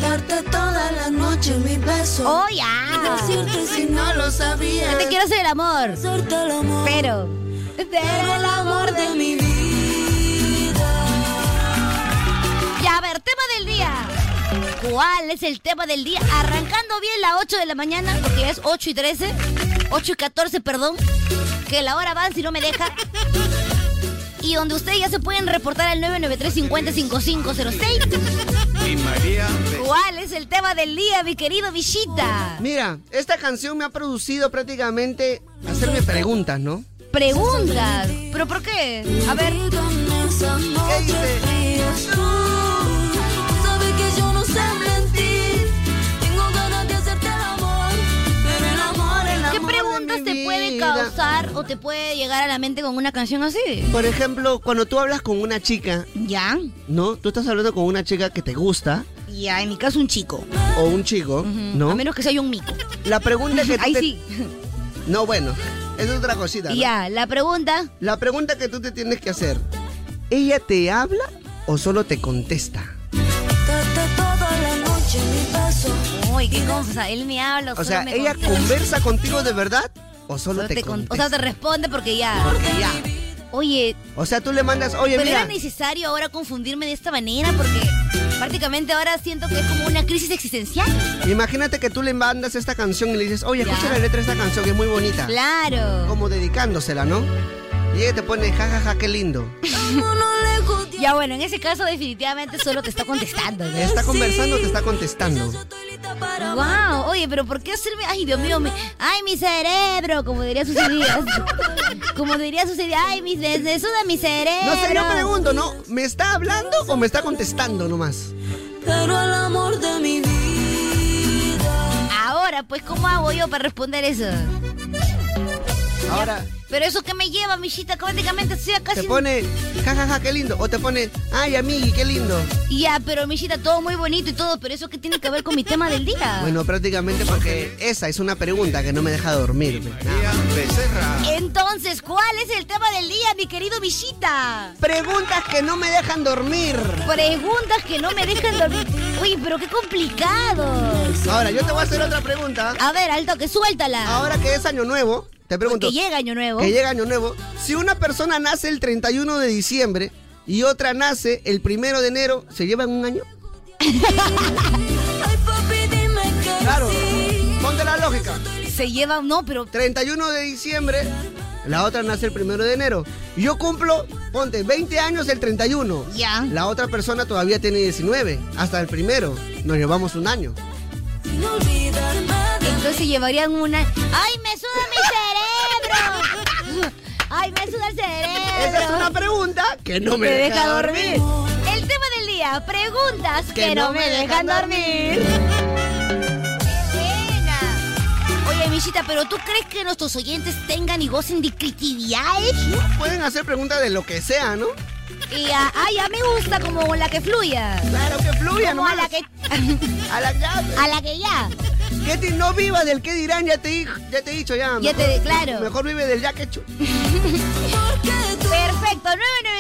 Speaker 10: Darte toda la noche mi beso.
Speaker 2: ¡Oh, ya!
Speaker 10: Decirte si no lo sabías.
Speaker 2: Yo te quiero hacer el amor,
Speaker 10: Hacerte el amor.
Speaker 2: pero...
Speaker 10: Era el amor de mi vida.
Speaker 2: Ya, a ver, tema del día. ¿Cuál es el tema del día? Arrancando bien la 8 de la mañana, porque es 8 y 13, 8 y 14, perdón, que la hora avanza y no me deja. Y donde ustedes ya se pueden reportar al 993-50-5506. ¿Cuál es el tema del día, mi querido Villita?
Speaker 3: Mira, esta canción me ha producido prácticamente hacerme preguntas, ¿no?
Speaker 2: Preguntas. ¿Pero por qué? A ver,
Speaker 10: Dígame esa
Speaker 3: ¿Qué
Speaker 10: noche
Speaker 3: dice?
Speaker 10: fría. Tú sabes que yo no sé mentir. Tengo ganas de hacerte el amor. Pero el amor, el
Speaker 2: ¿qué
Speaker 10: amor.
Speaker 2: preguntas
Speaker 3: mi
Speaker 2: te puede
Speaker 3: vida.
Speaker 2: causar o te puede llegar a la mente con una canción así?
Speaker 3: Por ejemplo, cuando tú hablas con una chica,
Speaker 2: Ya,
Speaker 3: ¿no? Tú estás hablando con una chica que te gusta
Speaker 2: ya, en mi caso un chico.
Speaker 3: o un chico, ¿no?
Speaker 2: A menos que sea un mico.
Speaker 3: La pregunta que tú
Speaker 2: Ahí
Speaker 3: te-
Speaker 2: sí.
Speaker 3: No, bueno, es otra cosita. ¿no?
Speaker 2: Ya, la pregunta.
Speaker 3: La pregunta que tú te tienes que hacer, ¿ella te habla o solo te contesta?
Speaker 10: Darte toda la noche mi beso.
Speaker 2: Uy, qué cosa. Él me habla.
Speaker 3: O
Speaker 2: solo
Speaker 3: sea,
Speaker 2: me
Speaker 3: ¿ella
Speaker 2: contesta.
Speaker 3: conversa contigo de verdad o solo,
Speaker 2: Solo
Speaker 3: te,
Speaker 2: te con-
Speaker 3: contesta?
Speaker 2: O sea, te responde porque ya.
Speaker 3: Porque ya.
Speaker 2: Oye,
Speaker 3: O sea, tú le mandas, oye,
Speaker 2: pero
Speaker 3: mira,
Speaker 2: era necesario ahora confundirme de esta manera porque prácticamente ahora siento que es como una crisis existencial.
Speaker 3: Ah. imagínate que tú le mandas esta canción y le dices, oye,
Speaker 2: Ya.
Speaker 3: escucha la letra de esta canción que es muy bonita.
Speaker 2: Claro.
Speaker 3: Como dedicándosela, ¿no? Y ella te pone, jajaja, qué lindo.
Speaker 10: Como no le guste
Speaker 2: Ya bueno, en ese caso definitivamente solo te está contestando. ¿no?
Speaker 3: Está conversando, te está contestando.
Speaker 10: Yo estoy lista para amar.
Speaker 2: Wow, oye, pero ¿por qué hacerme? Ay, Dios mío, mi- ay, mi cerebro, como diría Susy
Speaker 3: *laughs*
Speaker 2: Díaz. Como diría Susy Díaz, ay, mi, me, me suda mi cerebro.
Speaker 3: No sé, yo pregunto, ¿no? ¿Me está hablando o me está contestando nomás?
Speaker 10: Pero el amor de mi vida.
Speaker 2: Ahora, pues, ¿cómo hago yo para responder eso?
Speaker 3: Ahora
Speaker 2: Pero eso que me lleva, mijita, que prácticamente estoy acá
Speaker 3: te
Speaker 2: sin-
Speaker 3: pone, jajaja, qué lindo. O te pone, ay, amigui, qué lindo.
Speaker 2: Ya, pero mijita, todo muy bonito y todo, pero eso que tiene que ver con mi tema del día.
Speaker 3: *laughs* Bueno, prácticamente porque esa es una pregunta que no me deja dormir. pues, nada más.
Speaker 2: Entonces, ¿cuál es el tema del día, mi querido mijita?
Speaker 3: Preguntas que no me dejan dormir.
Speaker 2: Preguntas que no me dejan dormir. Uy, pero qué complicado.
Speaker 3: Ahora, yo te voy a hacer otra pregunta.
Speaker 2: A ver, al toque, suéltala.
Speaker 3: Ahora que es año nuevo, te pregunto.
Speaker 2: que llega año nuevo.
Speaker 3: que llega año nuevo. Si una persona nace el 31 de diciembre y otra nace el 1 de enero, ¿se llevan un año? Claro, ponte la lógica.
Speaker 2: Se lleva, no, pero.
Speaker 3: 31 de diciembre, la otra nace el primero de enero. Yo cumplo, ponte, 20 años el 31.
Speaker 2: Ya.
Speaker 3: La otra persona todavía tiene 19, hasta el primero. Nos llevamos un año.
Speaker 2: Entonces llevarían una. ¡Ay, me suda mi cerebro! ¡Ay, me suda el cerebro!
Speaker 3: Esa es una pregunta que no me
Speaker 2: Te
Speaker 3: deja
Speaker 2: deja
Speaker 3: dormir.
Speaker 2: dormir. El tema del día: preguntas que, no, me dejan dormir. Oye, Michita, ¿pero tú crees que nuestros oyentes tengan y gocen de creatividades?
Speaker 3: Pueden hacer preguntas de lo que sea, ¿no?
Speaker 2: Y ah, ah, ya me gusta como la que fluya.
Speaker 3: Claro que fluya,
Speaker 2: Como a
Speaker 3: nomás.
Speaker 2: la que. *laughs*
Speaker 3: A la llave.
Speaker 2: a la que ya.
Speaker 3: Que te- no viva del que dirán, ya te, dij- ya te he dicho, ya.
Speaker 2: Ya te- claro.
Speaker 3: Mejor vive del ya que chu-
Speaker 2: Perfecto,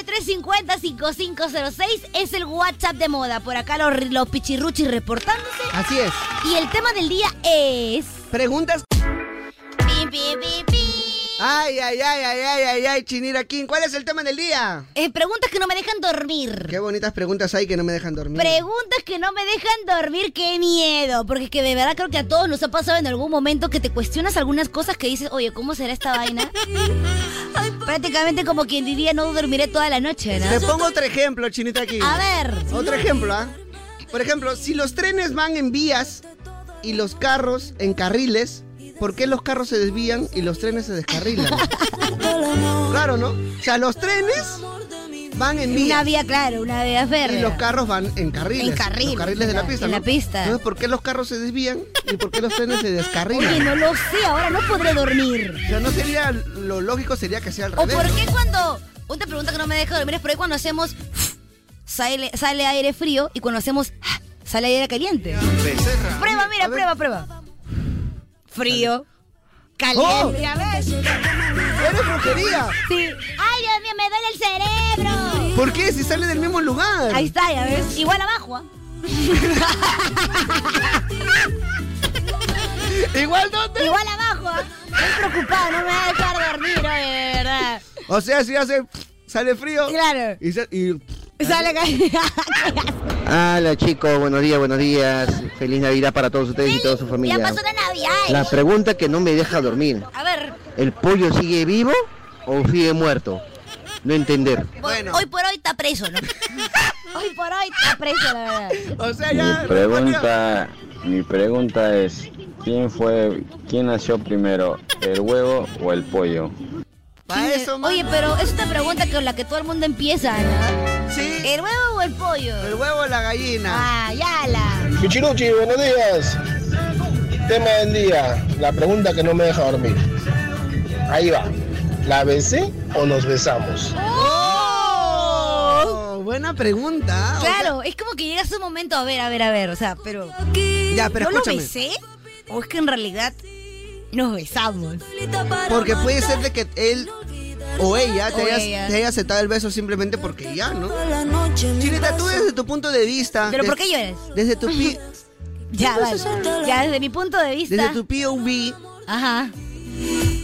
Speaker 2: 993-50-5506 es el WhatsApp de moda. Por acá los, los pichirruchis reportándose.
Speaker 3: Así es.
Speaker 2: Y el tema del día es...
Speaker 3: Preguntas.
Speaker 2: Pi, pi, pi, pi.
Speaker 3: Ay, ay, ay, ay, ay, ay, ay, Chinira King. ¿Cuál es el tema del día?
Speaker 2: Eh, preguntas que no me dejan dormir.
Speaker 3: Qué bonitas preguntas hay que no me dejan dormir.
Speaker 2: Preguntas que no me dejan dormir, qué miedo. Porque es que de verdad creo que a todos nos ha pasado en algún momento que te cuestionas algunas cosas que dices, oye, ¿cómo será esta *laughs* vaina? Prácticamente como quien diría, no dormiré toda la noche, ¿no?
Speaker 3: Te pongo otro ejemplo, Chinita King.
Speaker 2: A ver.
Speaker 3: Otro ejemplo, ¿ah? Por ejemplo, si los trenes van en vías y los carros en carriles, ¿por qué los carros se desvían y los trenes
Speaker 2: *laughs*
Speaker 3: se descarrilan? claro, ¿no? O sea, los trenes van en
Speaker 2: Una
Speaker 3: vías.
Speaker 2: vía, claro, una vía férrea.
Speaker 3: Y los carros van en carriles.
Speaker 2: En carriles,
Speaker 3: Los carriles de la
Speaker 2: claro,
Speaker 3: pista.
Speaker 2: en
Speaker 3: ¿no?
Speaker 2: la pista.
Speaker 3: Entonces, ¿por qué los carros se desvían y por qué los trenes se
Speaker 2: Oye,
Speaker 3: descarrilan?
Speaker 2: no lo sé, ahora no podré dormir.
Speaker 3: O sea, no sería, lo lógico sería que sea al
Speaker 2: ¿O
Speaker 3: revés.
Speaker 2: por
Speaker 3: ¿no?
Speaker 2: qué cuando... Otra pregunta que no me deja dormir es por qué cuando hacemos... Sale, sale aire frío y cuando hacemos... Sale aire caliente.
Speaker 3: Becerra.
Speaker 2: Prueba, mira,
Speaker 3: A ver,
Speaker 2: prueba, prueba. Frío. Caliente. A ver.
Speaker 3: ¡Eres brujería!
Speaker 2: Sí. Ay, Dios mío, me duele el cerebro.
Speaker 3: ¿Por qué? Si sale del mismo lugar.
Speaker 2: Ahí está, ya ves. Igual abajo. ¿ah?
Speaker 3: Igual dónde.
Speaker 2: Igual abajo. ¿ah? Estoy preocupado, no me va a dejar dormir, oye, de verdad.
Speaker 3: O sea, si hace. Sale frío.
Speaker 2: Claro.
Speaker 3: Y, se- y-
Speaker 2: Sale caliente.
Speaker 11: Hola chicos, buenos días, buenos días. Feliz Navidad para todos ustedes y toda su
Speaker 2: Ya
Speaker 11: familia.
Speaker 2: pasó la Navidad.
Speaker 11: La pregunta que no me deja dormir.
Speaker 2: A ver,
Speaker 11: ¿El pollo sigue vivo o sigue muerto? No entender.
Speaker 3: Bueno.
Speaker 2: hoy por hoy está preso, ¿no? *laughs* hoy por hoy está preso, la verdad.
Speaker 3: O sea,
Speaker 12: Mi
Speaker 3: ya.
Speaker 12: pregunta, mi pregunta es, ¿quién fue, Eh, quién nació primero, el huevo o el pollo?
Speaker 3: Para eso, mano.
Speaker 2: Oye, pero es una pregunta con la que todo el mundo empieza, ¿no?
Speaker 3: Sí.
Speaker 2: ¿El huevo o el pollo?
Speaker 3: El huevo o la gallina.
Speaker 2: eh, Ah, ya la.
Speaker 13: Pichiruchi, buenos días. Tema del día, la pregunta que no me deja dormir. Ahí va. ¿La besé o nos besamos?
Speaker 3: Oh, buena pregunta. O sea,
Speaker 2: Claro, es como que llegas un momento, a ver, a ver, a ver, o sea, pero...
Speaker 3: ya, Ah, pero
Speaker 2: ¿Yo lo
Speaker 3: escúchame.
Speaker 2: besé? ¿O es que en realidad nos besamos?
Speaker 3: Porque puede ser de que él o ella te,
Speaker 2: O
Speaker 3: haya,
Speaker 2: ella.
Speaker 3: te haya aceptado el beso simplemente porque ya, ¿no? Chinita, tú desde tu punto de vista.
Speaker 2: ¿Pero
Speaker 3: des-
Speaker 2: por qué lloras?
Speaker 3: Desde tu, pi-
Speaker 2: Ya, vale. Ya, desde mi punto de vista...
Speaker 3: desde tu POV,
Speaker 2: Ajá.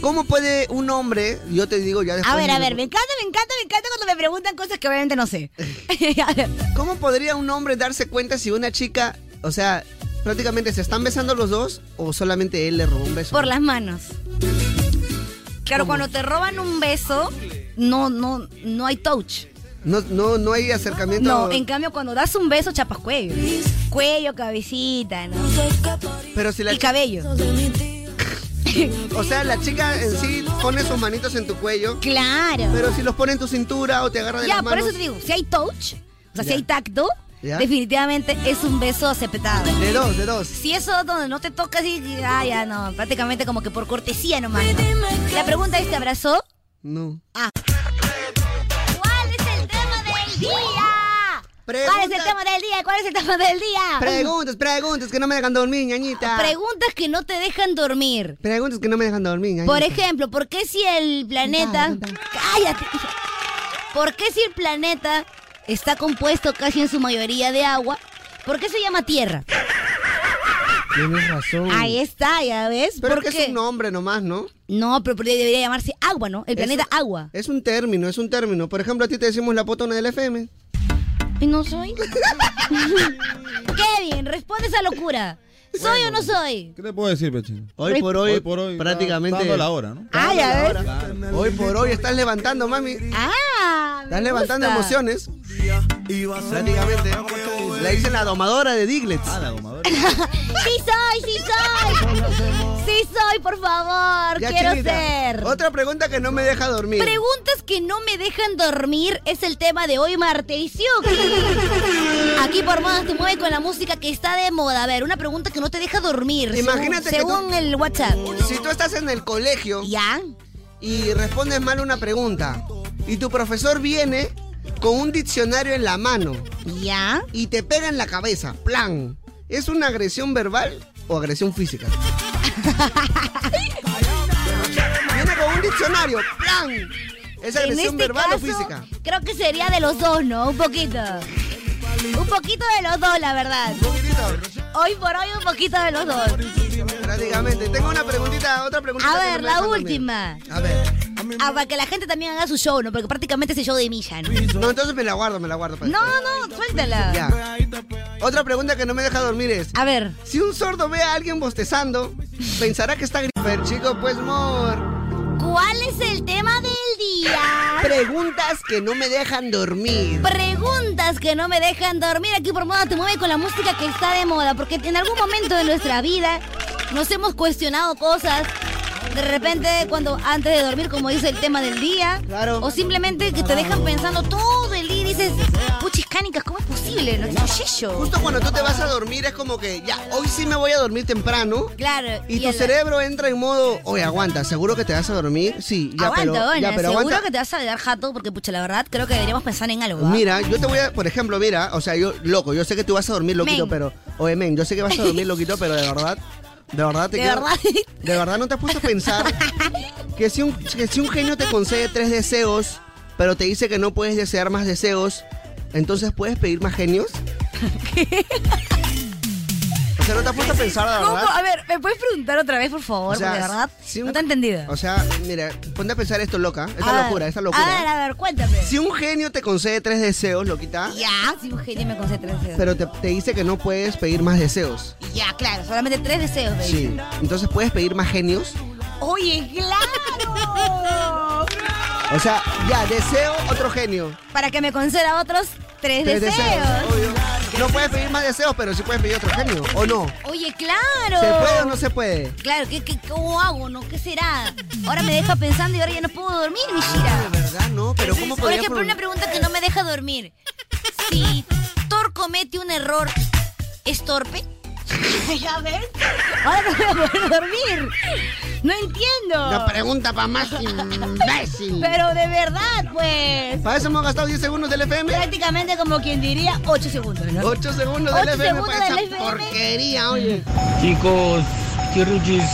Speaker 3: ¿cómo puede un hombre, yo te digo ya después.
Speaker 2: A ver,
Speaker 3: de-
Speaker 2: a ver, me encanta, me encanta, me encanta cuando me preguntan cosas que obviamente no sé. *laughs* A ver.
Speaker 3: ¿Cómo podría un hombre darse cuenta si una chica, o sea, prácticamente se están besando los dos o solamente él le robó un beso?
Speaker 2: Por las manos. Claro, cuando te roban un beso, no, no, no hay touch.
Speaker 3: No, no, no hay acercamiento.
Speaker 2: No, en cambio cuando das un beso chapas cuello. Cuello, cabecita, ¿no?
Speaker 3: Pero si la
Speaker 2: Y cabello.
Speaker 3: chi- o sea, la chica en sí pone sus manitos en tu cuello,
Speaker 2: Claro.
Speaker 3: pero si los pone en tu cintura o te agarra de
Speaker 2: ya,
Speaker 3: las
Speaker 2: por
Speaker 3: manos.
Speaker 2: eso te digo, si hay touch, o sea, si
Speaker 3: Ya.
Speaker 2: hay tacto,
Speaker 3: Ya.
Speaker 2: definitivamente es un beso aceptado.
Speaker 3: De dos, de dos.
Speaker 2: Si eso donde no te toca así, ah, ya no, prácticamente como que por cortesía nomás. ¿no? La pregunta es, ¿te abrazó?
Speaker 3: No.
Speaker 2: Ah. ¿Cuál es el tema del día? ¿Cuál es el
Speaker 3: Pregunta-
Speaker 2: tema del día? ¿Cuál es el tema del día?
Speaker 3: Preguntas, preguntas que no me dejan dormir, ñañita.
Speaker 2: Preguntas que no te dejan dormir.
Speaker 3: preguntas que no me dejan dormir, ñañita.
Speaker 2: Por ejemplo, ¿por qué si el planeta... ¡Cállate! ¿Por qué si el planeta está compuesto casi en su mayoría de agua? ¿Por qué se llama Tierra?
Speaker 3: Tienes razón.
Speaker 2: Ahí está, ya ves.
Speaker 3: Pero
Speaker 2: ¿Por
Speaker 3: que
Speaker 2: qué?
Speaker 3: es un nombre nomás, ¿no?
Speaker 2: No, pero debería llamarse agua, ¿no? El
Speaker 3: Es
Speaker 2: planeta
Speaker 3: un-
Speaker 2: agua.
Speaker 3: Es un término, es un término. Por ejemplo, a ti te decimos la potona del FM.
Speaker 2: ¿Y no soy? *laughs* Kevin, responde esa locura. ¿Soy o no soy?
Speaker 14: ¿Qué te puedo decir, Pechín?
Speaker 3: Hoy por hoy,
Speaker 14: está-
Speaker 3: prácticamente-
Speaker 14: está dando la hora, ¿no?
Speaker 2: Ah, ya ves.
Speaker 3: Hoy por hoy estás levantando, mami.
Speaker 2: Ah, me
Speaker 3: Estás levantando
Speaker 2: gusta.
Speaker 3: emociones. Prácticamente. La dicen la domadora de Diglets. Ah,
Speaker 14: la domadora.
Speaker 2: *laughs* sí soy, sí soy. Sí soy, por favor. Quiero ser.
Speaker 3: Otra pregunta que no me deja dormir.
Speaker 2: Preguntas que no me dejan dormir es el tema de hoy, martes. Y sí, ok. Aquí por moda te mueve con la música que está de moda. A ver, una pregunta que no te deja dormir. según-
Speaker 3: Imagínate que
Speaker 2: según
Speaker 3: tú-
Speaker 2: el WhatsApp.
Speaker 3: Si tú estás en el colegio y respondes mal una pregunta y tu profesor viene con un diccionario en la mano
Speaker 2: ya
Speaker 3: y te pega en la cabeza, plan, ¿es una agresión verbal o
Speaker 2: *laughs*
Speaker 3: agresión física? viene con un diccionario, plan, ¿es
Speaker 2: En
Speaker 3: agresión
Speaker 2: este
Speaker 3: verbal o
Speaker 2: caso,
Speaker 3: física?
Speaker 2: Creo que sería de los dos, ¿no? Un poquito. Un poquito de los dos, la verdad. Hoy por hoy, un poquito de los dos.
Speaker 3: Prácticamente. Tengo una preguntita, otra preguntita.
Speaker 2: A
Speaker 3: que no
Speaker 2: ver,
Speaker 3: me
Speaker 2: la
Speaker 3: dejan dormir.
Speaker 2: última.
Speaker 3: A ver.
Speaker 2: Ah, para que la gente también haga su show, ¿no? Porque prácticamente es el show de Milla, ¿no?
Speaker 3: No, entonces me la guardo, me la guardo. para después.
Speaker 2: No, no, suéltala.
Speaker 3: Ya. Otra pregunta que no me deja dormir es.
Speaker 2: A ver.
Speaker 3: Si un sordo ve a alguien bostezando, pensará que está griper, chico, pues mor.
Speaker 2: ¿Cuál es el tema del día?
Speaker 3: Preguntas que no me dejan dormir.
Speaker 2: Preguntas que no me dejan dormir aquí por moda te mueve con la música que está de moda, porque en algún momento de nuestra vida nos hemos cuestionado cosas. De repente, cuando antes de dormir, como dice el tema del día, o simplemente que te dejan pensando todo el día y dices, puchis cánicas, ¿cómo es posible? ¿No ¿Qué es eso?".
Speaker 3: Justo cuando tú te vas a dormir es como que ya, hoy sí me voy a dormir temprano.
Speaker 2: Claro.
Speaker 3: Y tu
Speaker 2: el-
Speaker 3: cerebro entra en modo, oye, aguanta, ¿seguro que te vas a dormir? Sí, ya,
Speaker 2: aguanta,
Speaker 3: pero,
Speaker 2: bueno,
Speaker 3: ya, pero
Speaker 2: seguro
Speaker 3: aguanta.
Speaker 2: que te vas a dar jato, porque pucha, la verdad, creo que deberíamos pensar en algo. ¿ah?
Speaker 3: Mira, yo te voy a, por ejemplo, mira, o sea, yo, loco, yo sé que tú vas a dormir loquito,
Speaker 2: Men.
Speaker 3: pero, oye, men, yo sé que vas a dormir loquito, pero de verdad, de verdad te
Speaker 2: De
Speaker 3: quiero-
Speaker 2: verdad.
Speaker 3: de verdad no te has puesto a pensar que si, un, que si un genio te concede tres deseos, pero te dice que no puedes desear más deseos, entonces puedes pedir más genios. O sea, no te has puesto a pensar, de
Speaker 2: ¿Cómo?
Speaker 3: verdad.
Speaker 2: A ver, ¿me puedes preguntar otra vez, por favor?
Speaker 3: O sea,
Speaker 2: porque de verdad,
Speaker 3: si un-
Speaker 2: no te he entendido.
Speaker 3: O sea, mira, ponte a pensar esto, loca,
Speaker 2: A
Speaker 3: esta
Speaker 2: ver,
Speaker 3: locura, esta
Speaker 2: Ah, A ver,
Speaker 3: locura.
Speaker 2: a ver, cuéntame.
Speaker 3: Si un genio te concede tres deseos, loquita,
Speaker 2: Ya, si un genio me concede tres deseos.
Speaker 3: pero te, te dice que no puedes pedir más deseos.
Speaker 2: Ya, claro, solamente tres deseos, baby.
Speaker 3: Sí. Entonces puedes pedir más genios.
Speaker 2: Oye, claro.
Speaker 3: O sea, ya, deseo otro genio.
Speaker 2: Para que me conceda otros tres,
Speaker 3: Tres
Speaker 2: deseos.
Speaker 3: obvio. No puedes pedir más deseos, pero sí puedes pedir otro genio. ¿O no?
Speaker 2: Oye, claro.
Speaker 3: ¿Se puede o no se puede?
Speaker 2: Claro, ¿qué, qué, ¿cómo hago, no? ¿Qué será? Ahora me deja pensando y ahora ya no puedo dormir, mi Shira.
Speaker 3: ¿Verdad? No, pero ¿cómo
Speaker 2: Por
Speaker 3: podría
Speaker 2: ejemplo,
Speaker 3: por-
Speaker 2: una pregunta que no me deja dormir. Si Thor comete un error, ¿es torpe? *laughs* ya ves. Ahora no voy a poder dormir. No entiendo.
Speaker 3: La pregunta para más imbécil.
Speaker 2: Pero de verdad, pues.
Speaker 3: Para eso hemos gastado 10 segundos del FM.
Speaker 2: Prácticamente como quien diría 8 segundos, ¿no?
Speaker 3: 8 segundos del
Speaker 2: Ocho
Speaker 3: FM
Speaker 2: segundos
Speaker 3: para
Speaker 2: del
Speaker 3: esa
Speaker 2: FM.
Speaker 3: porquería, oye.
Speaker 15: Chicos, chirruchis,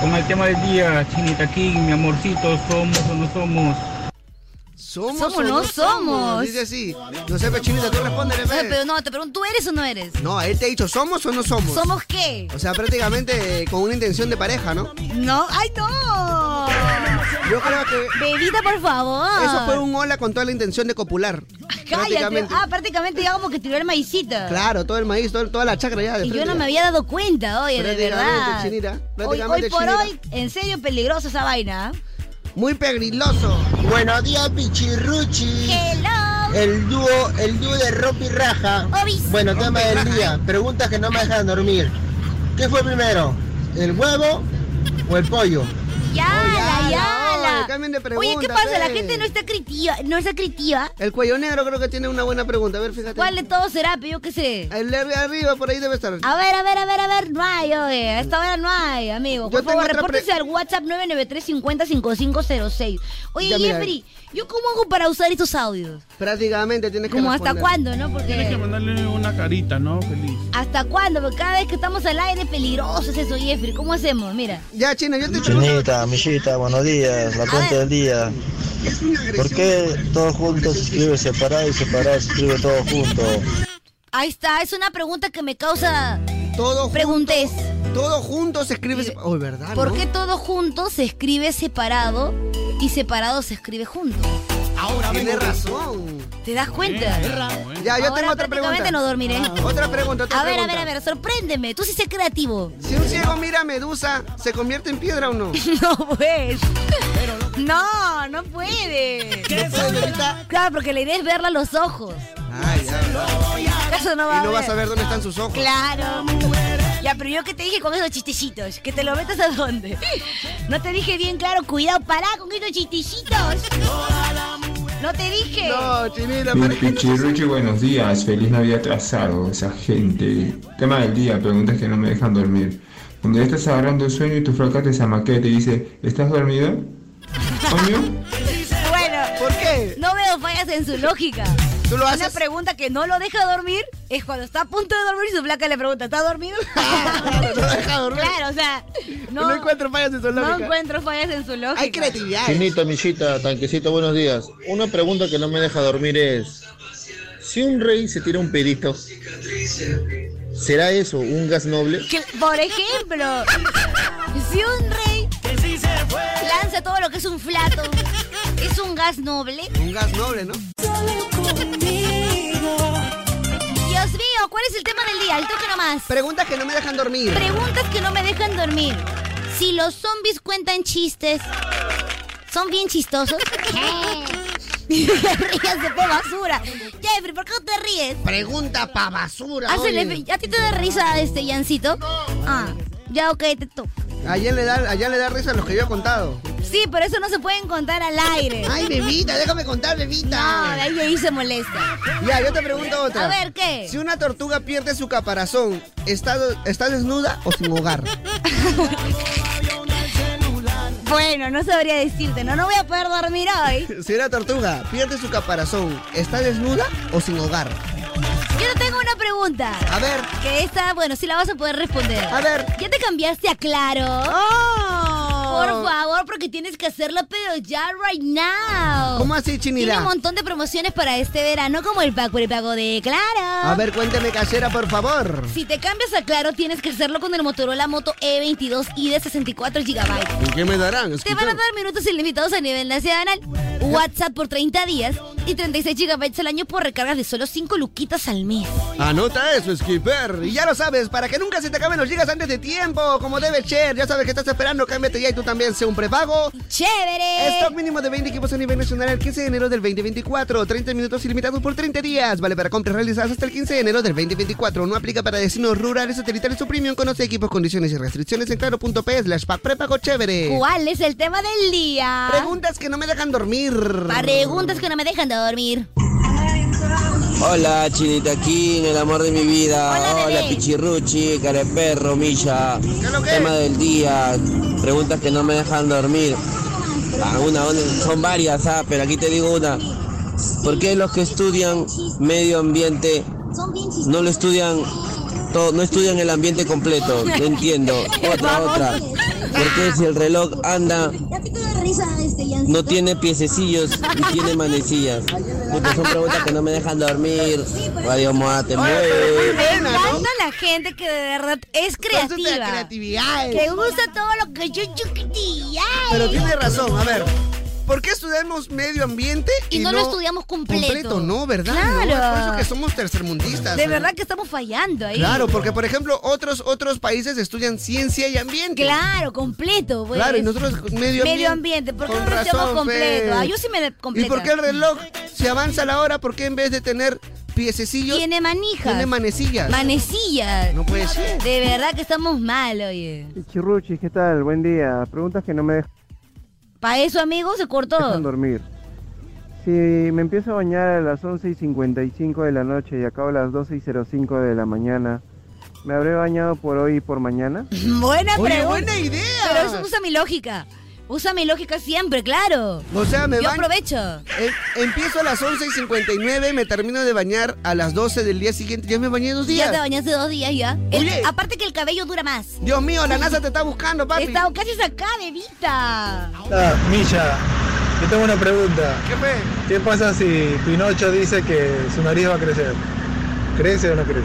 Speaker 15: con el tema del día, Chinita King, mi amorcito, somos o no somos.
Speaker 3: ¿Somos,
Speaker 2: Somos,
Speaker 3: o
Speaker 2: no somos.
Speaker 3: Dice así. No sé, pechinita, tú respóndele,
Speaker 2: Oye,
Speaker 3: pe.
Speaker 2: pero no, te pregunto, ¿tú eres o no eres?
Speaker 3: No, él te ha dicho, ¿somos o no somos?
Speaker 2: ¿Somos qué?
Speaker 3: O sea, prácticamente eh, con una intención de pareja, ¿no?
Speaker 2: No, ay no.
Speaker 3: Yo creo que
Speaker 2: Bebita, por favor.
Speaker 3: Eso fue un hola con toda la intención de copular.
Speaker 2: Ah. Cállate.
Speaker 3: prácticamente.
Speaker 2: Ah, prácticamente ya como que tiró el maicito.
Speaker 3: Claro, todo el maíz, todo- toda la chacra ya. de
Speaker 2: Y yo
Speaker 3: frente.
Speaker 2: no me había dado cuenta, oye, de
Speaker 3: Prácticamente,
Speaker 2: verdad.
Speaker 3: chinita,
Speaker 2: Hoy,
Speaker 3: prácticamente,
Speaker 2: hoy por
Speaker 3: chinita.
Speaker 2: hoy, en serio, peligrosa esa vaina. ¿ah?
Speaker 3: Muy pegriloso.
Speaker 16: Buenos días, pichirruchi.
Speaker 2: Hello.
Speaker 16: El dúo, el dúo de Ropi Raja.
Speaker 2: Obis.
Speaker 16: Bueno, tema del día. Preguntas que no me dejan dormir. ¿Qué fue primero? ¿El huevo o el pollo?
Speaker 2: Yala,
Speaker 3: Oye,
Speaker 2: yala.
Speaker 3: oye, cambien de
Speaker 2: Oye, ¿qué
Speaker 3: pregunta, pues.
Speaker 2: pasa? La
Speaker 3: pe.
Speaker 2: gente no está critiva, no está critiva.
Speaker 3: El cuello negro creo que tiene una buena pregunta. A ver, fíjate.
Speaker 2: ¿Cuál Ah. de todos será? Pero yo qué sé.
Speaker 3: El de arriba, por ahí debe estar.
Speaker 2: A ver, a ver, a ver, a ver, no hay, oye. A esta hora no hay, amigo. Por
Speaker 3: Yo tengo
Speaker 2: favor,
Speaker 3: otra
Speaker 2: repórtese
Speaker 3: pre-
Speaker 2: al WhatsApp 993-50-5506. Oye,
Speaker 3: Ya, mira.
Speaker 2: Jeffrey, ¿yo cómo hago para usar estos audios?
Speaker 3: Prácticamente tienes que
Speaker 2: ¿Cómo hasta cuándo,
Speaker 3: responder.
Speaker 2: no?
Speaker 17: Tienes que
Speaker 2: Porque.
Speaker 17: mandarle una carita, ¿no? Feliz.
Speaker 2: ¿Hasta cuándo? Porque cada vez que estamos al aire es peligroso es eso, Jeffrey. ¿Cómo hacemos? Mira.
Speaker 3: Ya, China, yo te
Speaker 18: Chinita, Michita, buenos días, la cuenta del día. ¿Por qué todos juntos se escribe separado y separado se escribe todo junto?
Speaker 2: Ahí está, es una pregunta que me causa.
Speaker 3: Todo
Speaker 2: Preguntes.
Speaker 3: Todo juntos escribes. Oh, ¿verdad?
Speaker 2: ¿Por
Speaker 3: no?
Speaker 2: qué todo junto se escribe separado y separado se escribe junto.
Speaker 3: Ahora Tiene razón.
Speaker 2: ¿Te das cuenta?
Speaker 3: Ya, yo
Speaker 2: Ahora
Speaker 3: tengo otra
Speaker 2: prácticamente
Speaker 3: pregunta. Ah,
Speaker 2: no dormiré.
Speaker 3: Otra pregunta, otra
Speaker 2: a ver,
Speaker 3: pregunta.
Speaker 2: a ver, a ver, sorpréndeme. Tú sí sé creativo. *laughs*
Speaker 3: Si un ciego mira a Medusa, ¿se convierte en piedra o no?
Speaker 2: no, pues. No, no puede. Claro, porque la idea es verla a los ojos.
Speaker 3: Ay, ya.
Speaker 2: Eso no va
Speaker 3: Y no
Speaker 2: a
Speaker 3: vas a ver dónde están sus ojos.
Speaker 2: Claro. Ya, pero yo que te dije con esos chistecitos, que te lo metas a dónde. No te dije bien claro, cuidado, pará con esos chistecitos. No te dije.
Speaker 3: No, chinita,
Speaker 14: Pichirruchi, buenos días. Feliz Navidad atrasado, esa gente. Tema del día, preguntas que no me dejan dormir. Cuando ya estás agarrando sueño y tu flaca te zamaquea y te dice, ¿estás dormida? ¿Coño?
Speaker 2: Bueno,
Speaker 3: ¿por qué?
Speaker 2: No veo fallas en su lógica.
Speaker 3: ¿Tú lo
Speaker 2: Una
Speaker 3: haces?
Speaker 2: pregunta que no lo deja dormir es cuando está a punto de dormir y su placa le pregunta, ¿está
Speaker 3: *laughs*
Speaker 2: dormido?
Speaker 3: Ah, no lo deja dormir.
Speaker 2: Claro, o sea, no,
Speaker 3: No encuentro fallas en
Speaker 2: no
Speaker 3: su lógica.
Speaker 2: encuentro fallas en su lógica.
Speaker 3: Hay creatividad.
Speaker 18: Chinito, Millita, Tanquecito, buenos días. Una pregunta que no me deja dormir es: si un rey se tira un pedito, ¿será eso un gas noble?
Speaker 2: Que, por ejemplo, si un rey lanza todo lo que es un flato, es un gas noble.
Speaker 3: Un gas noble, ¿no?
Speaker 2: Dios mío, ¿cuál es el tema del día? El toque nomás.
Speaker 3: Preguntas que no me dejan dormir.
Speaker 2: Preguntas que no me dejan dormir. Si los zombies cuentan chistes, ¿son bien chistosos? *laughs* Ríase por basura. Jeffrey, ¿por qué no te ríes?
Speaker 3: Pregunta pa' basura.
Speaker 2: Hazle-
Speaker 3: oye.
Speaker 2: ¿A ti te da risa este Yancito? Ah, ya ok, te toco.
Speaker 3: Allá le da, allá le da risa a los que yo he contado.
Speaker 2: Sí, pero eso no se pueden contar al aire.
Speaker 3: Ay, bebita, déjame contar, bebita.
Speaker 2: No, de ahí, ahí se molesta.
Speaker 3: Ya, yo te pregunto otra.
Speaker 2: A ver, ¿qué?
Speaker 3: Si una tortuga pierde su caparazón, ¿está, está desnuda o
Speaker 2: *laughs*
Speaker 3: sin hogar?
Speaker 2: Bueno, no sabría decirte, no, no voy a poder dormir hoy.
Speaker 3: Si una tortuga pierde su caparazón, ¿está desnuda o sin hogar?
Speaker 2: Yo te tengo una pregunta.
Speaker 3: A ver.
Speaker 2: Que esta, bueno, sí la vas a poder responder.
Speaker 3: A ver. Oh.
Speaker 2: ¿Ya te cambiaste a Claro? Oh, Por favor, porque tienes que hacerlo, pero ya right now.
Speaker 3: ¿Cómo así,
Speaker 2: Tiene
Speaker 3: Chinidad?
Speaker 2: un montón de promociones para este verano, como el pago, el pago de Claro.
Speaker 3: A ver, cuénteme, casera, por favor.
Speaker 2: Si te cambias a Claro, tienes que hacerlo con el Motorola Moto E22 y de 64 GB.
Speaker 3: ¿Y qué me darán?
Speaker 2: Te van a dar minutos ilimitados a nivel nacional, WhatsApp por 30 días y 36 GB al año por recargas de solo 5 luquitas al mes.
Speaker 3: Anota eso, Skipper. Y ya lo sabes, para que nunca se te acaben los gigas antes de tiempo, como debe ser. Ya sabes que estás esperando, cámbiate ya y tú también sé un prepago.
Speaker 2: ¡Chévere!
Speaker 3: Stock mínimo de 20 equipos a nivel nacional el 15 de enero del 2024. 30 minutos ilimitados por 30 días. Vale para compras realizadas hasta el 15 de enero del 2024. No aplica para destinos rurales, satelitales o premium. Conoce equipos, condiciones y restricciones en claro.p slash pack prepago chévere.
Speaker 2: ¿Cuál es el tema del día?
Speaker 3: Preguntas que no me dejan dormir.
Speaker 2: Preguntas que no me dejan dormir.
Speaker 19: Hola, Chinita King, el amor de mi vida. Hola, Pichirruchi, Careperro, Milla. Tema del día, preguntas que no me dejan dormir. Ah, una, una- son varias, ah, pero aquí te digo una. ¿Por qué los que estudian medio ambiente no lo estudian todo, no estudian el ambiente completo? No entiendo. Otra, otra. ¿Por qué si el reloj anda no tiene piececillos y tiene manecillas. Puta, son preguntas que no me dejan dormir. Radio Moa, te mueve.
Speaker 2: Me encanta la gente que de verdad es creativa.
Speaker 3: creatividad.
Speaker 2: Que gusta todo lo que yo chuquitilla.
Speaker 3: Pero tiene razón, a ver. ¿Por qué estudiamos medio ambiente
Speaker 2: Y no lo estudiamos completo?
Speaker 3: Completo, no, ¿verdad? No,
Speaker 2: Claro.
Speaker 3: es por eso que somos tercermundistas.
Speaker 2: De
Speaker 3: ¿eh?
Speaker 2: verdad que estamos fallando ahí.
Speaker 3: Claro, porque por ejemplo, otros otros países estudian ciencia y ambiente.
Speaker 2: Claro, completo, pues.
Speaker 3: Claro, y nosotros medio ambiente.
Speaker 2: Medio ambiente, ¿por qué
Speaker 3: Con
Speaker 2: no lo hacemos
Speaker 3: razón,
Speaker 2: completo?
Speaker 3: fe.
Speaker 2: Ah, yo sí me completo.
Speaker 3: ¿Y por qué el reloj se avanza la hora? ¿Por qué en vez de tener piececillos
Speaker 2: Tiene manijas.
Speaker 3: tiene manecillas?
Speaker 2: Manecillas.
Speaker 3: No puede ser.
Speaker 2: De verdad que estamos mal, oye.
Speaker 20: Chirruchis, ¿qué tal? Buen día. Preguntas que no me dejan
Speaker 2: Para eso, amigo, se cortó.
Speaker 20: dormir. Si me empiezo a bañar a las 11 y 55 de la noche y acabo a las 12 y 05 de la mañana, ¿me habré bañado por hoy y por mañana?
Speaker 2: *laughs* Buena
Speaker 20: Oye,
Speaker 2: pregunta.
Speaker 20: buena idea.
Speaker 2: Pero eso usa mi lógica. Usa mi lógica siempre, claro.
Speaker 3: O sea, me
Speaker 2: Yo
Speaker 3: baño-
Speaker 2: aprovecho.
Speaker 3: Em- empiezo a las 11 y 59, me termino de bañar a las 12 del día siguiente. Ya me bañé dos días.
Speaker 2: Ya te bañaste dos días ya. El-
Speaker 3: Oye.
Speaker 2: aparte que el cabello dura más.
Speaker 3: Dios mío, la NASA te está buscando, papi.
Speaker 2: Está casi acá, bebita.
Speaker 21: Ah, Milla, yo tengo una pregunta.
Speaker 3: ¿Qué fue?
Speaker 21: ¿Qué pasa si Pinocho dice que su nariz va a crecer? ¿Crece o no crece?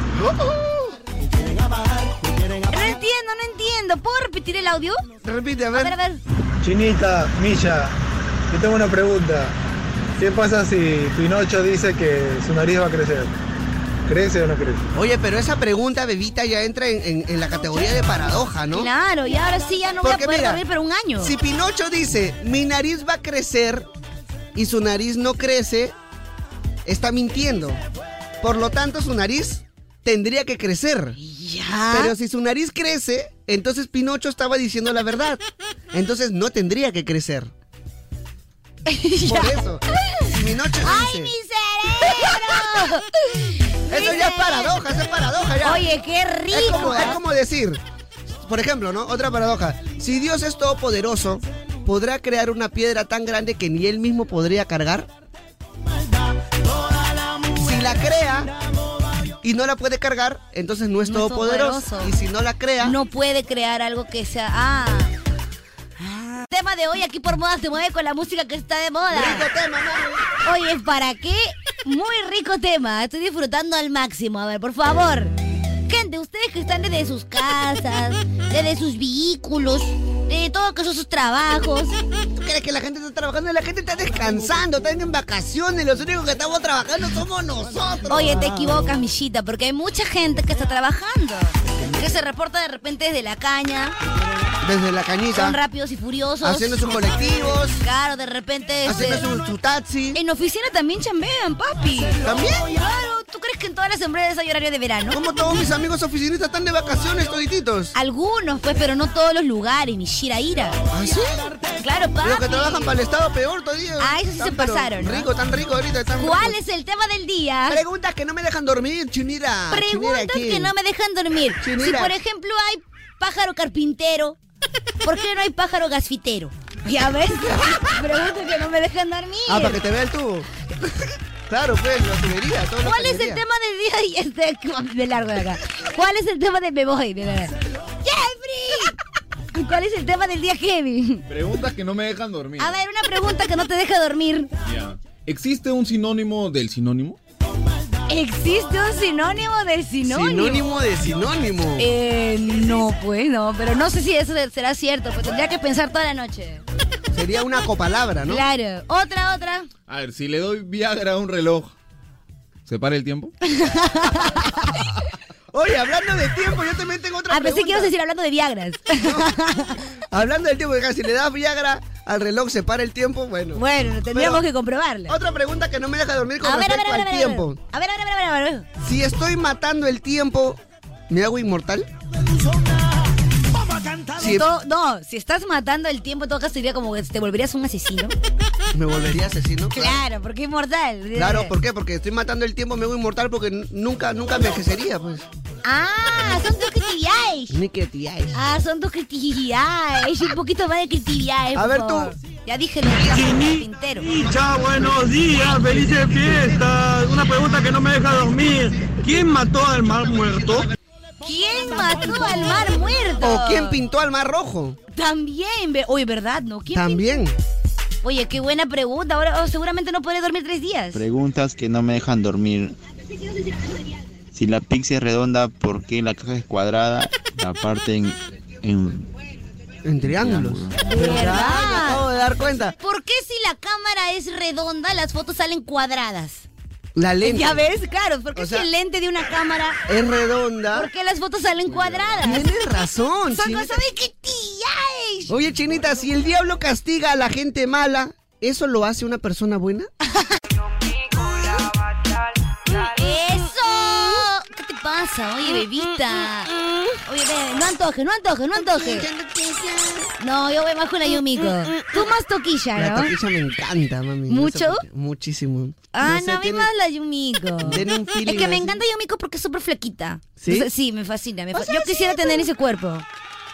Speaker 2: No entiendo, no entiendo. ¿Puedo repetir el audio?
Speaker 3: Repite,
Speaker 2: A ver, a ver.
Speaker 21: Chinita, Milla, Yo tengo una pregunta. ¿Qué pasa si Pinocho dice que su nariz va a crecer? ¿Crece o no crece?
Speaker 3: Oye, pero esa pregunta, bebita, ya entra en, en- en la categoría de paradoja, ¿no?
Speaker 2: Claro, y ahora sí ya no voy a
Speaker 3: Porque
Speaker 2: poder
Speaker 3: mira,
Speaker 2: dormir por un año.
Speaker 3: Si Pinocho dice, mi nariz va a crecer y su nariz no crece, está mintiendo. Por lo tanto, su nariz tendría que crecer.
Speaker 2: Ah.
Speaker 3: Pero si su nariz crece, entonces Pinocho estaba diciendo la verdad. Entonces no tendría
Speaker 2: *laughs*
Speaker 3: que crecer. Por eso. Pinocho
Speaker 2: ¡Ay, mi cerebro!
Speaker 3: Eso ya es paradoja, eso es paradoja ya.
Speaker 2: Oye, qué rico.
Speaker 3: Es como, es como decir, por ejemplo, ¿no? Otra paradoja. Si Dios es todopoderoso, ¿podrá crear una piedra tan grande que ni él mismo podría cargar? Si la crea y no la puede cargar, entonces no es
Speaker 2: No es
Speaker 3: todopoderoso.
Speaker 2: todopoderoso.
Speaker 3: Y si no la crea...
Speaker 2: No puede crear algo que sea. Ah. Ah. Tema de hoy aquí por moda se mueve con la música que está de moda. Rico
Speaker 3: tema,
Speaker 2: Oye, ¿para qué? Muy rico tema. Estoy disfrutando al máximo. A ver, por favor. Gente, ustedes que están desde sus casas, desde sus vehículos, de todo que son sus trabajos.
Speaker 3: ¿Tú crees que la gente está trabajando? La gente está descansando, están en vacaciones. Los únicos que estamos trabajando somos nosotros.
Speaker 2: Oye, te equivocas, Millita, porque hay mucha gente que está trabajando. Que se reporta de repente desde la caña.
Speaker 3: Desde la cañita.
Speaker 2: Son rápidos y furiosos.
Speaker 3: Haciendo sus colectivos.
Speaker 2: Claro, de repente. este,
Speaker 3: Haciendo su, taxi.
Speaker 2: En oficina también chambean, papi.
Speaker 3: ¿También?
Speaker 2: Claro, ¿tú crees que en todas las empresas hay horario de verano?
Speaker 3: Como todos mis amigos oficinistas están de vacaciones todititos.
Speaker 2: Algunos, pues, pero no todos los lugares, mi shiraira.
Speaker 3: ¿Ah, sí?
Speaker 2: Claro, papi.
Speaker 3: Los que trabajan para el Estado peor todavía.
Speaker 2: Ah, eso sí se pasaron, ¿no?
Speaker 3: Rico, tan rico ahorita. Tan
Speaker 2: ¿Cuál
Speaker 3: rico.
Speaker 2: es el tema del día?
Speaker 3: Preguntas que no me dejan dormir, Chunira.
Speaker 2: Preguntas que no me dejan dormir. Si,
Speaker 3: Chinira.
Speaker 2: por ejemplo, hay pájaro carpintero, ¿por qué no hay pájaro gasfitero? Ya
Speaker 3: *laughs*
Speaker 2: ves, preguntas que no me dejan dormir.
Speaker 3: Ah, para que te vea el tubo. *laughs* claro, pues, la tubería. todo lo
Speaker 2: ¿Cuál
Speaker 3: que
Speaker 2: es el
Speaker 3: quería.
Speaker 2: tema del día? *laughs* Y este, me largo de acá. ¿Cuál es el tema de Me voy? De verdad. ¡Jeffrey! ¿Cuál es el tema del día, Kevin?
Speaker 4: Preguntas que no me dejan dormir.
Speaker 21: Ah,
Speaker 2: A ver, una pregunta que no te deja dormir.
Speaker 4: Ya. ¿Existe un sinónimo del sinónimo?
Speaker 2: ¿Existe un sinónimo de sinónimo?
Speaker 3: sinónimo.
Speaker 2: Eh, no, pues no, pero no sé si eso será cierto, pues tendría que pensar toda la noche.
Speaker 3: Sería una copalabra, ¿no?
Speaker 2: Claro. Otra, otra.
Speaker 4: A ver, si le doy Viagra a un reloj, ¿se para el tiempo?
Speaker 3: Oye, hablando de tiempo, yo también tengo otra
Speaker 2: Ah, pensé
Speaker 3: pregunta.
Speaker 2: que ibas a decir hablando de
Speaker 3: *laughs*
Speaker 2: Viagras.
Speaker 3: Hablando del tiempo, si le das Viagra al reloj, se para el tiempo, bueno.
Speaker 2: Bueno, tendríamos que comprobarla.
Speaker 3: Otra pregunta que no me deja dormir con
Speaker 2: A ver, a ver,
Speaker 3: respecto
Speaker 2: a ver, a
Speaker 3: al
Speaker 2: ver.
Speaker 3: tiempo.
Speaker 2: A ver, a ver, a ver, a ver, a ver.
Speaker 3: Si estoy matando el tiempo, ¿me hago inmortal? Si
Speaker 2: To- no, si estás matando el tiempo, en todo caso sería como que te volverías un
Speaker 3: *laughs*
Speaker 2: asesino.
Speaker 3: me volvería asesino.
Speaker 2: Claro, porque es mortal.
Speaker 3: Claro, ¿por qué? Porque estoy matando el tiempo, me hago inmortal porque n- nunca, nunca envejecería, pues.
Speaker 2: Ah, son tus critividades.
Speaker 3: Ni que tiáis.
Speaker 2: Ah, son tus critividades. Un poquito más de critividades.
Speaker 3: A
Speaker 2: por
Speaker 3: ver, tú.
Speaker 2: favor. Ya dije lo que iba a hacer, carpintero.
Speaker 22: Chao, buenos días, felices fiestas. Una pregunta que no me deja dormir. ¿Quién mató al mal muerto?
Speaker 2: ¿Quién mató al mar muerto?
Speaker 3: ¿O quién pintó al mar rojo?
Speaker 2: También, ve- oye, ¿verdad? ¿No? ¿Quién
Speaker 3: También.
Speaker 2: pintó? Oye, qué buena pregunta. Ahora oh, seguramente no podré dormir tres días.
Speaker 23: Preguntas que no me dejan dormir. Si la pizza es redonda, ¿por qué la caja es cuadrada? La parte en... en...
Speaker 3: triángulos.
Speaker 2: ¿Verdad?
Speaker 3: Me acabo de dar cuenta.
Speaker 2: ¿Por qué si la cámara es redonda, las fotos salen cuadradas?
Speaker 3: La lente.
Speaker 2: Ya ves, claro, porque
Speaker 3: O sea, ¿ah?
Speaker 2: si el lente de una cámara,
Speaker 3: Es redonda.
Speaker 2: ¿por qué las fotos salen cuadradas?
Speaker 3: Tienes razón,
Speaker 2: Son
Speaker 3: Chinita.
Speaker 2: cosas de que tía, ey.
Speaker 3: Oye, Chinita, si el diablo castiga a la gente mala, ¿eso lo hace una persona buena?
Speaker 2: Ah, ¡Eso! ¿Qué te pasa?
Speaker 3: Mm,
Speaker 2: Oye, bebita. Oye, ve, no antoje, no antoje, no antoje. No, yo voy más con
Speaker 3: Mm,
Speaker 2: la Yumiko. Tú más toquilla,
Speaker 3: La
Speaker 2: ¿no?
Speaker 3: taquilla me encanta, mami.
Speaker 2: ¿Mucho?
Speaker 3: Esa taquilla, Muchísimo.
Speaker 2: Ah,
Speaker 3: sé,
Speaker 2: no, a mí
Speaker 3: tiene-
Speaker 2: más la Yumiko.
Speaker 3: Tiene un feeling
Speaker 2: Es que me
Speaker 3: así.
Speaker 2: encanta Yumiko porque es súper flaquita.
Speaker 3: ¿Sí?
Speaker 2: O sea, sí, me fascina. me
Speaker 3: O
Speaker 2: fa-
Speaker 3: sea,
Speaker 2: Yo quisiera
Speaker 3: sí,
Speaker 2: tener
Speaker 3: pero-
Speaker 2: ese cuerpo.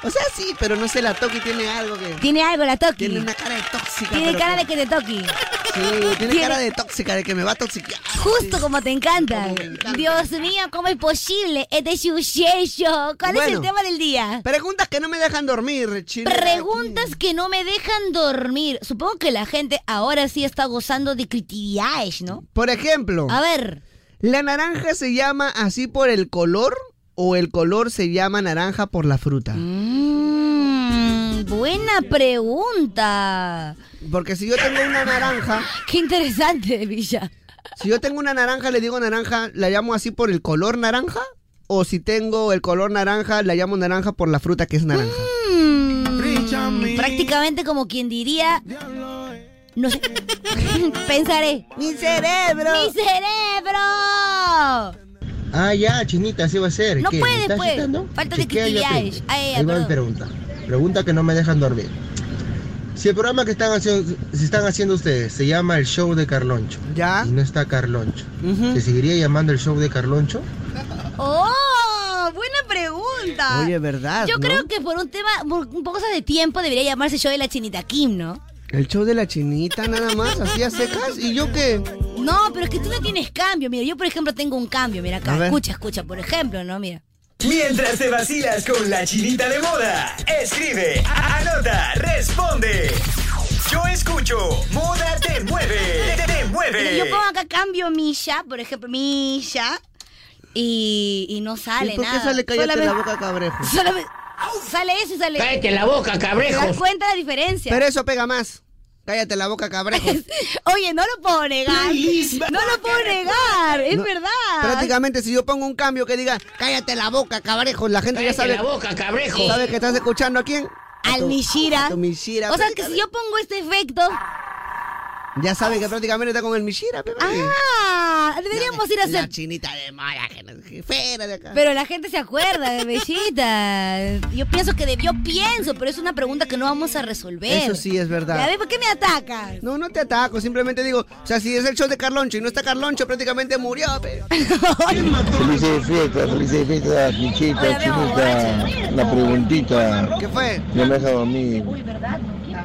Speaker 3: O sea, sí, pero no sé, la toque tiene algo que...
Speaker 2: Tiene algo la Toki.
Speaker 3: Tiene una cara de tóxica.
Speaker 2: Tiene
Speaker 3: pero
Speaker 2: cara
Speaker 3: que-
Speaker 2: de que te toqui.
Speaker 3: Sí, tiene,
Speaker 2: tiene-
Speaker 3: cara de tóxica, de que me va a toxicar.
Speaker 2: Justo como te encanta. Dios mío, ¿cómo es posible? Este es un sello. ¿Cuál es el
Speaker 3: Bueno.
Speaker 2: tema del día?
Speaker 3: Preguntas que no me dejan dormir, Chile.
Speaker 2: Preguntas que no me dejan dormir. Supongo que la gente ahora sí está gozando de critividades, ¿no?
Speaker 3: Por ejemplo.
Speaker 2: A ver.
Speaker 3: ¿La naranja se llama así por el color o el color se llama naranja por la fruta?
Speaker 2: Mm, buena pregunta.
Speaker 3: Porque si yo tengo una naranja.
Speaker 2: Qué interesante, Villa.
Speaker 3: Si yo tengo una naranja, le digo naranja, ¿la llamo así por el color naranja? ¿O si tengo el color naranja, la llamo naranja por la fruta que es naranja?
Speaker 2: Mm, prácticamente como quien diría. No sé. *laughs* Pensaré.
Speaker 5: Mi cerebro.
Speaker 2: ¡Mi cerebro!
Speaker 16: Ah, ya, chinita, así va a ser.
Speaker 2: No
Speaker 16: ¿Qué? ¿Me
Speaker 2: puede,
Speaker 16: estás
Speaker 2: pues.
Speaker 16: citando?
Speaker 2: Falta de
Speaker 16: Chequea ya,
Speaker 2: actividades.
Speaker 16: primo.
Speaker 2: Ay, ay,
Speaker 16: Ahí va mi
Speaker 2: perdón.
Speaker 16: pregunta. Pregunta que no me dejan dormir. Si el programa que están haciendo, se están haciendo ustedes se llama el show de Carloncho.
Speaker 3: Ya.
Speaker 16: Y no está Carloncho. ¿Se seguiría llamando el show de Carloncho?
Speaker 2: ¡Oh! Buena pregunta.
Speaker 16: Oye, ¿verdad,
Speaker 2: Ah, Yo
Speaker 16: no?
Speaker 2: creo que por un tema, por un poco de tiempo, debería llamarse show de la chinita Kim, ¿no?
Speaker 3: El show de la chinita nada más, así a secas. ¿Y yo qué?
Speaker 2: No, pero es que tú no tienes cambio. Mira, yo por ejemplo tengo un cambio. Mira
Speaker 3: A
Speaker 2: acá.
Speaker 3: ver.
Speaker 2: Escucha, escucha, por ejemplo, ¿no? Mira.
Speaker 1: Mientras te vacilas con la chinita de moda, escribe, anota, responde. Yo escucho, moda te mueve, te, te
Speaker 2: Mira,
Speaker 1: mueve.
Speaker 2: yo pongo acá cambio Misha, por ejemplo, Misha. Y, y no sale
Speaker 3: ¿Y por qué
Speaker 2: nada.
Speaker 3: sale cállate
Speaker 2: Solamente-
Speaker 3: la boca, cabrejo?
Speaker 2: *laughs* solamente- sale eso y sale.
Speaker 3: Cállate la boca, cabrejo.
Speaker 2: ¿Te das cuenta de la diferencia?
Speaker 3: Pero eso pega más. Cállate la boca, cabrejo.
Speaker 2: *laughs* Oye, no lo puedo negar.
Speaker 3: Please,
Speaker 2: No lo puedo negar, es
Speaker 3: No,
Speaker 2: verdad.
Speaker 3: Prácticamente si yo pongo un cambio que diga, cállate la boca, cabrejo, la gente ya
Speaker 2: Cállate
Speaker 3: sabe.
Speaker 2: la boca, cabrejo.
Speaker 3: ¿Sabes que estás escuchando a quién? A
Speaker 2: Al
Speaker 3: tu-
Speaker 2: Mishira.
Speaker 3: a tu Mishira.
Speaker 2: O sea que si yo pongo este efecto.
Speaker 3: Ya saben que prácticamente está con el Mishira, pe, papi.
Speaker 2: Ah, deberíamos ir a
Speaker 3: La
Speaker 2: hacer.
Speaker 3: chinita de moda, que no- que fuera de acá.
Speaker 2: Pero la gente se acuerda, bebecita. Yo pienso que debió, pienso, pero es una pregunta que no vamos a resolver.
Speaker 3: Eso sí es verdad.
Speaker 2: Ya ves, ¿por qué me atacas?
Speaker 3: No, no te ataco, simplemente digo, o sea, si es el show de Carloncho y no está Carloncho, prácticamente murió,
Speaker 2: *laughs*
Speaker 3: pe.
Speaker 12: Felices fiestas, felices fiestas,
Speaker 3: Hola,
Speaker 12: Michita,
Speaker 3: veo
Speaker 12: Chinita. La preguntita.
Speaker 3: ¿Qué fue?
Speaker 12: No me deja dormir.
Speaker 5: ¿Verdad?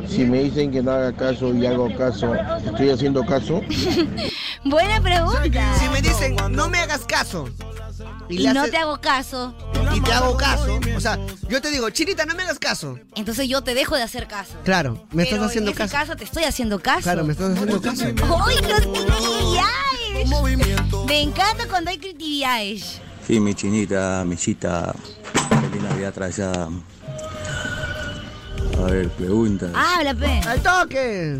Speaker 12: Si me dicen que no haga caso y hago caso, ¿estoy haciendo caso?
Speaker 2: Buena pregunta.
Speaker 3: Si me dicen, no me hagas caso.
Speaker 2: Y,
Speaker 3: le
Speaker 2: no
Speaker 3: haces-
Speaker 2: te hago caso.
Speaker 3: y te hago caso. O sea, yo te digo, chinita, no me hagas caso.
Speaker 2: Entonces yo te dejo de hacer caso.
Speaker 3: Claro, me estás
Speaker 2: Pero
Speaker 3: haciendo
Speaker 2: en ese
Speaker 3: caso.
Speaker 2: caso te estoy haciendo caso.
Speaker 3: Claro, me estás haciendo caso.
Speaker 2: ¡Ay, creatividades! Me encanta cuando hay creatividades.
Speaker 7: Sí, mi chinita, mi chita. Feliz Navidad atrasada. A ver, pregunta.
Speaker 2: ¡Habla, pe!
Speaker 3: ¡Al toque!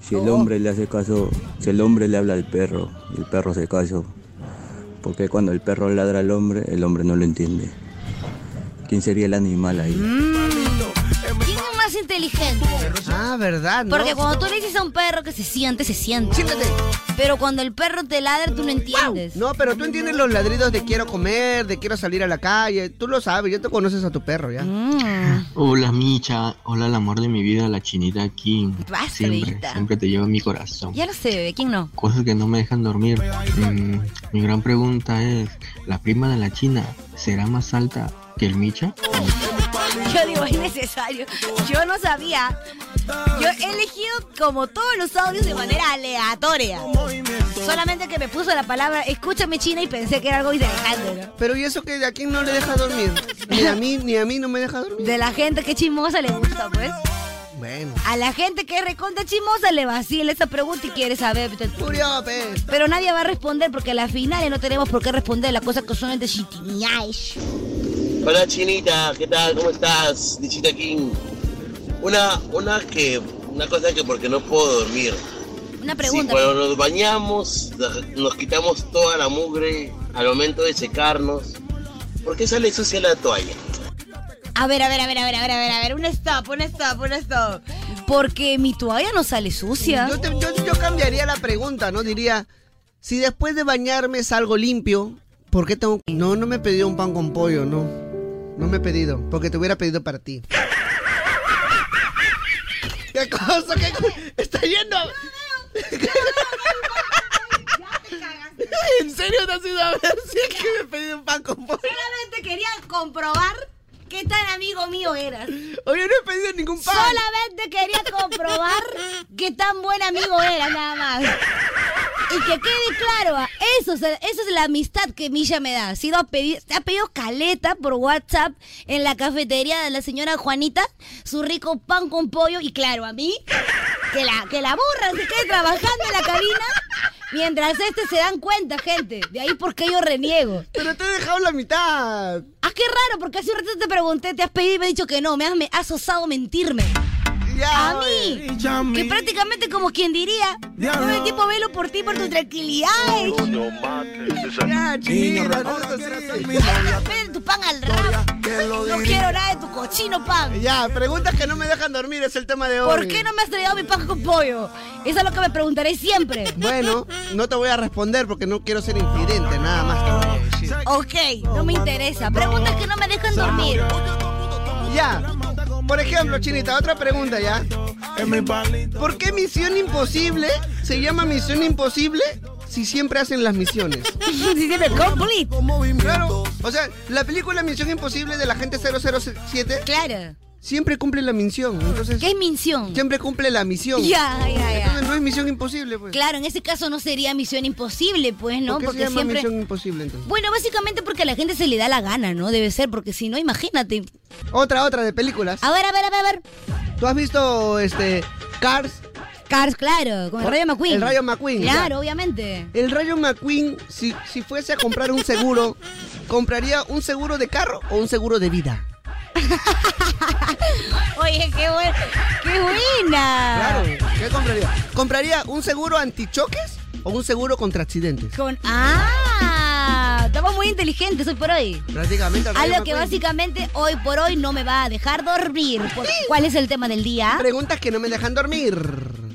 Speaker 7: Si el hombre le hace caso, si el hombre le habla al perro y el perro hace caso, ¿por qué cuando el perro ladra al hombre, el hombre no lo entiende? ¿Quién sería el animal ahí?
Speaker 2: ¿Quién es más inteligente?
Speaker 3: Ah, ¿verdad? no?
Speaker 2: Porque cuando tú le dices a un perro que se siente, se siente. Pero cuando el perro te ladra, tú no entiendes.
Speaker 3: No, pero tú entiendes los ladridos de quiero comer, de quiero salir a la calle. Tú lo sabes, ya te conoces a tu perro ya.
Speaker 2: Mm.
Speaker 8: Hola Micha, hola el amor de mi vida, la chinita aquí.
Speaker 2: Basta,
Speaker 8: Siempre,
Speaker 2: bebita.
Speaker 8: siempre te lleva en mi corazón.
Speaker 2: Ya lo sé, bebé, ¿quién no?
Speaker 8: Cosas que no me dejan dormir. Mm, mi gran pregunta es, ¿la prima de la china será más alta que el Micha?
Speaker 2: *laughs* Yo digo, es necesario. Yo no sabía. Yo he elegido como todos los audios de manera aleatoria. Solamente que me puso la palabra escúchame china y pensé que era algo interesante,
Speaker 3: Pero ¿y eso que a quién no le deja dormir? Ni a mí, ni a mí no me deja dormir.
Speaker 2: ¿no? De la gente que chismosa le gusta, pues.
Speaker 3: Bueno.
Speaker 2: A la gente que es recontra chismosa le vacila esa pregunta y quiere saber. pues, Pero nadie va a responder porque a las finales no tenemos por qué responder las cosas que son de chitinyash.
Speaker 24: Hola Chinita, ¿qué tal? ¿Cómo estás? Dichita King. Una, una que, una cosa que porque no puedo dormir.
Speaker 2: Una
Speaker 24: Si
Speaker 2: pregunta.
Speaker 24: cuando nos bañamos, nos- nos quitamos toda la mugre al momento de secarnos. ¿Por qué sale sucia la toalla?
Speaker 2: A ver, a ver, a ver, a ver, a ver, a ver, a ver, un stop, un stop, un stop. Porque mi toalla no sale sucia.
Speaker 3: Yo, te- yo- yo cambiaría la pregunta, ¿no? Diría, si después de bañarme salgo limpio, ¿por qué tengo... No, no me he pedido un pan con pollo, no. No me he pedido, porque te hubiera pedido para ti. *laughs* ¿Qué cosa? ¿Qué co- Está yendo... a- *laughs* ¿En serio te has ido a ver si es que me he pedido un pan con pollo?
Speaker 2: Solamente quería comprobar qué tan amigo mío eras.
Speaker 3: Oye, no he pedido ningún pan.
Speaker 2: Solamente quería comprobar qué tan buen amigo eras, nada más. Y que quede claro, ah, eso, es- eso es la amistad que Milla me da. Si no, pedí- te ha pedido caleta por WhatsApp en la cafetería de la señora Juanita, su rico pan con pollo, y claro, a mí, que la, que la burra se quede trabajando en la cabina mientras este se dan cuenta, gente. De ahí porque yo reniego.
Speaker 3: Pero te he dejado la mitad.
Speaker 2: ¿Ah, qué raro, porque hace un rato te pregunté, te has pedido y me has dicho que no, me has, me has osado mentirme. a mí, que prácticamente como quien diría, todo el tiempo velo por ti, por tu tranquilidad.
Speaker 5: Ya, chinita, no te
Speaker 2: Pide tu pan al rabo. No quiero nada de tu cochino pan.
Speaker 3: Ya, preguntas que no me dejan dormir es el tema de hoy.
Speaker 2: ¿Por qué no me has traído mi pan con pollo? Eso es lo que me preguntaré siempre.
Speaker 3: Bueno, no te voy a responder porque no quiero ser infidente, nada más. te voy a decir.
Speaker 2: Ok, no me interesa. Preguntas que no me dejan dormir.
Speaker 3: Ya. Por ejemplo, Chinita, otra pregunta ya. ¿Por qué Misión Imposible se llama Misión Imposible si siempre hacen las misiones?
Speaker 2: *laughs* si siempre complete.
Speaker 3: Claro. O sea, la película Misión Imposible de la gente 007.
Speaker 2: Claro.
Speaker 3: Siempre cumple la misión. Entonces,
Speaker 2: ¿Qué es misión?
Speaker 3: Siempre cumple la misión.
Speaker 2: Ya, ya, ya.
Speaker 3: Entonces no es misión imposible, pues.
Speaker 2: Claro, en ese caso no sería misión imposible, pues, ¿no?
Speaker 3: ¿Por qué se llama misión imposible entonces?
Speaker 2: Bueno, básicamente porque a la gente se le da la gana, ¿no? Debe ser, porque si no, imagínate.
Speaker 3: Otra, otra de películas.
Speaker 2: A ver, a ver, a ver, a ver.
Speaker 3: ¿Tú has visto este Cars?
Speaker 2: Cars, claro, con el Rayo McQueen.
Speaker 3: El Rayo McQueen.
Speaker 2: Claro,
Speaker 3: ya.
Speaker 2: obviamente.
Speaker 3: El Rayo McQueen, si, si fuese a comprar un seguro, ¿compraría un seguro de carro o un seguro de vida?
Speaker 2: Oye, qué, buen- qué buena.
Speaker 3: Claro, ¿qué compraría? ¿Compraría un seguro antichoques o un seguro contra accidentes?
Speaker 2: Con. ¡Ah! Estamos muy inteligentes hoy por hoy.
Speaker 3: Prácticamente. el
Speaker 2: A
Speaker 3: Rayo
Speaker 2: lo que
Speaker 3: McQueen.
Speaker 2: básicamente hoy por hoy no me va a dejar dormir. Por- ¿Cuál es el tema del día?
Speaker 3: Preguntas que no me dejan dormir.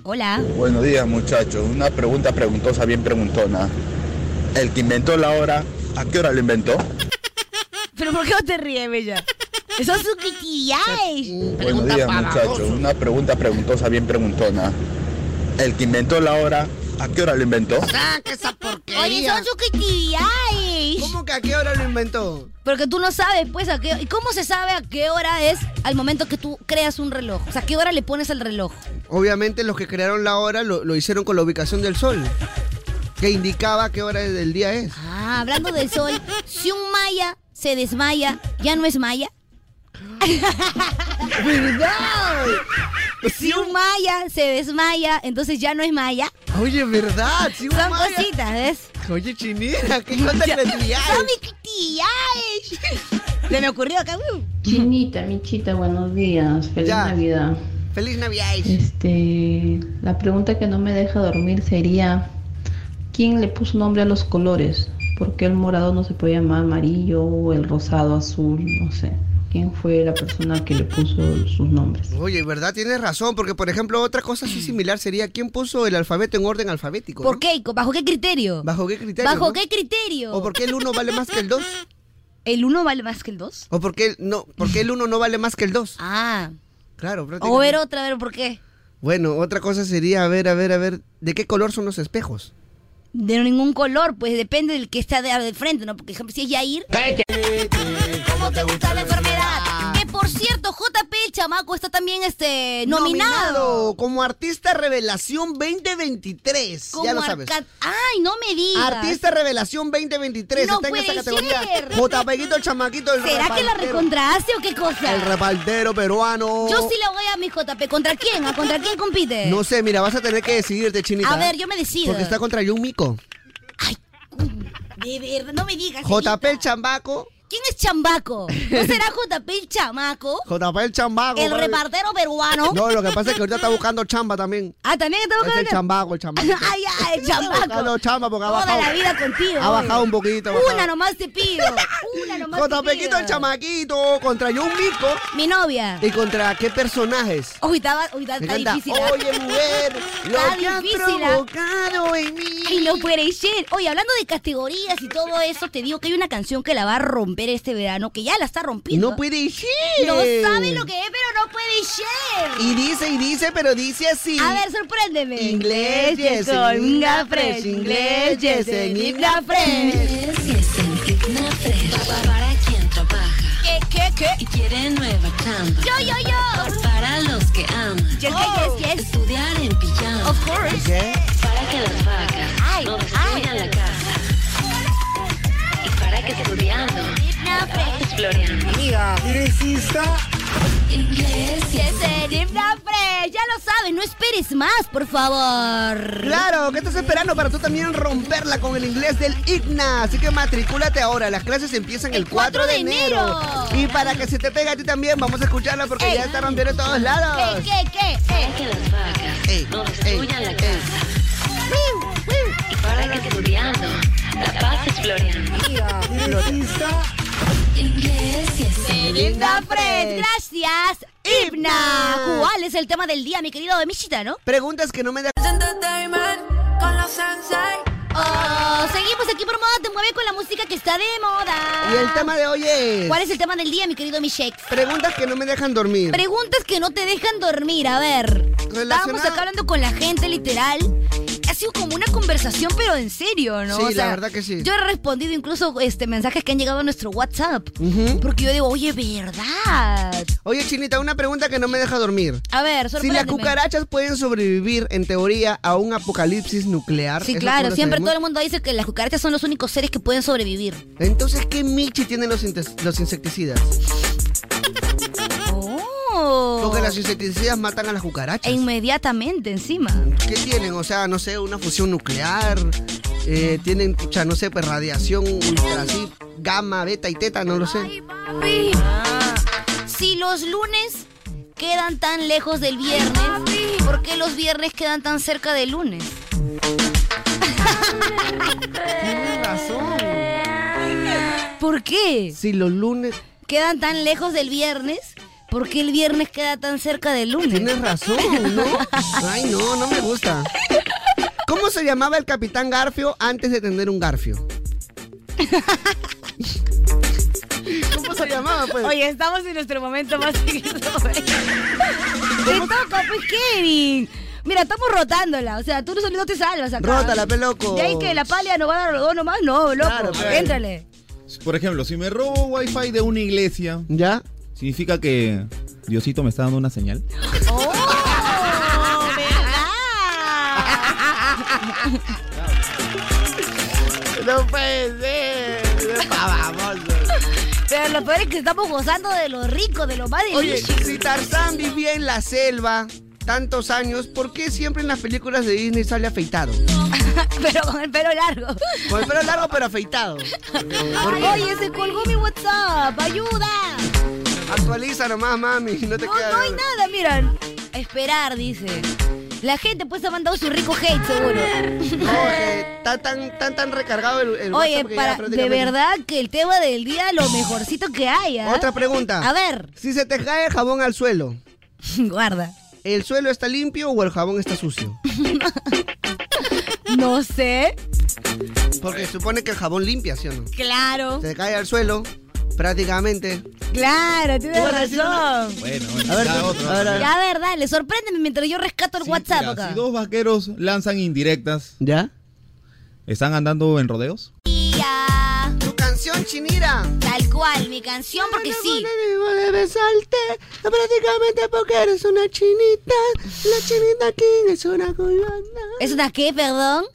Speaker 2: Hola. *laughs*
Speaker 6: Buenos días muchachos, una pregunta preguntosa, bien preguntona. El que inventó la hora, ¿a qué hora lo inventó?
Speaker 2: ¿Pero por qué no te ríes,
Speaker 3: *laughs*
Speaker 2: Bella? Eso es un kikiyay.
Speaker 6: Buenos días muchachos, una pregunta preguntosa, bien preguntona. El que inventó la hora, ¿a qué hora lo inventó?
Speaker 3: ¡Saca esa porquería!
Speaker 2: Oye, son sus kikiyay.
Speaker 3: ¿Cómo que a qué hora lo inventó?
Speaker 2: Porque tú no sabes, pues, a qué... ¿Y cómo se sabe a qué hora es al momento que tú creas un reloj? O sea, ¿a qué hora le pones al reloj?
Speaker 3: Obviamente los que crearon la hora lo, lo hicieron con la ubicación del sol, que indicaba qué hora del día es.
Speaker 2: Ah, hablando del
Speaker 3: *laughs*
Speaker 2: sol, si un maya se desmaya, ¿ya no es maya?
Speaker 3: ¡Verdad!
Speaker 2: Si un maya se desmaya, entonces ya no es maya.
Speaker 3: Oye, ¿verdad? Si un
Speaker 2: Son
Speaker 3: maya-
Speaker 2: cositas, ¿ves?
Speaker 3: Oye, chinita, qué cosa
Speaker 2: Ya.
Speaker 3: creatividad.
Speaker 2: *laughs* Son mis kikiyay. Se me ocurrió acá. uh.
Speaker 9: Chinita, Michita, buenos días. Feliz
Speaker 3: Ya.
Speaker 9: Navidad.
Speaker 3: Feliz Navidad.
Speaker 9: Este, la pregunta que no me deja dormir sería, ¿quién le puso nombre a los colores? ¿Por qué el morado no se puede llamar amarillo o el rosado azul? No sé. ¿Quién fue la persona que le puso sus nombres?
Speaker 3: Oye, ¿verdad? Tienes razón, porque por ejemplo otra cosa así similar sería quién puso el alfabeto en orden alfabético.
Speaker 2: ¿Por
Speaker 3: no?
Speaker 2: qué? ¿Bajo qué criterio?
Speaker 3: ¿Bajo qué criterio?
Speaker 2: ¿Bajo
Speaker 3: no?
Speaker 2: qué criterio?
Speaker 3: ¿O por qué el 1 vale más que el 2?
Speaker 2: ¿El uno vale más que el dos?
Speaker 3: ¿O por qué el- no, por qué el 1 no vale más que el 2?
Speaker 2: Ah.
Speaker 3: Claro,
Speaker 2: O ver
Speaker 3: prácticamente.
Speaker 2: otra, a ver por qué.
Speaker 3: Bueno, otra cosa sería, a ver, a ver, a ver, ¿de qué color son los espejos?
Speaker 2: De ningún color, pues depende del que está de, de frente, ¿no? Porque, ejemplo, si es Yair. ¿Cómo te gusta la
Speaker 3: Ah.
Speaker 2: enfermedad? Que por cierto, JP el chamaco está también este nominado.
Speaker 3: Nominado como artista revelación 2023.
Speaker 2: Como
Speaker 3: ya lo sabes.
Speaker 2: arca- Ay, no me digas.
Speaker 3: Artista revelación 2023
Speaker 2: No
Speaker 3: está en esa
Speaker 2: puede
Speaker 3: categoría.
Speaker 2: ser.
Speaker 3: Jotapeguito el chamaquito el
Speaker 2: ¿Será que la
Speaker 3: repartero.
Speaker 2: recontraste o qué cosa?
Speaker 3: El repartero peruano.
Speaker 2: Yo sí le voy a mi JP. ¿Contra quién? ¿A contra quién compite?
Speaker 3: No sé, mira, vas a tener que decidirte, Chinita.
Speaker 2: A ver, yo me decido.
Speaker 3: Porque está contra Yumiko.
Speaker 2: De verdad, no me digas.
Speaker 3: JP el chambaco.
Speaker 2: ¿Quién es Chambaco? ¿No será JP el
Speaker 3: *laughs*
Speaker 2: chamaco?
Speaker 3: JP el chambaco.
Speaker 2: ¿El
Speaker 3: papi.
Speaker 2: repartero peruano?
Speaker 3: No, lo que pasa es que ahorita está buscando chamba también.
Speaker 2: Ah, también está
Speaker 3: Es el
Speaker 2: buscando.
Speaker 3: chambaco, el chambaco.
Speaker 2: *laughs* Ay, ay, el
Speaker 3: Ah, no,
Speaker 2: chambaco.
Speaker 3: chamba, porque ha
Speaker 2: Toda
Speaker 3: bajado.
Speaker 2: la vida contigo,
Speaker 3: Ha bajado
Speaker 2: oye.
Speaker 3: un poquito. ha
Speaker 2: Una
Speaker 3: bajado.
Speaker 2: nomás te
Speaker 3: *laughs*
Speaker 2: pido. Una nomás
Speaker 3: Contra
Speaker 2: te pido.
Speaker 3: Pequito el chamaquito, contra Yumiko.
Speaker 2: Mi novia.
Speaker 3: ¿Y contra qué personajes?
Speaker 2: Uy, estaba, uy, está,
Speaker 3: Me
Speaker 2: está
Speaker 3: encanta.
Speaker 2: difícil. ¿ah?
Speaker 3: Oye, mujer,
Speaker 2: *laughs*
Speaker 3: lo
Speaker 2: Está
Speaker 3: que has
Speaker 2: difícil, ¿ah?
Speaker 3: provocado en mí.
Speaker 2: Ay, no puede ser. Oye, hablando de categorías y todo eso, te digo que hay una canción que la va a romper este verano, que ya la está rompiendo.
Speaker 3: No puede ser.
Speaker 2: No sabe lo que es, pero no puede ser.
Speaker 3: Y dice, y dice, pero dice así.
Speaker 2: A ver, sorpréndeme.
Speaker 3: Inglés, yes,
Speaker 2: con
Speaker 3: in
Speaker 2: una
Speaker 3: the fresh.
Speaker 2: fresh.
Speaker 3: Inglés, yes, in the
Speaker 2: fresh.
Speaker 10: Para quien trabaja
Speaker 2: ¿Qué, qué, qué?
Speaker 10: y quiere nueva chamba.
Speaker 2: Yo, yo, yo.
Speaker 10: Para los que aman.
Speaker 2: Yes, yes, yes, yes.
Speaker 10: Estudiar en pijama.
Speaker 2: Of course.
Speaker 10: Para que las vacas
Speaker 2: Ay,
Speaker 10: no
Speaker 2: ay.
Speaker 10: destruyan la casa. Y para que estudiando
Speaker 2: Himna fresh.
Speaker 10: florian.
Speaker 3: Amiga, ¿qué
Speaker 10: Inglés
Speaker 2: Yes, in himna fresh. Pues ya lo sabes, no esperes más, por favor.
Speaker 3: Claro, ¿qué estás esperando para tú también romperla con el inglés del IGNA? Así que matricúlate ahora, las clases empiezan el 4 de enero. Y para que se te pegue a ti también, vamos a escucharla porque ya está rompiendo en todos lados.
Speaker 2: ¿Qué, qué, Eh. qué?
Speaker 10: que las vacas no destruyan la casa. Y para que estudiando la paz es floreando. Inglés y
Speaker 2: Linda Fred, gracias. Hipna. ¿Cuál es el tema del día, mi querido Michita, no?
Speaker 3: Preguntas que no me da.
Speaker 2: Oh, seguimos aquí por moda, te mueve con la música que está de moda.
Speaker 3: Y el tema de hoy es.
Speaker 2: ¿Cuál es el tema del día, mi querido Michex?
Speaker 3: Preguntas que no me dejan dormir.
Speaker 2: Preguntas que no te dejan dormir, a ver. Estábamos acá hablando con la gente, literal. Ha sido como una conversación, pero en serio, ¿no?
Speaker 3: Sí,
Speaker 2: O sea,
Speaker 3: la verdad que sí.
Speaker 2: Yo he respondido incluso este, mensajes que han llegado a nuestro WhatsApp. Porque yo digo, oye, ¿verdad?
Speaker 3: Oye, Chinita, una pregunta que no me deja dormir.
Speaker 2: A ver,
Speaker 3: Si las
Speaker 2: sorpréndeme.
Speaker 3: cucarachas pueden sobrevivir, en teoría, a un apocalipsis nuclear.
Speaker 2: Sí,
Speaker 3: eso
Speaker 2: claro,
Speaker 3: todos
Speaker 2: siempre
Speaker 3: sabemos.
Speaker 2: todo el mundo dice que las cucarachas son los únicos seres que pueden sobrevivir.
Speaker 3: Entonces, ¿qué michi tienen los, intes- los insecticidas? Porque los insecticidas matan a las cucarachas.
Speaker 2: Oh. E inmediatamente encima.
Speaker 3: ¿Qué tienen? O sea, no sé, una fusión nuclear. eh, tienen, pucha, no sé, pues radiación ultra así, gamma, beta y teta, no lo sé.
Speaker 2: Si los lunes quedan tan lejos del viernes, ¿por qué los viernes quedan tan cerca del lunes? ¿Por qué?
Speaker 3: Si los lunes
Speaker 2: Quedan tan lejos del viernes, ¿por qué el viernes queda tan cerca del lunes?
Speaker 3: Tienes razón, ¿no? Ay, no, no me gusta. ¿Cómo se llamaba el capitán Garfio antes de tener un Garfio? ¿Cómo se llamaba, pues?
Speaker 2: Oye, estamos en nuestro momento más *laughs* secreto. Te toca, pues, Kevin. Mira, estamos rotándola. O sea, tú no solo no te salvas acá.
Speaker 4: Rótala, pe, loco.
Speaker 2: De ahí que la palia no va a dar algodón nomás. No, loco.
Speaker 4: Claro, pues. pe.
Speaker 2: *laughs* Éntrale.
Speaker 4: Por ejemplo, si me robo un wifi de una iglesia.
Speaker 3: ¿Ya?
Speaker 4: ¿Significa que Diosito me está dando una señal?
Speaker 3: No puede ser. Vamos.
Speaker 2: Pero lo peor es que estamos gozando de lo rico, de lo más
Speaker 3: Oye,
Speaker 2: delicioso. *laughs*
Speaker 3: si Tarzán vivía en la selva tantos años, ¿por qué siempre en las películas de Disney sale afeitado?
Speaker 2: pero con el pelo largo.
Speaker 3: Con el pelo largo, pero afeitado. ¿Por qué?
Speaker 2: Oye, se colgó mi WhatsApp. ¡Ayuda!
Speaker 3: Actualiza nomás, mami, no te
Speaker 2: No,
Speaker 3: queda.
Speaker 2: no hay nada, miran. A Esperar, dice. La gente pues ha mandado su rico hate, seguro.
Speaker 3: Oye, está tan, tan, tan recargado el, el
Speaker 2: Oye,
Speaker 3: WhatsApp que ya
Speaker 2: para, de
Speaker 3: prácticamente-
Speaker 2: verdad que el tema del día lo mejorcito que hay, ¿ah?
Speaker 3: Otra pregunta.
Speaker 2: A ver. *laughs*
Speaker 3: Si se te cae el jabón al suelo.
Speaker 2: Guarda.
Speaker 3: ¿El suelo está limpio o el jabón está sucio?
Speaker 2: No sé.
Speaker 3: Porque supone que el jabón limpia, ¿sí o no?
Speaker 2: Claro.
Speaker 3: Se te cae al suelo, prácticamente.
Speaker 2: Claro, tienes
Speaker 3: Bueno, sí,
Speaker 2: razón.
Speaker 4: Bueno,
Speaker 3: A ver,
Speaker 4: ya
Speaker 3: tú-
Speaker 4: otro.
Speaker 3: a ver, a ver.
Speaker 2: Ya, verdad, le sorpréndeme mientras yo rescato el WhatsApp
Speaker 4: Mira,
Speaker 2: acá.
Speaker 4: si dos vaqueros lanzan indirectas.
Speaker 3: ¿Ya?
Speaker 4: ¿Están andando en rodeos?
Speaker 2: Ya.
Speaker 3: Tu canción, Chinira.
Speaker 2: Tal cual, mi canción, porque sí.
Speaker 3: de besarte, prácticamente porque eres una chinita. La chinita King es una colona.
Speaker 2: ¿Es una qué, perdón?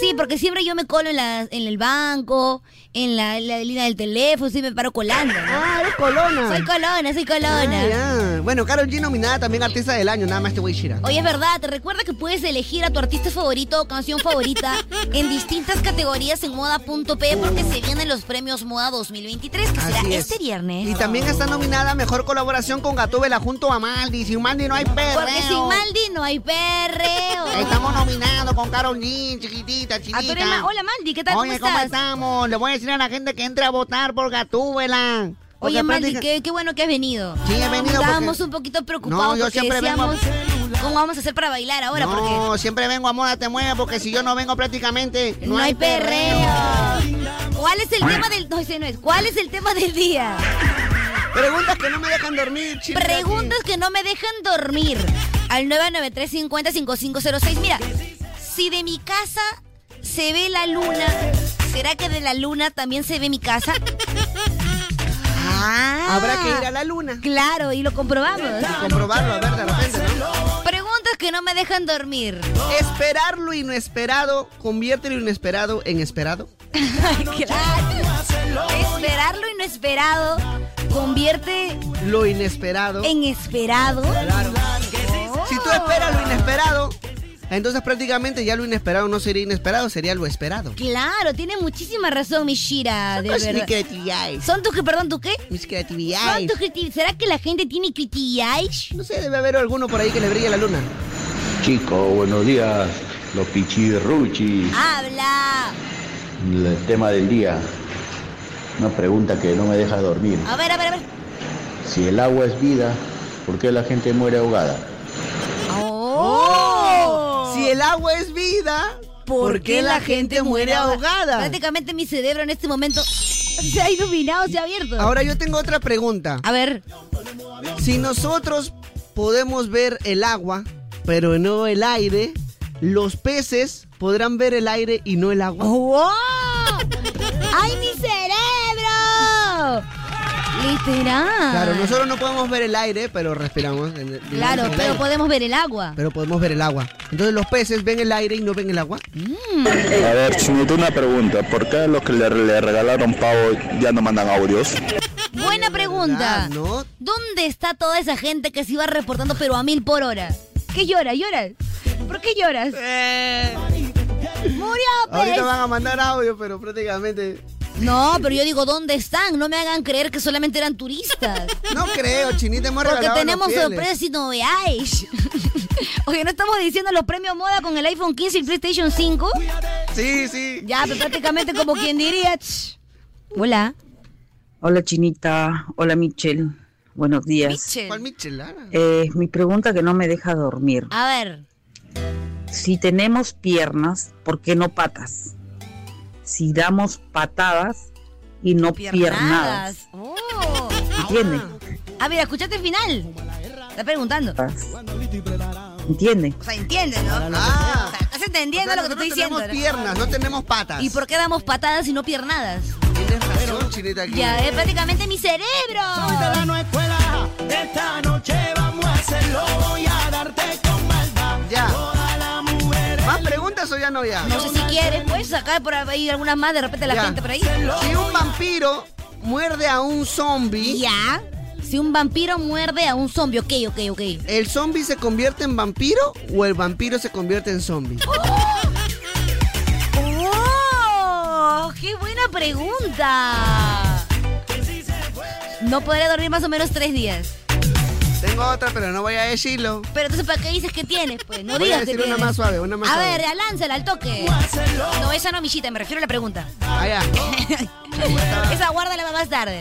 Speaker 2: Sí, porque siempre yo me colo en, la- en el banco, en la, en la línea del teléfono, sí me paro colando.
Speaker 3: Ah, eres colona.
Speaker 2: Soy colona, soy colona.
Speaker 3: Ah, ya. Bueno, Carol G nominada también artista del año, nada más te voy a ah. Shira.
Speaker 2: Oye, es verdad, te recuerda que puedes elegir a tu artista favorito o canción favorita
Speaker 3: *laughs*
Speaker 2: en distintas categorías en moda.p porque se vienen los premios Moda 2023, que será
Speaker 3: Así es.
Speaker 2: este viernes.
Speaker 3: Y también está nominada Mejor Colaboración con Gatúbela junto a Maldi. Sin Maldi no hay perreo.
Speaker 2: Porque sin Maldi no hay perreo.
Speaker 3: Estamos nominados con Carol G, chiquitita,
Speaker 2: Ah, tú eres
Speaker 3: chinita.
Speaker 2: Ma- Hola, Maldi, ¿qué tal?
Speaker 3: Oye,
Speaker 2: ¿Cómo estás?
Speaker 3: estamos? Le voy a decir a la gente que entre a votar por Gatúbela.
Speaker 2: Oye,
Speaker 3: Porque
Speaker 2: Maldi,
Speaker 3: práctica-
Speaker 2: qué, qué bueno que has venido.
Speaker 3: Sí, he venido
Speaker 2: Estábamos
Speaker 3: porque-
Speaker 2: un poquito preocupados
Speaker 3: No, yo
Speaker 2: porque
Speaker 3: siempre vengo a-
Speaker 2: decíamos, ¿cómo vamos a hacer para bailar ahora? porque
Speaker 3: No, siempre vengo a moda te mueve porque si yo no vengo prácticamente no,
Speaker 2: no hay perreo. ¿Cuál es el
Speaker 3: Bueno.
Speaker 2: tema del... No, ese no es. ¿Cuál es el tema del día?
Speaker 3: Preguntas que no me dejan dormir, chicos.
Speaker 2: Preguntas que no me dejan dormir. Al 993-50-5506. Mira, si de mi casa se ve la luna, ¿será que de la luna también se ve mi
Speaker 3: *laughs*
Speaker 2: casa? Ah,
Speaker 3: Habrá que ir a la luna.
Speaker 2: Claro, y lo comprobamos.
Speaker 3: Comprobarlo, a ver, de repente, ¿no?
Speaker 2: Preguntas que no me dejan dormir.
Speaker 3: Esperar lo inesperado convierte lo inesperado en esperado.
Speaker 2: *laughs* Claro. Esperar lo inesperado convierte
Speaker 3: Lo inesperado.
Speaker 2: en esperado.
Speaker 3: Claro.
Speaker 2: Oh.
Speaker 3: tú esperas lo inesperado, entonces prácticamente ya lo inesperado no sería inesperado, sería lo esperado.
Speaker 2: Claro, tiene muchísima razón, Mishira, de
Speaker 3: Pues, mi
Speaker 2: verdad.
Speaker 3: creatividad.
Speaker 2: ¿Son tus que, perdón, tu qué?
Speaker 3: Mis
Speaker 2: ¿Son
Speaker 3: creatividades.
Speaker 2: tus creati- ¿Será que la gente tiene creatividades?
Speaker 3: No sé, debe haber alguno por ahí que le brille la luna.
Speaker 11: Chicos, buenos días, los pichirruchis.
Speaker 2: Habla.
Speaker 11: El tema del día. Una pregunta que no me deja dormir.
Speaker 2: A ver, a ver, a ver.
Speaker 11: Si el agua es vida, ¿por qué la gente muere ahogada?
Speaker 2: ¡Oh!
Speaker 3: Si el agua es vida, ¿por qué la gente muere ahogada?
Speaker 2: Prácticamente mi cerebro en este momento se ha iluminado, se ha abierto.
Speaker 3: Ahora yo tengo otra pregunta.
Speaker 2: A ver.
Speaker 3: Si nosotros podemos ver el agua, pero no el aire, los peces podrán ver el aire y no el
Speaker 2: Oh,
Speaker 3: agua.
Speaker 2: ¡Ay, mi cerebro! Literal.
Speaker 3: Claro, nosotros no podemos ver el aire, pero respiramos. en- en-
Speaker 2: Claro,
Speaker 3: en el
Speaker 2: pero
Speaker 3: aire.
Speaker 2: podemos ver el agua.
Speaker 3: Pero podemos ver el agua. Entonces los peces ven el aire y no ven el agua.
Speaker 6: A ver, Chinito, una pregunta. ¿Por qué los que le, le regalaron pavo ya no mandan audios?
Speaker 2: Buena pregunta. ¿Dónde está toda esa gente que se iba reportando pero a mil por hora? ¿Qué llora? ¿Lloras? ¿Por qué lloras? Murió,
Speaker 3: Eh. Ahorita
Speaker 2: pez.
Speaker 3: van a mandar audio, pero prácticamente.
Speaker 2: No, pero yo digo, ¿dónde están? No me hagan creer que solamente eran
Speaker 3: *laughs*
Speaker 2: turistas.
Speaker 3: No creo, Chinita, hemos
Speaker 2: Porque
Speaker 3: regalado
Speaker 2: tenemos
Speaker 3: los fieles.
Speaker 2: sorpresas y novedades. *laughs* Oye, ¿no estamos diciendo los premios moda con el iPhone 15 y el PlayStation 5?
Speaker 3: Sí, sí.
Speaker 2: Ya, pero prácticamente como quien diría. "Ch". Hola.
Speaker 13: Hola Chinita, hola Michelle, buenos días.
Speaker 3: ¿Cuál michelada?
Speaker 13: Eh, mi pregunta que no me deja dormir.
Speaker 2: A ver.
Speaker 13: Si tenemos piernas, ¿por qué no patas? Si damos patadas y no piernadas.
Speaker 2: Piernadas. Oh.
Speaker 13: ¿Entienden?
Speaker 2: Ah, mira, escuchaste el final. Está preguntando.
Speaker 13: ¿Entienden?
Speaker 2: O sea, entiendes, ¿no? Ah. O sea, estás entendiendo
Speaker 3: O sea,
Speaker 2: lo que te
Speaker 3: nosotros
Speaker 2: estoy diciendo.
Speaker 3: tenemos piernas, no tenemos patas.
Speaker 2: ¿Y por qué damos patadas y no piernadas?
Speaker 3: Son Chinita aquí.
Speaker 2: Ya es prácticamente mi cerebro.
Speaker 5: Esta noche vamos a hacerlo, voy a darte con maldad.
Speaker 3: Ya. ¿Más preguntas o ya no ya?
Speaker 2: No sé si quieres, pues sacar por ahí algunas más de repente la
Speaker 3: Ya.
Speaker 2: gente por ahí.
Speaker 3: Si un vampiro muerde a un zombie.
Speaker 2: Ya. Si un vampiro muerde a un zombie, ok, ok, ok.
Speaker 3: ¿El zombie se convierte en vampiro o el vampiro se convierte en zombie?
Speaker 2: ¡Oh! ¡Qué buena pregunta! No podré dormir más o menos tres días.
Speaker 3: Tengo otra, pero no voy a decirlo.
Speaker 2: Pero entonces, ¿para qué dices que tienes? Pues no
Speaker 3: *laughs* Voy a
Speaker 2: digas que
Speaker 3: decir una
Speaker 2: tienes.
Speaker 3: más suave, una más
Speaker 2: a
Speaker 3: suave.
Speaker 2: ver, ya, lánzala al toque. No, esa no, millita, me refiero a la pregunta.
Speaker 3: Ah, ya.
Speaker 2: Esa guárdala para más tarde.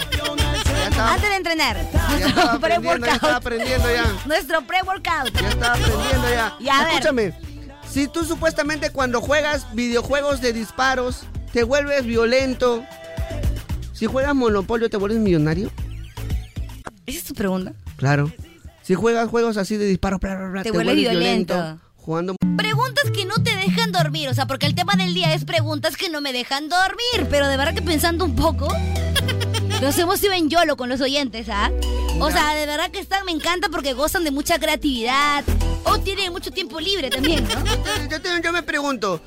Speaker 2: Antes de entrenar.
Speaker 3: estaba
Speaker 2: Nuestro
Speaker 3: aprendiendo,
Speaker 2: *laughs*
Speaker 3: ya
Speaker 2: pre-workout.
Speaker 3: estaba aprendiendo ya.
Speaker 2: Nuestro pre-workout.
Speaker 3: Ya estaba aprendiendo ya.
Speaker 2: Y a ver.
Speaker 3: Escúchame, si tú supuestamente cuando juegas videojuegos de disparos te vuelves violento, si juegas Monopolio te vuelves millonario?
Speaker 2: Esa es tu pregunta.
Speaker 3: Claro. Si juegas juegos así de disparos, bla, bla, bla,
Speaker 2: Te vuelves violento.
Speaker 3: Jugando
Speaker 2: Preguntas que no te dejan dormir, o sea, porque el tema del día es preguntas que no me dejan dormir, pero de verdad que pensando un poco, *laughs* nos hemos ido en YOLO con los oyentes, ¿ah? O sea, de verdad que están, me encanta porque gozan de mucha creatividad o tienen mucho tiempo libre también, ¿no?
Speaker 3: *laughs* Yo, te- yo me pregunto,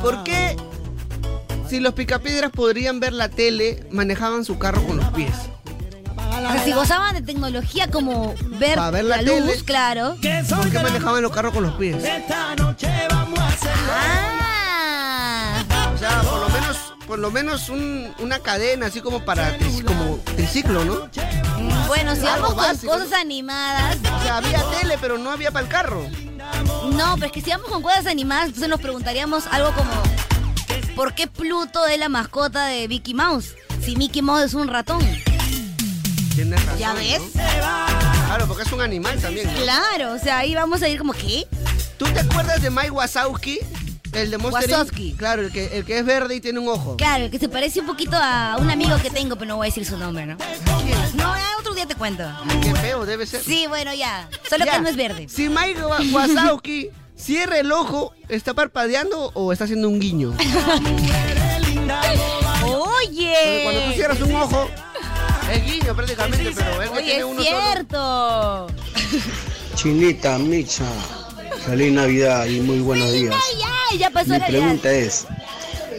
Speaker 3: ¿por qué si los picapiedras podrían ver la tele, manejaban su carro con los pies?
Speaker 2: O sea, si gozaban de tecnología como ver,
Speaker 3: Para ver la
Speaker 2: luz,
Speaker 3: tele.
Speaker 2: claro.
Speaker 3: ¿Por qué manejaban los carros con los pies?
Speaker 5: Esta noche vamos a hacerlo.
Speaker 2: Ah.
Speaker 3: O sea, por lo menos, por lo menos un- una cadena así como para tri- como triciclo, ¿no?
Speaker 2: Bueno, si
Speaker 3: Algo
Speaker 2: vamos con
Speaker 3: básico,
Speaker 2: cosas animadas.
Speaker 3: O sea, había tele, pero no había para el carro.
Speaker 2: No, pero es que si vamos con cosas animadas, entonces nos preguntaríamos algo como: ¿Por qué Pluto es la mascota de Mickey Mouse? Si Mickey Mouse es un ratón.
Speaker 3: Tienes razón.
Speaker 2: ¿Ya ves?
Speaker 3: ¿no? Claro, porque es un animal también. ¿no?
Speaker 2: Claro, o sea, ahí vamos a ir como: ¿qué?
Speaker 3: ¿Tú te acuerdas de Mike Wazowski? El de Monster Inc?
Speaker 2: Wazowski.
Speaker 3: Claro, el que, el que es verde y tiene un ojo.
Speaker 2: Claro, que se parece un poquito a un amigo que tengo, pero no voy a decir su nombre, ¿no? No, ya otro día te cuento.
Speaker 3: Qué feo debe ser.
Speaker 2: Sí, bueno, ya. Solo
Speaker 3: Ya.
Speaker 2: que no es verde.
Speaker 3: Si Mike Wa- Wazowski cierra el ojo, ¿está parpadeando o está haciendo un
Speaker 2: *laughs*
Speaker 3: guiño?
Speaker 2: Oye.
Speaker 3: Cuando tú cierras un ojo, es guiño prácticamente, pero es que
Speaker 2: Oye,
Speaker 3: tiene uno
Speaker 2: es
Speaker 3: solo.
Speaker 2: cierto.
Speaker 15: Chinita, Micha, feliz Navidad y muy buenos días.
Speaker 2: Navidad! Ya pasó
Speaker 15: Mi
Speaker 2: la
Speaker 15: pregunta es,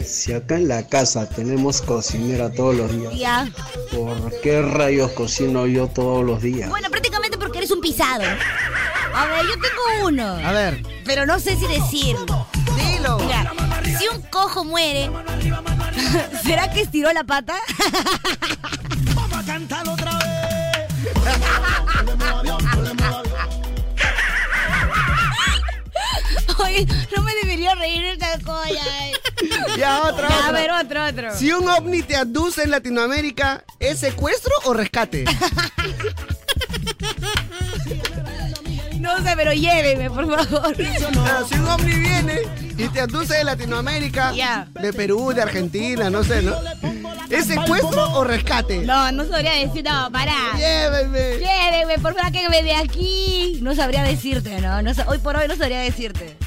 Speaker 15: si acá en la casa tenemos cocinera todos los días,
Speaker 2: Ya.
Speaker 15: ¿por qué rayos cocino yo todos los días?
Speaker 2: Bueno, prácticamente porque eres un pisado. A ver, yo tengo uno. A
Speaker 3: ver.
Speaker 2: Pero no sé si decir. Dilo. Mira, si un cojo muere, *laughs* ¿será que estiró la pata? Vamos a cantar otra vez. Oye, no me debería reír de esta cosa. eh.
Speaker 3: Ya, otro,
Speaker 2: Ya, *laughs* A
Speaker 3: otro.
Speaker 2: ver, otro, otro.
Speaker 3: Si un ovni te aduce en Latinoamérica, ¿es secuestro o rescate?
Speaker 2: No sé, pero lléveme, por favor.
Speaker 3: Pero si un ovni viene y te aduce de Latinoamérica, de Perú, de Argentina, no sé, ¿no? ¿Es secuestro o rescate?
Speaker 2: No, no sabría decir, no, pará.
Speaker 3: Llévenme.
Speaker 2: Llévenme, por favor, que me de aquí. No sabría decirte, ¿no? no sa- hoy por hoy no sabría decirte.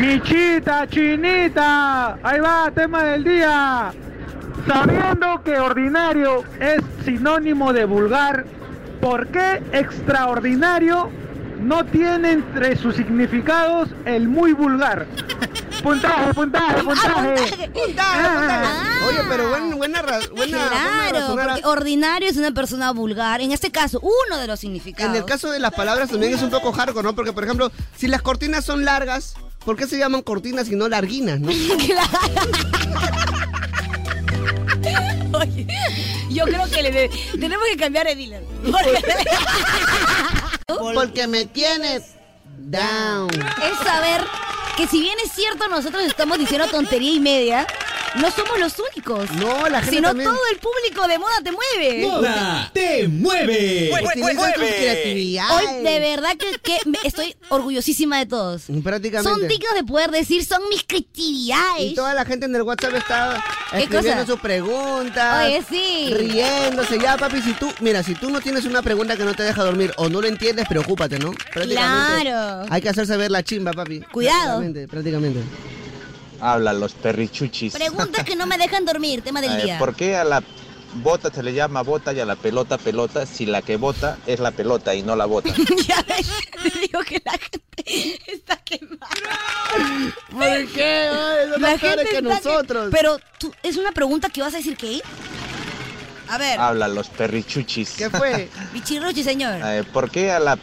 Speaker 5: Michita, chinita, ahí va, tema del día. Sabiendo que ordinario es sinónimo de vulgar, ¿por qué extraordinario no tiene entre sus significados el muy
Speaker 2: *laughs*
Speaker 5: vulgar? Puntaje,
Speaker 2: Ah,
Speaker 5: puntaje, Ah, puntaje.
Speaker 3: Oye, pero buen- buena, ra- buena forma de
Speaker 2: Claro,
Speaker 3: razonar.
Speaker 2: porque ordinario es una persona vulgar. En este caso, uno de los significados.
Speaker 3: En el
Speaker 2: *laughs*
Speaker 3: caso de las palabras también es un poco hardcore, ¿no? Porque, por ejemplo, si las cortinas son largas, ¿por qué se llaman cortinas y no larguinas, no?
Speaker 2: Oye, yo creo que le de- tenemos que cambiar de dealer. Porque,
Speaker 3: Porque me tienes down.
Speaker 2: *laughs* Es saber que si bien es cierto nosotros estamos diciendo tontería y media, no somos los únicos.
Speaker 3: No, la gente
Speaker 2: Sino
Speaker 3: también-
Speaker 2: todo el público de moda te mueve.
Speaker 5: Moda te
Speaker 3: Eh,
Speaker 5: mueve.
Speaker 3: pues,
Speaker 5: Mue- mue-
Speaker 2: Utilizan su
Speaker 5: mueve.
Speaker 2: creatividad. Hoy de verdad que, que me- estoy orgullosísima de todos.
Speaker 3: Prácticamente.
Speaker 2: Son dignos de poder decir, son mis creatividades.
Speaker 3: Y toda la gente en el WhatsApp está
Speaker 2: ¿Qué
Speaker 3: escribiendo
Speaker 2: cosa?
Speaker 3: sus preguntas.
Speaker 2: Oye, sí.
Speaker 3: Riéndose. Ya, papi, si tú, mira, si tú no tienes una pregunta que no te deja dormir o no lo entiendes, preocúpate, ¿no? Prácticamente
Speaker 2: Claro.
Speaker 3: Hay que hacerse ver la chimba, papi.
Speaker 2: Cuidado.
Speaker 3: Prácticamente, prácticamente.
Speaker 14: Habla los perrichuchis.
Speaker 2: Preguntas que no me dejan dormir, tema del
Speaker 14: Eh,
Speaker 2: día.
Speaker 14: ¿Por qué a la bota se le llama bota y a la pelota pelota si la que bota es la pelota y no la
Speaker 2: *laughs*
Speaker 14: bota?
Speaker 2: *laughs* ya ves, te digo que la gente está quemada.
Speaker 3: ¿Por qué? Ay, son más peores que
Speaker 2: está que-
Speaker 3: nosotros.
Speaker 2: Pero tú, es una pregunta que vas a decir que. A ver,
Speaker 3: Ah.
Speaker 14: Habla los perrichuchis.
Speaker 2: *laughs*
Speaker 3: ¿Qué fue?
Speaker 2: Bichirruchi, señor.
Speaker 14: Eh, ¿Por qué a la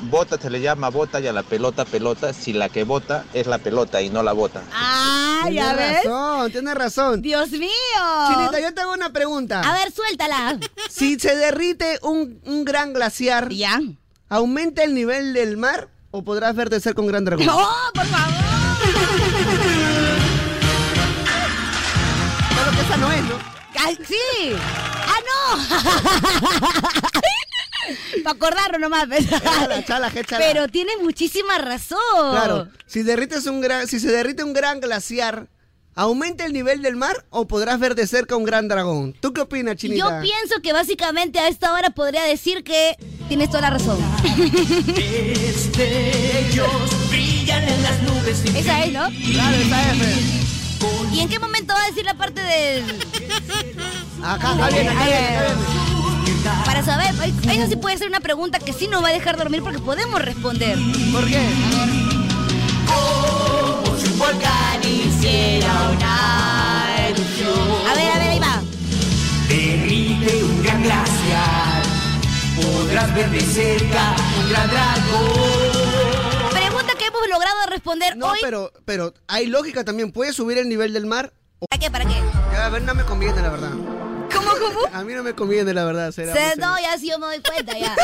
Speaker 14: bota se le llama bota y a la pelota pelota si la que bota es la pelota y no la bota?
Speaker 2: Ah, ya
Speaker 3: Tienes
Speaker 2: ves.
Speaker 3: razón, tienes razón.
Speaker 2: Dios mío.
Speaker 3: Chinita, yo te hago una pregunta.
Speaker 2: A ver,
Speaker 3: *laughs*
Speaker 2: suéltala.
Speaker 3: Si se derrite un, un gran glaciar,
Speaker 2: *laughs*
Speaker 3: ¿aumenta el nivel del mar o podrás ver de ser con
Speaker 2: *laughs*
Speaker 3: gran dragón?
Speaker 2: No, Oh, por favor.
Speaker 3: Claro que esa no es, ¿no?
Speaker 2: Ah, sí. *laughs* ¡Ah, no! Para acordarnos nomás. Pero, *laughs* pero tiene muchísima razón.
Speaker 3: Claro. Si, derrites un gran, si se derrite un gran glaciar, ¿aumenta el nivel del mar o podrás ver de cerca un gran dragón? ¿Tú qué opinas, Chinita?
Speaker 2: Yo pienso que básicamente a esta hora podría decir que tienes toda la
Speaker 3: *laughs*
Speaker 2: razón.
Speaker 5: Ellos brillan en las nubes.
Speaker 2: Esa es, ¿no?
Speaker 3: Claro, esa es. pues.
Speaker 2: ¿Y en qué momento va a decir la parte del...?
Speaker 3: Acá, acá viene, acá
Speaker 2: Ay,
Speaker 3: viene,
Speaker 2: ay,
Speaker 3: acá viene.
Speaker 2: ay. Para saber, ay, eso sí puede ser una pregunta que sí nos va a dejar dormir porque podemos responder.
Speaker 3: ¿Por qué?
Speaker 5: Como si un volcán hiciera una erupción.
Speaker 2: A ver, a ver, ahí va.
Speaker 5: Derrite un gran glaciar. Podrás ver de cerca un gran dragón.
Speaker 2: Pregunta que hemos logrado responder
Speaker 3: No, pero, pero hay lógica también. ¿Puede subir el nivel del mar?
Speaker 2: ¿Para qué? ¿Para qué?
Speaker 3: a ver, no me conviene, la verdad.
Speaker 2: ¿Cómo, cómo?
Speaker 3: A mí no me conviene, la verdad. Será
Speaker 2: Se- no, ya sí yo me doy cuenta
Speaker 3: *laughs*
Speaker 2: ya.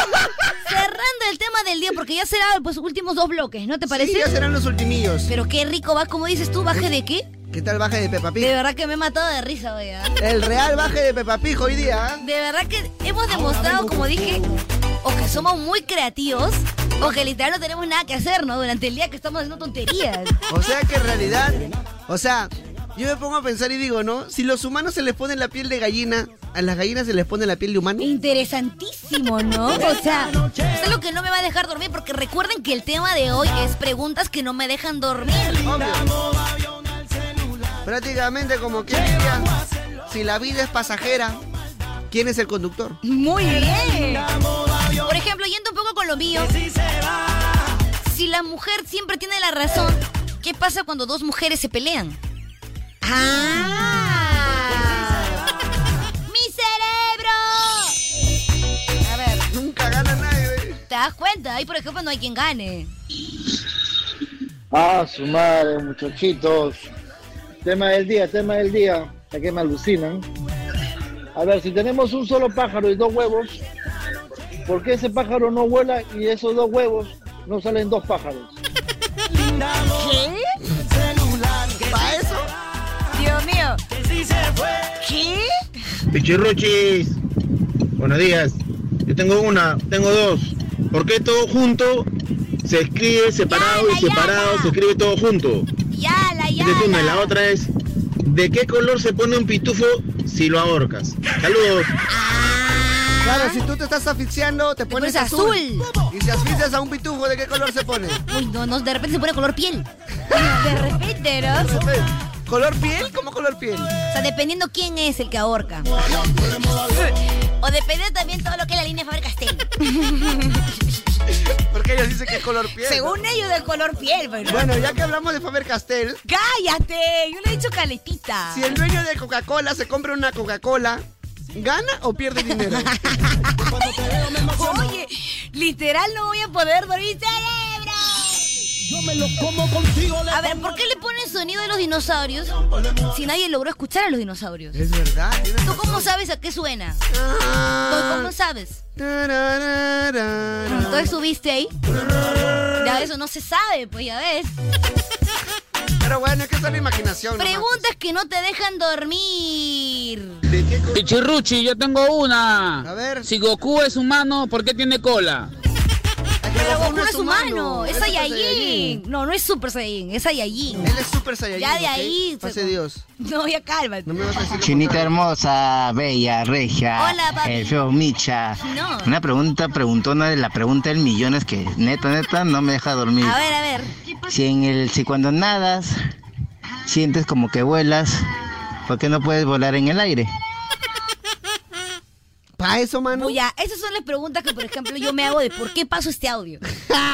Speaker 2: Cerrando el tema del día, porque ya será pues últimos dos bloques, ¿no te parece?
Speaker 3: ya serán los ultimillos.
Speaker 2: Pero qué rico va, como dices tú, baje de qué?
Speaker 3: ¿Qué tal baje de Peppa Pig?
Speaker 2: De verdad que me he matado de risa, oye. ¿ah?
Speaker 3: El real baje de Peppa Pig hoy día. ¿eh?
Speaker 2: De verdad que hemos demostrado, como dije, o que somos muy creativos, o que literal no tenemos nada que hacer, ¿no? Durante el día que estamos haciendo
Speaker 3: *laughs*
Speaker 2: tonterías.
Speaker 3: O sea que en realidad, o sea, yo me pongo a pensar y digo, ¿no? Si los humanos se les pone la piel de gallina, a las gallinas se les pone la piel de humano.
Speaker 2: Interesantísimo, ¿no? O sea, es lo que no me va a dejar dormir, porque recuerden que el tema de hoy es preguntas que no me dejan dormir.
Speaker 3: Prácticamente como que diría, si la vida es pasajera, ¿quién es el conductor?
Speaker 2: Muy bien. Por ejemplo, yendo un poco con lo mío. Si la mujer siempre tiene la razón, ¿qué pasa cuando dos mujeres se pelean? *laughs* ¡Ah! ¡Mi cerebro! A ver.
Speaker 3: Nunca gana nadie.
Speaker 2: Ta- das cuenta, ahí por ejemplo no hay quien gane.
Speaker 17: Ah, su madre, muchachitos. Tema del día, tema del día. Ya que me alucinan. A ver, si tenemos un solo pájaro y dos huevos, ¿por qué ese pájaro no vuela y de esos dos huevos no salen dos pájaros?
Speaker 2: ¿Qué? ¿Para eso? Dios mío. ¿Qué?
Speaker 18: Pichirruchis, buenos días. Yo tengo una, tengo dos. ¿Por qué todo junto se escribe separado y separado se escribe todo junto?
Speaker 2: Ya, la
Speaker 18: Esa es una. Y la otra es, ¿de qué color se pone un pitufo si lo ahorcas? Saludos.
Speaker 3: Claro, si tú te estás asfixiando, te pones,
Speaker 2: pones azul.
Speaker 3: Y si asfixias a un pitufo, ¿de qué color se pone?
Speaker 2: *laughs* Uy, no, no, de repente se pone color piel. *laughs* De repente, ¿no?
Speaker 3: ¿Color piel? ¿Cómo color piel?
Speaker 2: O sea, dependiendo quién es el que *laughs* ahorca. O depende también todo lo que es la línea de Faber-Castell. *laughs*
Speaker 3: Porque ellos dicen que es color piel.
Speaker 2: Según ellos, del color piel, pero...
Speaker 3: Bueno, ya que hablamos de Faber Castell,
Speaker 2: ¡Cállate! Yo le he dicho caletita.
Speaker 3: si el dueño de Coca-Cola se compra una Coca-Cola, ¿gana o pierde dinero?
Speaker 2: *laughs* Oye, literal no voy a poder dormir cerebro. Yo me lo como contigo. A ver, ¿por qué le ponen sonido a los dinosaurios si nadie logró escuchar a los dinosaurios?
Speaker 3: *laughs* Es verdad, tienes
Speaker 2: ¿Tú cómo sabes a qué suena?
Speaker 3: Ah.
Speaker 2: ¿Tú cómo sabes? ¿Tú subiste ahí? Ya eso no se sabe, pues ya ves.
Speaker 3: Pero bueno, es que es la imaginación. nomás.
Speaker 2: Preguntas que no te dejan dormir.
Speaker 19: Pichirruchi, yo tengo una.
Speaker 3: A ver.
Speaker 19: Si Goku es humano, ¿por qué tiene cola?
Speaker 2: Pero Goku no
Speaker 3: es
Speaker 2: es humano,
Speaker 3: humano,
Speaker 2: es
Speaker 3: él es
Speaker 2: Saiyajin.
Speaker 3: Saiyajin.
Speaker 2: No, no es Super Saiyajin, es
Speaker 3: *laughs*
Speaker 2: Saiyajin.
Speaker 3: Él es Super Saiyajin.
Speaker 2: Ya de
Speaker 3: ¿ok?
Speaker 2: ahí.
Speaker 3: Pase Dios.
Speaker 2: No, ya cálmate.
Speaker 20: Chinita hermosa, bella, regia.
Speaker 2: Hola, papi.
Speaker 20: El feo Micha.
Speaker 2: No.
Speaker 20: Una pregunta preguntona de la pregunta del millón es que neta, neta, no me deja dormir.
Speaker 2: A ver, a ver.
Speaker 20: Si en el, si cuando nadas, sientes como que vuelas, ¿por qué no puedes volar en el aire?
Speaker 3: Pa' eso, mano.
Speaker 2: Uy, ya, esas son las preguntas que, por ejemplo, yo me hago de por qué paso este
Speaker 3: *laughs*
Speaker 2: audio.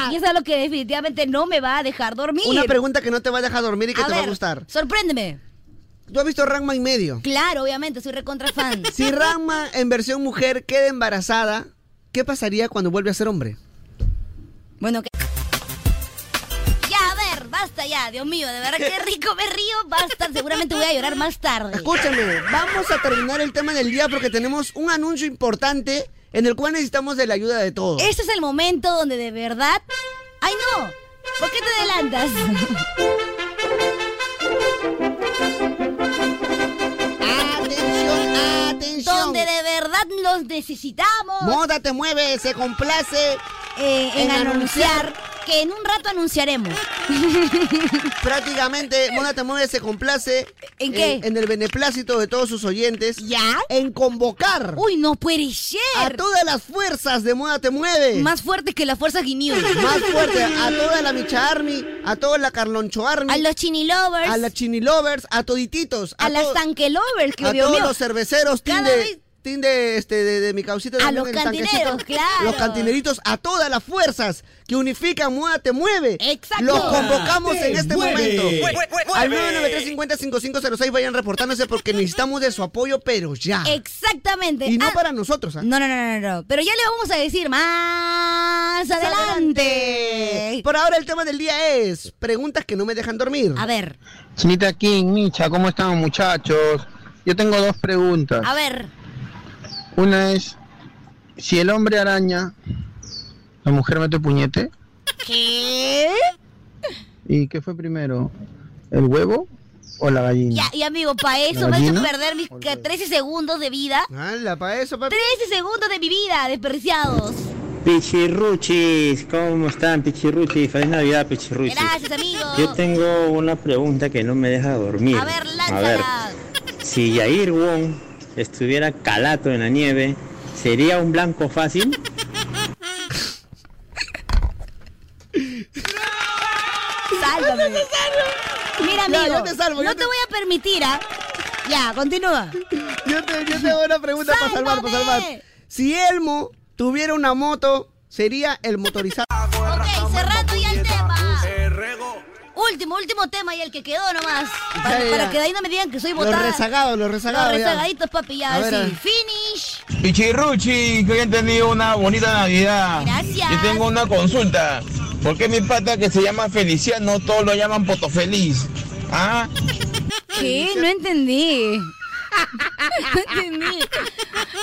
Speaker 2: y eso es lo que definitivamente no me va a dejar dormir.
Speaker 3: Una pregunta que no te va a dejar dormir y que
Speaker 2: A
Speaker 3: te va a
Speaker 2: ver,
Speaker 3: gustar.
Speaker 2: Sorpréndeme.
Speaker 3: ¿Tú has visto Ranma y medio?
Speaker 2: Claro, obviamente, soy recontra fan.
Speaker 3: Si Ranma en versión mujer queda embarazada, ¿qué pasaría cuando vuelve a ser hombre?
Speaker 2: Bueno, que... Ya, a ver, basta ya, Dios mío, de verdad qué rico me río, basta, seguramente voy a llorar más tarde.
Speaker 3: Escúchame, vamos a terminar el tema del día porque tenemos un anuncio importante en el cual necesitamos de la ayuda de todos.
Speaker 2: Este es el momento donde de verdad... ¡Ay, no! ¿Por qué te adelantas?
Speaker 3: Atención, atención.
Speaker 2: Donde de verdad los necesitamos
Speaker 3: Moda te mueve, se complace.
Speaker 2: eh, en,
Speaker 3: en
Speaker 2: anunciar,
Speaker 3: anunciar.
Speaker 2: que en un rato anunciaremos.
Speaker 3: Prácticamente, Moda te mueve, se complace. Eh,
Speaker 2: ¿En qué?
Speaker 3: En, el beneplácito de todos sus oyentes.
Speaker 2: ¿Ya?
Speaker 3: En convocar
Speaker 2: Uy, no puede
Speaker 3: a
Speaker 2: ser.
Speaker 3: todas las fuerzas de Moda te mueve.
Speaker 2: Más fuerte que la fuerza guineos. *laughs*
Speaker 3: Más fuerte a toda la Micha Army, a toda la Carloncho Army,
Speaker 2: A los chinilovers,
Speaker 3: a las Chini Lovers, a todititos,
Speaker 2: a, las
Speaker 3: to-
Speaker 2: tanquelovers, que
Speaker 3: a
Speaker 2: Dios
Speaker 3: todos
Speaker 2: mío,
Speaker 3: los cerveceros, team
Speaker 2: Cada
Speaker 3: de,
Speaker 2: vez-
Speaker 3: team de, este, de, de mi causita.
Speaker 2: A
Speaker 3: también,
Speaker 2: los
Speaker 3: el tanquecito.
Speaker 2: cantineros, claro.
Speaker 3: Los cantineritos, a todas las fuerzas que unifican, Moda Te Mueve.
Speaker 2: Exacto.
Speaker 3: Los convocamos
Speaker 1: Te
Speaker 3: en este
Speaker 1: mueve.
Speaker 3: momento.
Speaker 1: Mue- mue-
Speaker 3: Al
Speaker 1: mueve.
Speaker 3: 993-50-5506 vayan reportándose porque necesitamos de su apoyo, pero ya.
Speaker 2: Exactamente.
Speaker 3: Y no
Speaker 2: Ah,
Speaker 3: para nosotros, ¿ah?
Speaker 2: no, no, no, no, no. Pero ya le vamos a decir más adelante.
Speaker 3: Por ahora el tema del día es preguntas que no me dejan dormir.
Speaker 2: A ver,
Speaker 18: Chinita King, Micha, ¿cómo están muchachos? Yo tengo dos preguntas.
Speaker 2: a ver.
Speaker 18: Una es, si el hombre araña, la mujer mete puñete.
Speaker 2: ¿Qué?
Speaker 18: ¿Y qué fue primero? ¿El huevo o la gallina?
Speaker 2: Ya, y amigo, para eso
Speaker 18: ¿La
Speaker 2: me has hecho
Speaker 18: gallina?
Speaker 2: perder mis ca- 13 segundos de vida.
Speaker 3: Hala, para eso, papi.
Speaker 2: 13 segundos de mi vida, desperdiciados.
Speaker 25: Pichirruchis, ¿cómo están Pichirruchis? Feliz Navidad Pichirruchis.
Speaker 2: Gracias, amigo.
Speaker 25: Yo tengo una pregunta que no me deja dormir.
Speaker 2: A ver,
Speaker 25: A ver,
Speaker 2: lánzala.
Speaker 25: si Yair Wong estuviera calato en la nieve, ¿sería un blanco fácil?
Speaker 2: Sálvame. Mira,
Speaker 3: Ya,
Speaker 2: amigo.
Speaker 3: yo te salvo, yo
Speaker 2: no
Speaker 3: te-
Speaker 2: te voy a permitir, ¿ah? Ya, continúa.
Speaker 3: Yo te, yo te hago una pregunta para salvar, para salvar.
Speaker 2: ¡Sálvame!
Speaker 3: Si Elmo tuviera una moto, sería el motorizado.
Speaker 2: Ok, cerrando ya el tema. Último, último tema y el que quedó nomás. Para,
Speaker 3: Ya, ya.
Speaker 2: para que de ahí no me digan que soy
Speaker 3: Los
Speaker 2: botada.
Speaker 3: rezagados, los
Speaker 2: Los
Speaker 3: rezagados. ya.
Speaker 2: rezagaditos, papi, ya.
Speaker 3: A ver,
Speaker 2: sí.
Speaker 3: a ver.
Speaker 2: Finish.
Speaker 18: Pichirruchi, que hayan tenido una bonita Navidad.
Speaker 2: Gracias.
Speaker 18: Yo tengo una consulta. ¿Por qué mi pata que se llama Feliciano todos lo llaman Potofeliz? ¿Ah?
Speaker 2: ¿Qué? No entendí. *laughs* No entendí.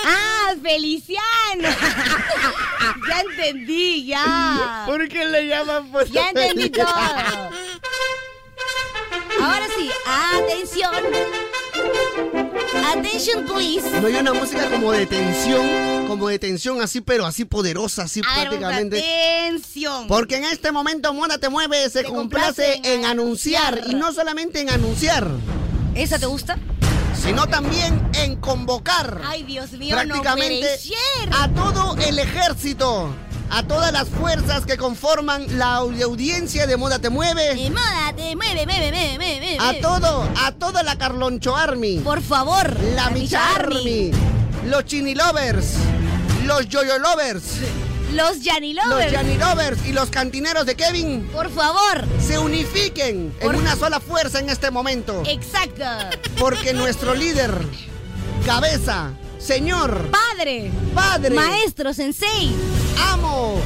Speaker 2: Ah, Feliciano. *laughs* Ya entendí, ya.
Speaker 5: ¿Por qué le llaman
Speaker 3: pues?
Speaker 5: por
Speaker 2: Ya
Speaker 3: *laughs*
Speaker 2: entendí todo. Ahora sí, atención. Attention, please.
Speaker 3: No hay una música como de tensión, como de tensión así, pero así poderosa, así prácticamente.
Speaker 2: Atención.
Speaker 3: Porque en este momento Moda Te Mueve se complace, en anunciar, y no solamente en anunciar.
Speaker 2: ¿Esa te gusta?
Speaker 3: Sino también en convocar
Speaker 2: Ay, Dios mío,
Speaker 3: prácticamente
Speaker 2: no
Speaker 3: a todo el ejército, a todas las fuerzas que conforman la audio- audiencia de Moda Te Mueve.
Speaker 2: De Moda Te Mueve, mueve, mueve, mueve, mueve.
Speaker 3: A todo, a toda la Carloncho Army.
Speaker 2: Por favor.
Speaker 3: La Micha Army. Los Chini Lovers. Los Yoyo Lovers.
Speaker 2: Los Yanni Lovers.
Speaker 3: Los Yanni Lovers y los cantineros de Kevin.
Speaker 2: Por favor.
Speaker 3: Se unifiquen
Speaker 2: Por-
Speaker 3: en una sola fuerza en este momento.
Speaker 2: Exacto.
Speaker 3: Porque nuestro líder, cabeza, señor,
Speaker 2: Padre.
Speaker 3: Padre.
Speaker 2: Maestro, sensei.
Speaker 3: Amo.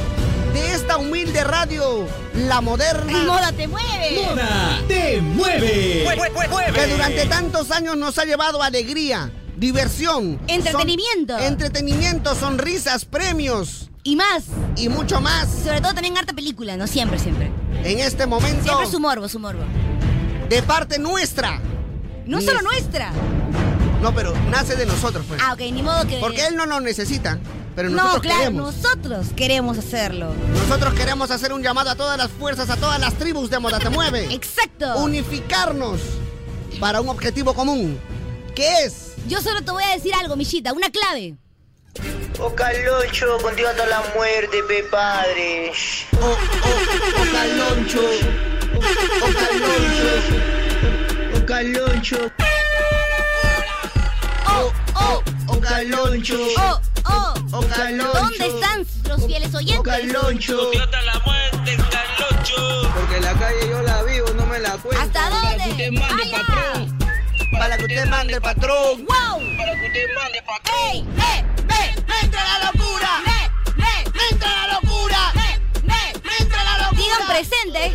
Speaker 3: de esta humilde radio, la moderna.
Speaker 2: Moda te mueve.
Speaker 1: Moda te mueve. Mue- mue- mueve.
Speaker 3: Que durante tantos años nos ha llevado alegría, diversión,
Speaker 2: Entretenimiento.
Speaker 3: son- entretenimiento, sonrisas, premios
Speaker 2: y más
Speaker 3: y mucho más.
Speaker 2: Sobre todo también harta película, no siempre, siempre.
Speaker 3: En este momento.
Speaker 2: Siempre su morbo, su morbo.
Speaker 3: De parte nuestra.
Speaker 2: No
Speaker 3: Ni
Speaker 2: solo
Speaker 3: es-
Speaker 2: nuestra.
Speaker 3: No, pero nace de nosotros, pues.
Speaker 2: Ah, ok, ni modo que.
Speaker 3: Porque él no nos necesita, pero
Speaker 2: no,
Speaker 3: nosotros
Speaker 2: claro,
Speaker 3: queremos.
Speaker 2: nosotros queremos hacerlo.
Speaker 3: Nosotros queremos hacer un llamado a todas las fuerzas, a todas las tribus de Moda Te Mueve.
Speaker 2: *laughs* Exacto.
Speaker 3: Unificarnos para un objetivo común. ¿Qué es?
Speaker 2: Yo solo te voy a decir algo, Michita, una clave.
Speaker 12: Oh, Caloncho, contigo ando a la muerte, pe padre.
Speaker 3: Oh, oh, oh, Caloncho. Oh, Caloncho.
Speaker 12: Oh, Caloncho.
Speaker 2: Oh, oh,
Speaker 12: oh, Caloncho.
Speaker 2: Oh, oh.
Speaker 12: Oh, Caloncho.
Speaker 2: ¿Dónde están los fieles oyentes?
Speaker 12: la muerte, Caloncho. Porque la calle yo la vivo, no me la cuento.
Speaker 2: ¿Hasta dónde? ¡Vaya!
Speaker 12: Para que usted mande, patrón.
Speaker 2: ¡Wow!
Speaker 12: Para que usted mande, patrón.
Speaker 2: ¡Ey! ¡Eh! ¡Eh! ¡Me entra la locura! ¡Eh! ¡Eh! ¡Me entra la locura! ¡Eh! ¡Eh! ¡Me entra la locura! Digan presente.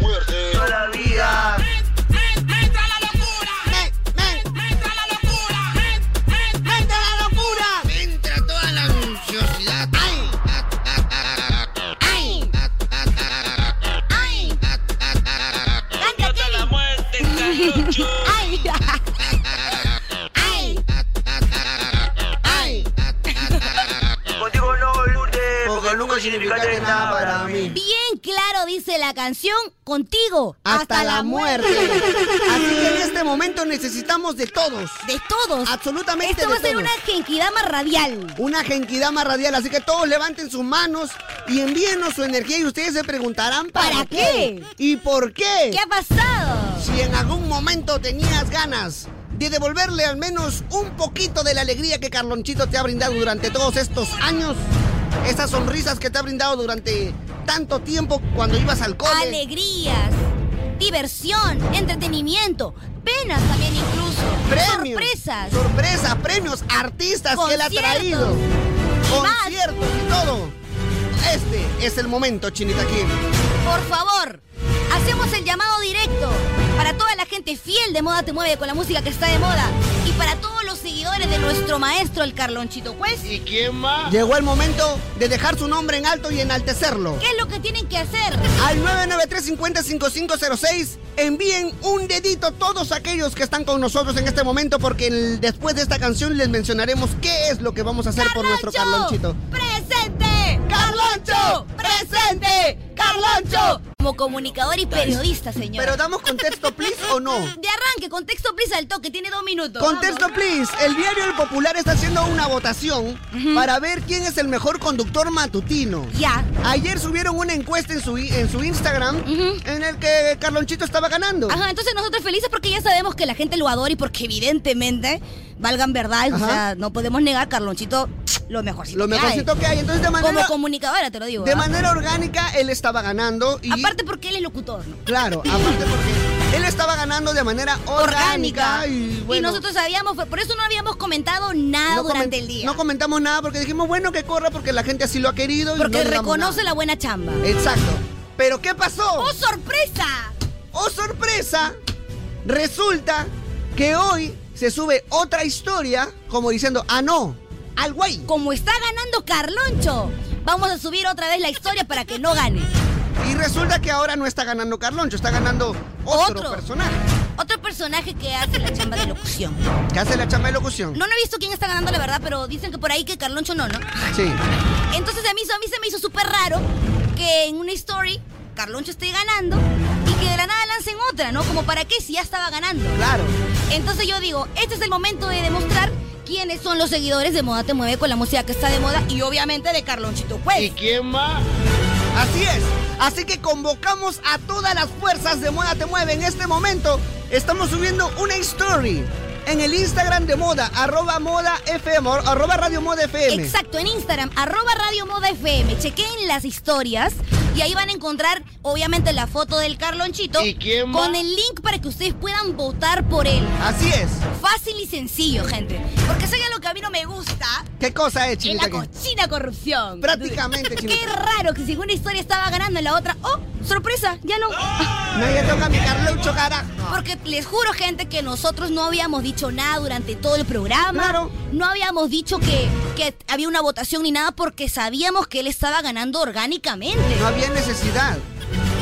Speaker 12: Toda la vida.
Speaker 3: ¡Vente a la locura!
Speaker 5: Entra toda la ansiosidad. ¡Ay!
Speaker 2: ¡Ay! ¡Ay! ¡Canta, la muerte, ¡Ay! ¡Ay!
Speaker 3: ¡Ay!
Speaker 12: Contigo no, Lourdes.
Speaker 3: Porque nunca significaste nada para mí.
Speaker 2: Bien claro dice la canción, contigo hasta,
Speaker 3: Hasta la muerte. Así que en este momento necesitamos de todos.
Speaker 2: De todos.
Speaker 3: Absolutamente
Speaker 2: Esto va
Speaker 3: de
Speaker 2: a ser
Speaker 3: todos.
Speaker 2: una genkidama radial.
Speaker 3: Una genkidama radial, así que todos levanten sus manos y envíenos su energía y ustedes se preguntarán para,
Speaker 2: ¿Para qué?
Speaker 3: y por qué.
Speaker 2: ¿Qué ha pasado?
Speaker 3: Si en algún momento tenías ganas de devolverle al menos un poquito de la alegría que Carlonchito te ha brindado durante todos estos años, esas sonrisas que te ha brindado durante tanto tiempo cuando ibas al cole.
Speaker 2: Alegrías, diversión, entretenimiento, penas también incluso,
Speaker 3: Premios.
Speaker 2: sorpresas.
Speaker 3: Sorpresas, premios, artistas que él ha
Speaker 2: Conciertos.
Speaker 3: traído.
Speaker 2: Y más.
Speaker 3: Conciertos y todo. Este es el momento, Chinita Kim.
Speaker 2: Por favor, hacemos el llamado directo para toda la gente fiel de Moda Te Mueve con la música que está de moda y para todos los seguidores de nuestro maestro, el Carlonchito Pues, Juez.
Speaker 3: ¿Y quién más? Llegó el momento de dejar su nombre en alto y enaltecerlo.
Speaker 2: ¿Qué es lo que tienen que hacer?
Speaker 3: Al 993-50-5506 envíen un dedito todos aquellos que están con nosotros en este momento porque el- después de esta canción les mencionaremos qué es lo que vamos a hacer por nuestro Carlonchito.
Speaker 2: ¡Presente! ¡Carloncho! ¡Presente! ¡Carloncho! Como comunicador y periodista, señor.
Speaker 3: Pero damos contexto, please o no.
Speaker 2: De arranque, contexto prisa al toque, tiene dos minutos.
Speaker 3: Contexto,
Speaker 2: Vamos.
Speaker 3: please. El diario El Popular está haciendo una votación para ver quién es el mejor conductor matutino.
Speaker 2: Ya.
Speaker 3: Ayer subieron una encuesta en su, i- en su Instagram en el que Carlonchito estaba ganando.
Speaker 2: Ajá, entonces nosotros felices porque ya sabemos que la gente lo adora y porque evidentemente valgan verdades, o
Speaker 3: Ajá.
Speaker 2: sea, no podemos negar, Carlonchito, lo mejorcito
Speaker 3: Lo mejorcito que hay. Entonces, de manera-
Speaker 2: Como comunicadora, te lo digo.
Speaker 3: De
Speaker 2: ¿ah?
Speaker 3: manera orgánica él estaba ganando y
Speaker 2: Aparte porque él es locutor, ¿no?
Speaker 3: claro, aparte porque Él estaba ganando de manera orgánica.
Speaker 2: orgánica. Y, nosotros sabíamos, fue- por eso no habíamos comentado nada
Speaker 3: No
Speaker 2: durante
Speaker 3: comen-
Speaker 2: el día.
Speaker 3: No comentamos nada porque dijimos, bueno, que corra porque la gente así lo ha querido. y
Speaker 2: porque
Speaker 3: no digamos
Speaker 2: reconoce
Speaker 3: nada.
Speaker 2: la buena chamba.
Speaker 3: Exacto. Pero ¿qué pasó?
Speaker 2: ¡Oh, sorpresa!
Speaker 3: ¡Oh, sorpresa! Resulta que hoy se sube otra historia como diciendo, ah, no, al guay.
Speaker 2: Como está ganando Carloncho, vamos a subir otra vez la historia para que no gane.
Speaker 3: Y resulta que ahora no está ganando Carloncho, está ganando otro,
Speaker 2: Otro.
Speaker 3: personaje.
Speaker 2: Otro personaje que hace la chamba de locución.
Speaker 3: ¿Qué hace la chamba de locución?
Speaker 2: No, no he visto quién está ganando, la verdad, pero dicen que por ahí que Carloncho no, ¿no?
Speaker 3: Sí.
Speaker 2: Entonces a mí, a mí se me hizo súper raro que en una story Carloncho esté ganando y que de la nada lancen otra, ¿no? Como para qué si ya estaba ganando.
Speaker 3: Claro.
Speaker 2: Entonces yo digo, este es el momento de demostrar quiénes son los seguidores de Moda Te Mueve con la música que está de moda y obviamente de Carlonchito Pues. ¿Y
Speaker 3: quién más? Así es. Así que convocamos a todas las fuerzas de Moda Te Mueve. En este momento estamos subiendo una story en el Instagram de Moda, arroba Moda FM, ar- arroba Radio Moda FM.
Speaker 2: Exacto, en Instagram, arroba Radio Moda FM. Chequen las historias y ahí van a encontrar, obviamente, la foto del Carlonchito.
Speaker 5: más?
Speaker 2: Con el link para que ustedes puedan votar por él.
Speaker 3: Así es.
Speaker 2: Fácil y sencillo, gente. Porque eso ya lo que a mí no me gusta.
Speaker 3: ¿Qué cosa es,
Speaker 2: Es
Speaker 3: chinita?
Speaker 2: la
Speaker 3: que-
Speaker 2: cochina corrupción. Qué
Speaker 3: Prácticamente, chinita.
Speaker 2: raro que si una historia estaba ganando en la otra, ¡oh! ¡Sorpresa! Ya no.
Speaker 3: No, ya toca mi Carlucho, carajo.
Speaker 2: Porque les juro, gente, que nosotros no habíamos dicho nada durante todo el programa.
Speaker 3: Claro.
Speaker 2: No habíamos dicho que, que había una votación ni nada porque sabíamos que él estaba ganando orgánicamente.
Speaker 3: No había necesidad.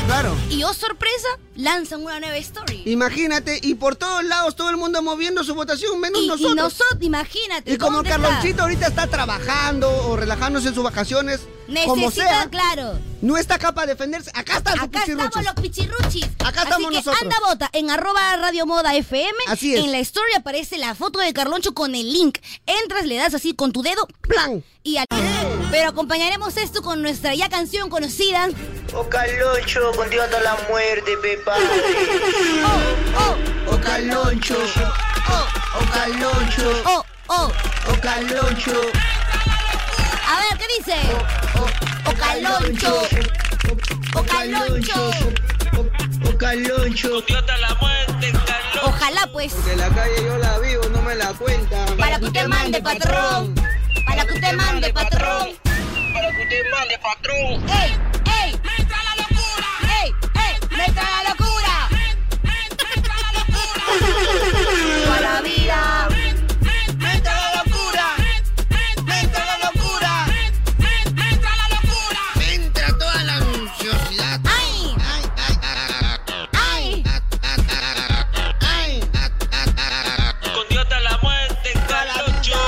Speaker 3: Claro.
Speaker 2: Y oh, sorpresa, lanzan una nueva story.
Speaker 3: Imagínate, y por todos lados todo el mundo moviendo su votación, menos
Speaker 2: Y- y
Speaker 3: nosotros.
Speaker 2: nosotros, imagínate.
Speaker 3: Y como
Speaker 2: ¿dónde está?
Speaker 3: Carlonchito ahorita está trabajando o relajándose en sus vacaciones, como
Speaker 2: Necesita,
Speaker 3: sea,
Speaker 2: claro.
Speaker 3: no está capaz de defenderse. Acá están sus
Speaker 2: Acá
Speaker 3: pichirruchos.
Speaker 2: estamos los pichirruchis. Así
Speaker 3: Acá estamos
Speaker 2: que
Speaker 3: nosotros.
Speaker 2: anda bota en arroba Radio Moda FM.
Speaker 3: Así es.
Speaker 2: En la historia aparece la foto de Carloncho con el link. Entras, le das así con tu dedo,
Speaker 3: plan.
Speaker 2: Y al... Pero acompañaremos esto con nuestra ya canción conocida.
Speaker 5: O Caloncho, Oh, contigo hasta la muerte, Pepa. Oh, oh, o Caloncho. Oh, o Caloncho.
Speaker 2: Oh, oh,
Speaker 5: o Caloncho.
Speaker 2: A ver, ¿qué dice?
Speaker 5: Oh,
Speaker 2: Oh, O Caloncho. O Caloncho.
Speaker 12: O Caloncho. Contigo hasta la muerte, Caloncho.
Speaker 2: Ojalá pues.
Speaker 12: Porque la calle yo la vivo, no me la cuenta.
Speaker 2: Para que usted mande, patrón. Para que usted mande, patrón.
Speaker 12: Para que usted mande, patrón.
Speaker 2: ¡Ey! ¡Ey! ¡Meta la locura! ¡Ey! ¡Ey! ¡Meta la locura!
Speaker 5: Viva la vida. Meta la locura. Meta la locura. Meta la locura. Entra toda la ansiosidad.
Speaker 2: ¡Ay! ¡Ay!
Speaker 5: ¡Ay!
Speaker 12: Contigo hasta la muerte, Caloncho.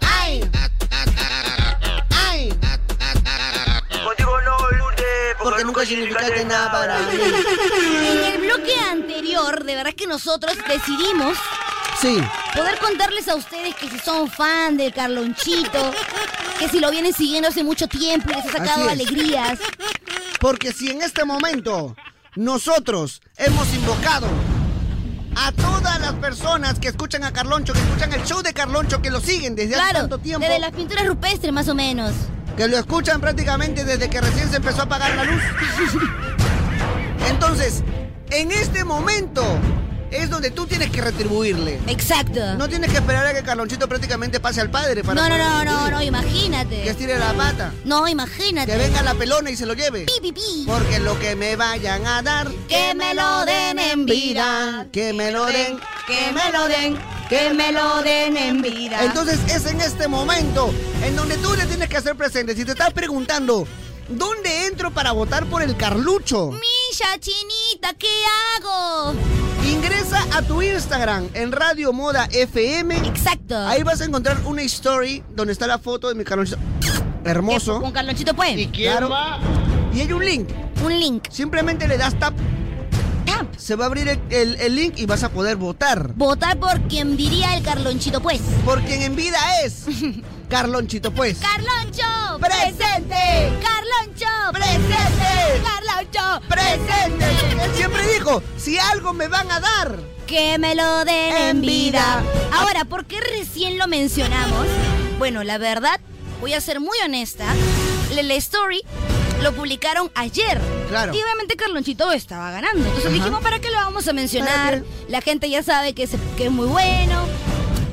Speaker 5: ¡Ay! ¡Ay! Contigo no lude, porque, nunca significaste nada para mí.
Speaker 2: En el bloque anterior, de verdad que nosotros decidimos
Speaker 3: Sí.
Speaker 2: poder contarles a ustedes que si son fan del Carlonchito, que si lo vienen siguiendo hace mucho tiempo, y les ha sacado
Speaker 3: Así es.
Speaker 2: alegrías.
Speaker 3: Porque si en este momento nosotros hemos invocado a todas las personas que escuchan a Carloncho, que escuchan el show de Carloncho, que lo siguen desde hace
Speaker 2: Claro,
Speaker 3: tanto tiempo,
Speaker 2: desde las pinturas rupestres más o menos.
Speaker 3: que lo escuchan prácticamente desde que recién se empezó a apagar la luz. Entonces, en este momento es donde tú tienes que retribuirle.
Speaker 2: Exacto.
Speaker 3: No tienes que esperar a que Carlonchito prácticamente pase al padre para
Speaker 2: No, no,
Speaker 3: poder
Speaker 2: no, no,
Speaker 3: retribuir.
Speaker 2: no, imagínate.
Speaker 3: Que estire la pata.
Speaker 2: No, imagínate.
Speaker 3: Que venga la pelona y se lo lleve. Porque lo que me vayan a dar,
Speaker 2: Que me lo den en vida.
Speaker 3: que me lo den.
Speaker 2: Que me lo den. Que me lo den en vida.
Speaker 3: Entonces es en este momento en donde tú le tienes que hacer presente. Si te estás preguntando, ¿dónde entro para votar por el Carlucho?
Speaker 2: Milla chinita, ¿qué hago?
Speaker 3: Ingresa a tu Instagram en Radio Moda FM.
Speaker 2: Exacto.
Speaker 3: Ahí vas a encontrar una story donde está la foto de mi Carlonchito. Hermoso.
Speaker 2: Con Carlonchito pues. ¿Y
Speaker 3: Y hay un link.
Speaker 2: Un link.
Speaker 3: Simplemente le das tap.
Speaker 2: Tap.
Speaker 3: Se va a abrir el, el- el link y vas a poder votar.
Speaker 2: Votar por quien diría el Carlonchito pues.
Speaker 3: Por quien en vida
Speaker 2: *laughs*
Speaker 3: es Carlonchito, pues.
Speaker 2: Carloncho.
Speaker 3: Presente.
Speaker 2: Carloncho.
Speaker 3: Presente.
Speaker 2: Carloncho.
Speaker 3: ¡Presente! Él siempre dijo, si algo me van a dar.
Speaker 2: Que me lo den en
Speaker 3: En vida.
Speaker 2: vida. Ahora, ¿por qué recién lo mencionamos? Bueno, la verdad, voy a ser muy honesta. La, la story lo publicaron ayer. Claro. Y obviamente Carlonchito estaba ganando. Entonces
Speaker 5: Ajá.
Speaker 2: dijimos, ¿para qué lo vamos a mencionar? La gente ya sabe que es, que es muy bueno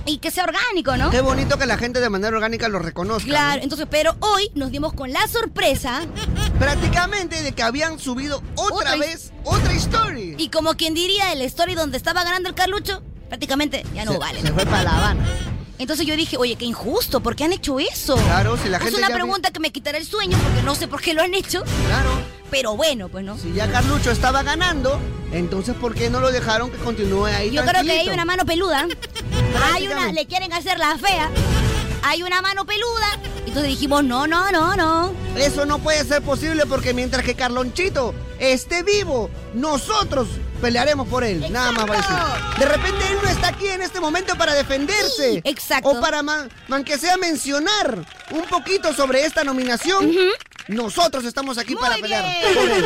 Speaker 2: y que sea orgánico, ¿no?
Speaker 3: Qué bonito que la gente de manera orgánica lo reconozca.
Speaker 2: Claro,
Speaker 3: ¿no?
Speaker 2: entonces, pero hoy nos dimos con la sorpresa.
Speaker 3: Prácticamente de que habían subido otra, vez otra story.
Speaker 2: Y como quien diría, el story donde estaba ganando el Carlucho, prácticamente ya no
Speaker 3: Se-
Speaker 2: vale.
Speaker 3: se fue para La Habana.
Speaker 2: Entonces yo dije, oye, qué injusto, ¿por qué han hecho eso?
Speaker 3: Claro, si la
Speaker 2: Es
Speaker 3: gente
Speaker 2: una
Speaker 3: ya vi-
Speaker 2: pregunta que me quitará el sueño porque no sé por qué lo han hecho.
Speaker 3: Claro.
Speaker 2: Pero bueno, pues no.
Speaker 3: Si ya Carlucho estaba ganando, entonces ¿por qué no lo dejaron que continúe ahí?
Speaker 2: Yo creo que hay
Speaker 3: tranquilito?
Speaker 2: una mano peluda. Hay una, le quieren hacer la fea. Hay una mano peluda. Entonces dijimos, no, no, no, no.
Speaker 3: Eso no puede ser posible porque mientras que Carlonchito esté vivo, nosotros pelearemos por él. Nada más va a decir. De repente él no está aquí en este momento para defenderse. exacto. O para man, man que sea mencionar un poquito sobre esta nominación. Nosotros estamos aquí para pelear. por él.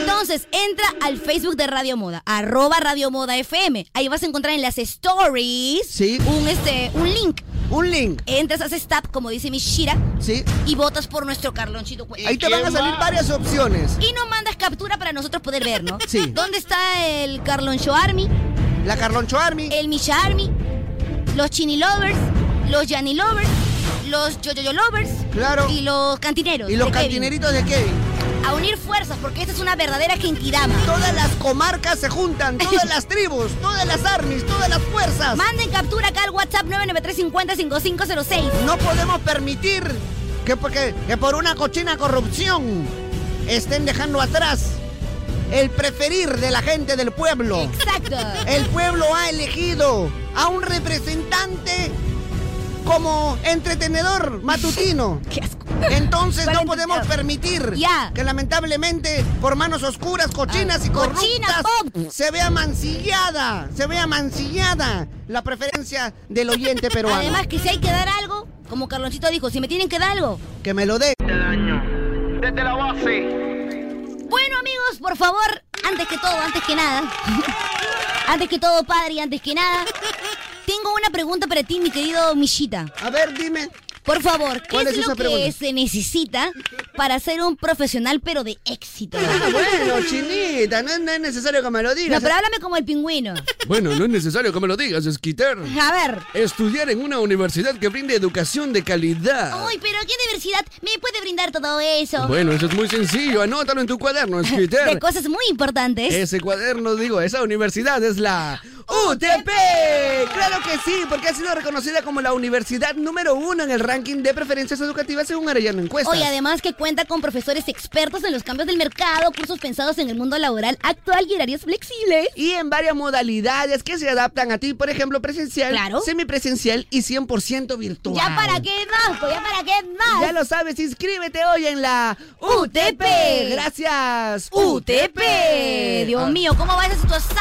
Speaker 2: Entonces, entra al Facebook de Radio Moda, arroba Radio Moda FM. Ahí vas a encontrar en las stories un, este, un link.
Speaker 3: Un link.
Speaker 2: Entras, haces tap, como dice mi Shira.
Speaker 3: Sí.
Speaker 2: Y votas por nuestro Carlonchito Cuellar.
Speaker 3: Ahí te van a salir varias opciones.
Speaker 2: Y nos mandas captura para nosotros poder ver, ¿no?
Speaker 3: Sí.
Speaker 2: ¿Dónde está el Carloncho Army?
Speaker 3: La Carloncho Army.
Speaker 2: El Misha Army. Los Chini Lovers. Los Yanni Lovers. Los Yoyoyo Lovers.
Speaker 3: Claro.
Speaker 2: Y los cantineros.
Speaker 3: Y los
Speaker 2: de Kevin.
Speaker 3: cantineritos de Kevin.
Speaker 2: A unir fuerzas, porque esta es una verdadera genkidama.
Speaker 3: Todas las comarcas se
Speaker 2: *laughs*
Speaker 3: juntan, todas las tribus, todas las armies, todas las fuerzas.
Speaker 2: Manden captura acá al WhatsApp 993505506.
Speaker 3: No podemos permitir que, porque- que por una cochina corrupción estén dejando atrás el preferir de la gente del pueblo.
Speaker 2: Exacto.
Speaker 3: El pueblo ha elegido a un representante como entretenedor matutino. Entonces no podemos permitir que lamentablemente por manos oscuras, cochinas y corruptas se vea mancillada, se vea mancillada la preferencia del oyente peruano.
Speaker 2: Además que si hay que dar algo, como Carlonchito dijo, si me tienen que dar algo.
Speaker 3: que me lo dé.
Speaker 5: Desde la base.
Speaker 2: Bueno amigos, por favor, antes que todo, antes que nada. *laughs* antes que todo, padre, y antes que nada. Tengo una pregunta para ti, mi querido Mishita.
Speaker 3: A ver, dime.
Speaker 2: Por favor, ¿qué
Speaker 3: ¿Cuál
Speaker 2: es,
Speaker 3: es
Speaker 2: lo
Speaker 3: esa
Speaker 2: que
Speaker 3: pregunta?
Speaker 2: se necesita para ser un profesional pero de
Speaker 3: *laughs*
Speaker 2: éxito?
Speaker 3: Ah, bueno, chinita, no, no es necesario que me lo
Speaker 2: No,
Speaker 3: digas.
Speaker 2: pero háblame como el
Speaker 3: *laughs*
Speaker 2: pingüino.
Speaker 7: Bueno, no es necesario que me lo digas, Esquitar.
Speaker 2: A ver.
Speaker 7: Estudiar en una universidad que brinde educación de calidad.
Speaker 2: Uy, pero ¿qué universidad me puede brindar todo eso?
Speaker 7: Bueno, eso es muy sencillo. Anótalo en tu cuaderno, Esquitar.
Speaker 2: De cosas muy importantes.
Speaker 7: Ese cuaderno, digo, esa universidad es la...
Speaker 3: UTP, claro que sí, porque ha sido reconocida como la universidad número uno en el ranking de preferencias educativas según Arellano Encuestas.
Speaker 2: Hoy además que cuenta con profesores expertos en los cambios del mercado, cursos pensados en el mundo laboral actual y horarios flexibles.
Speaker 3: Y en varias modalidades que se adaptan a ti, por ejemplo, presencial,
Speaker 2: Claro.
Speaker 3: semipresencial y 100% virtual.
Speaker 2: ¿Ya para qué más? Pues ya para qué más.
Speaker 3: Ya lo sabes, inscríbete hoy en la UTP. Gracias,
Speaker 2: UTP.
Speaker 3: Ah.
Speaker 2: Dios mío, ¿cómo va esa situación?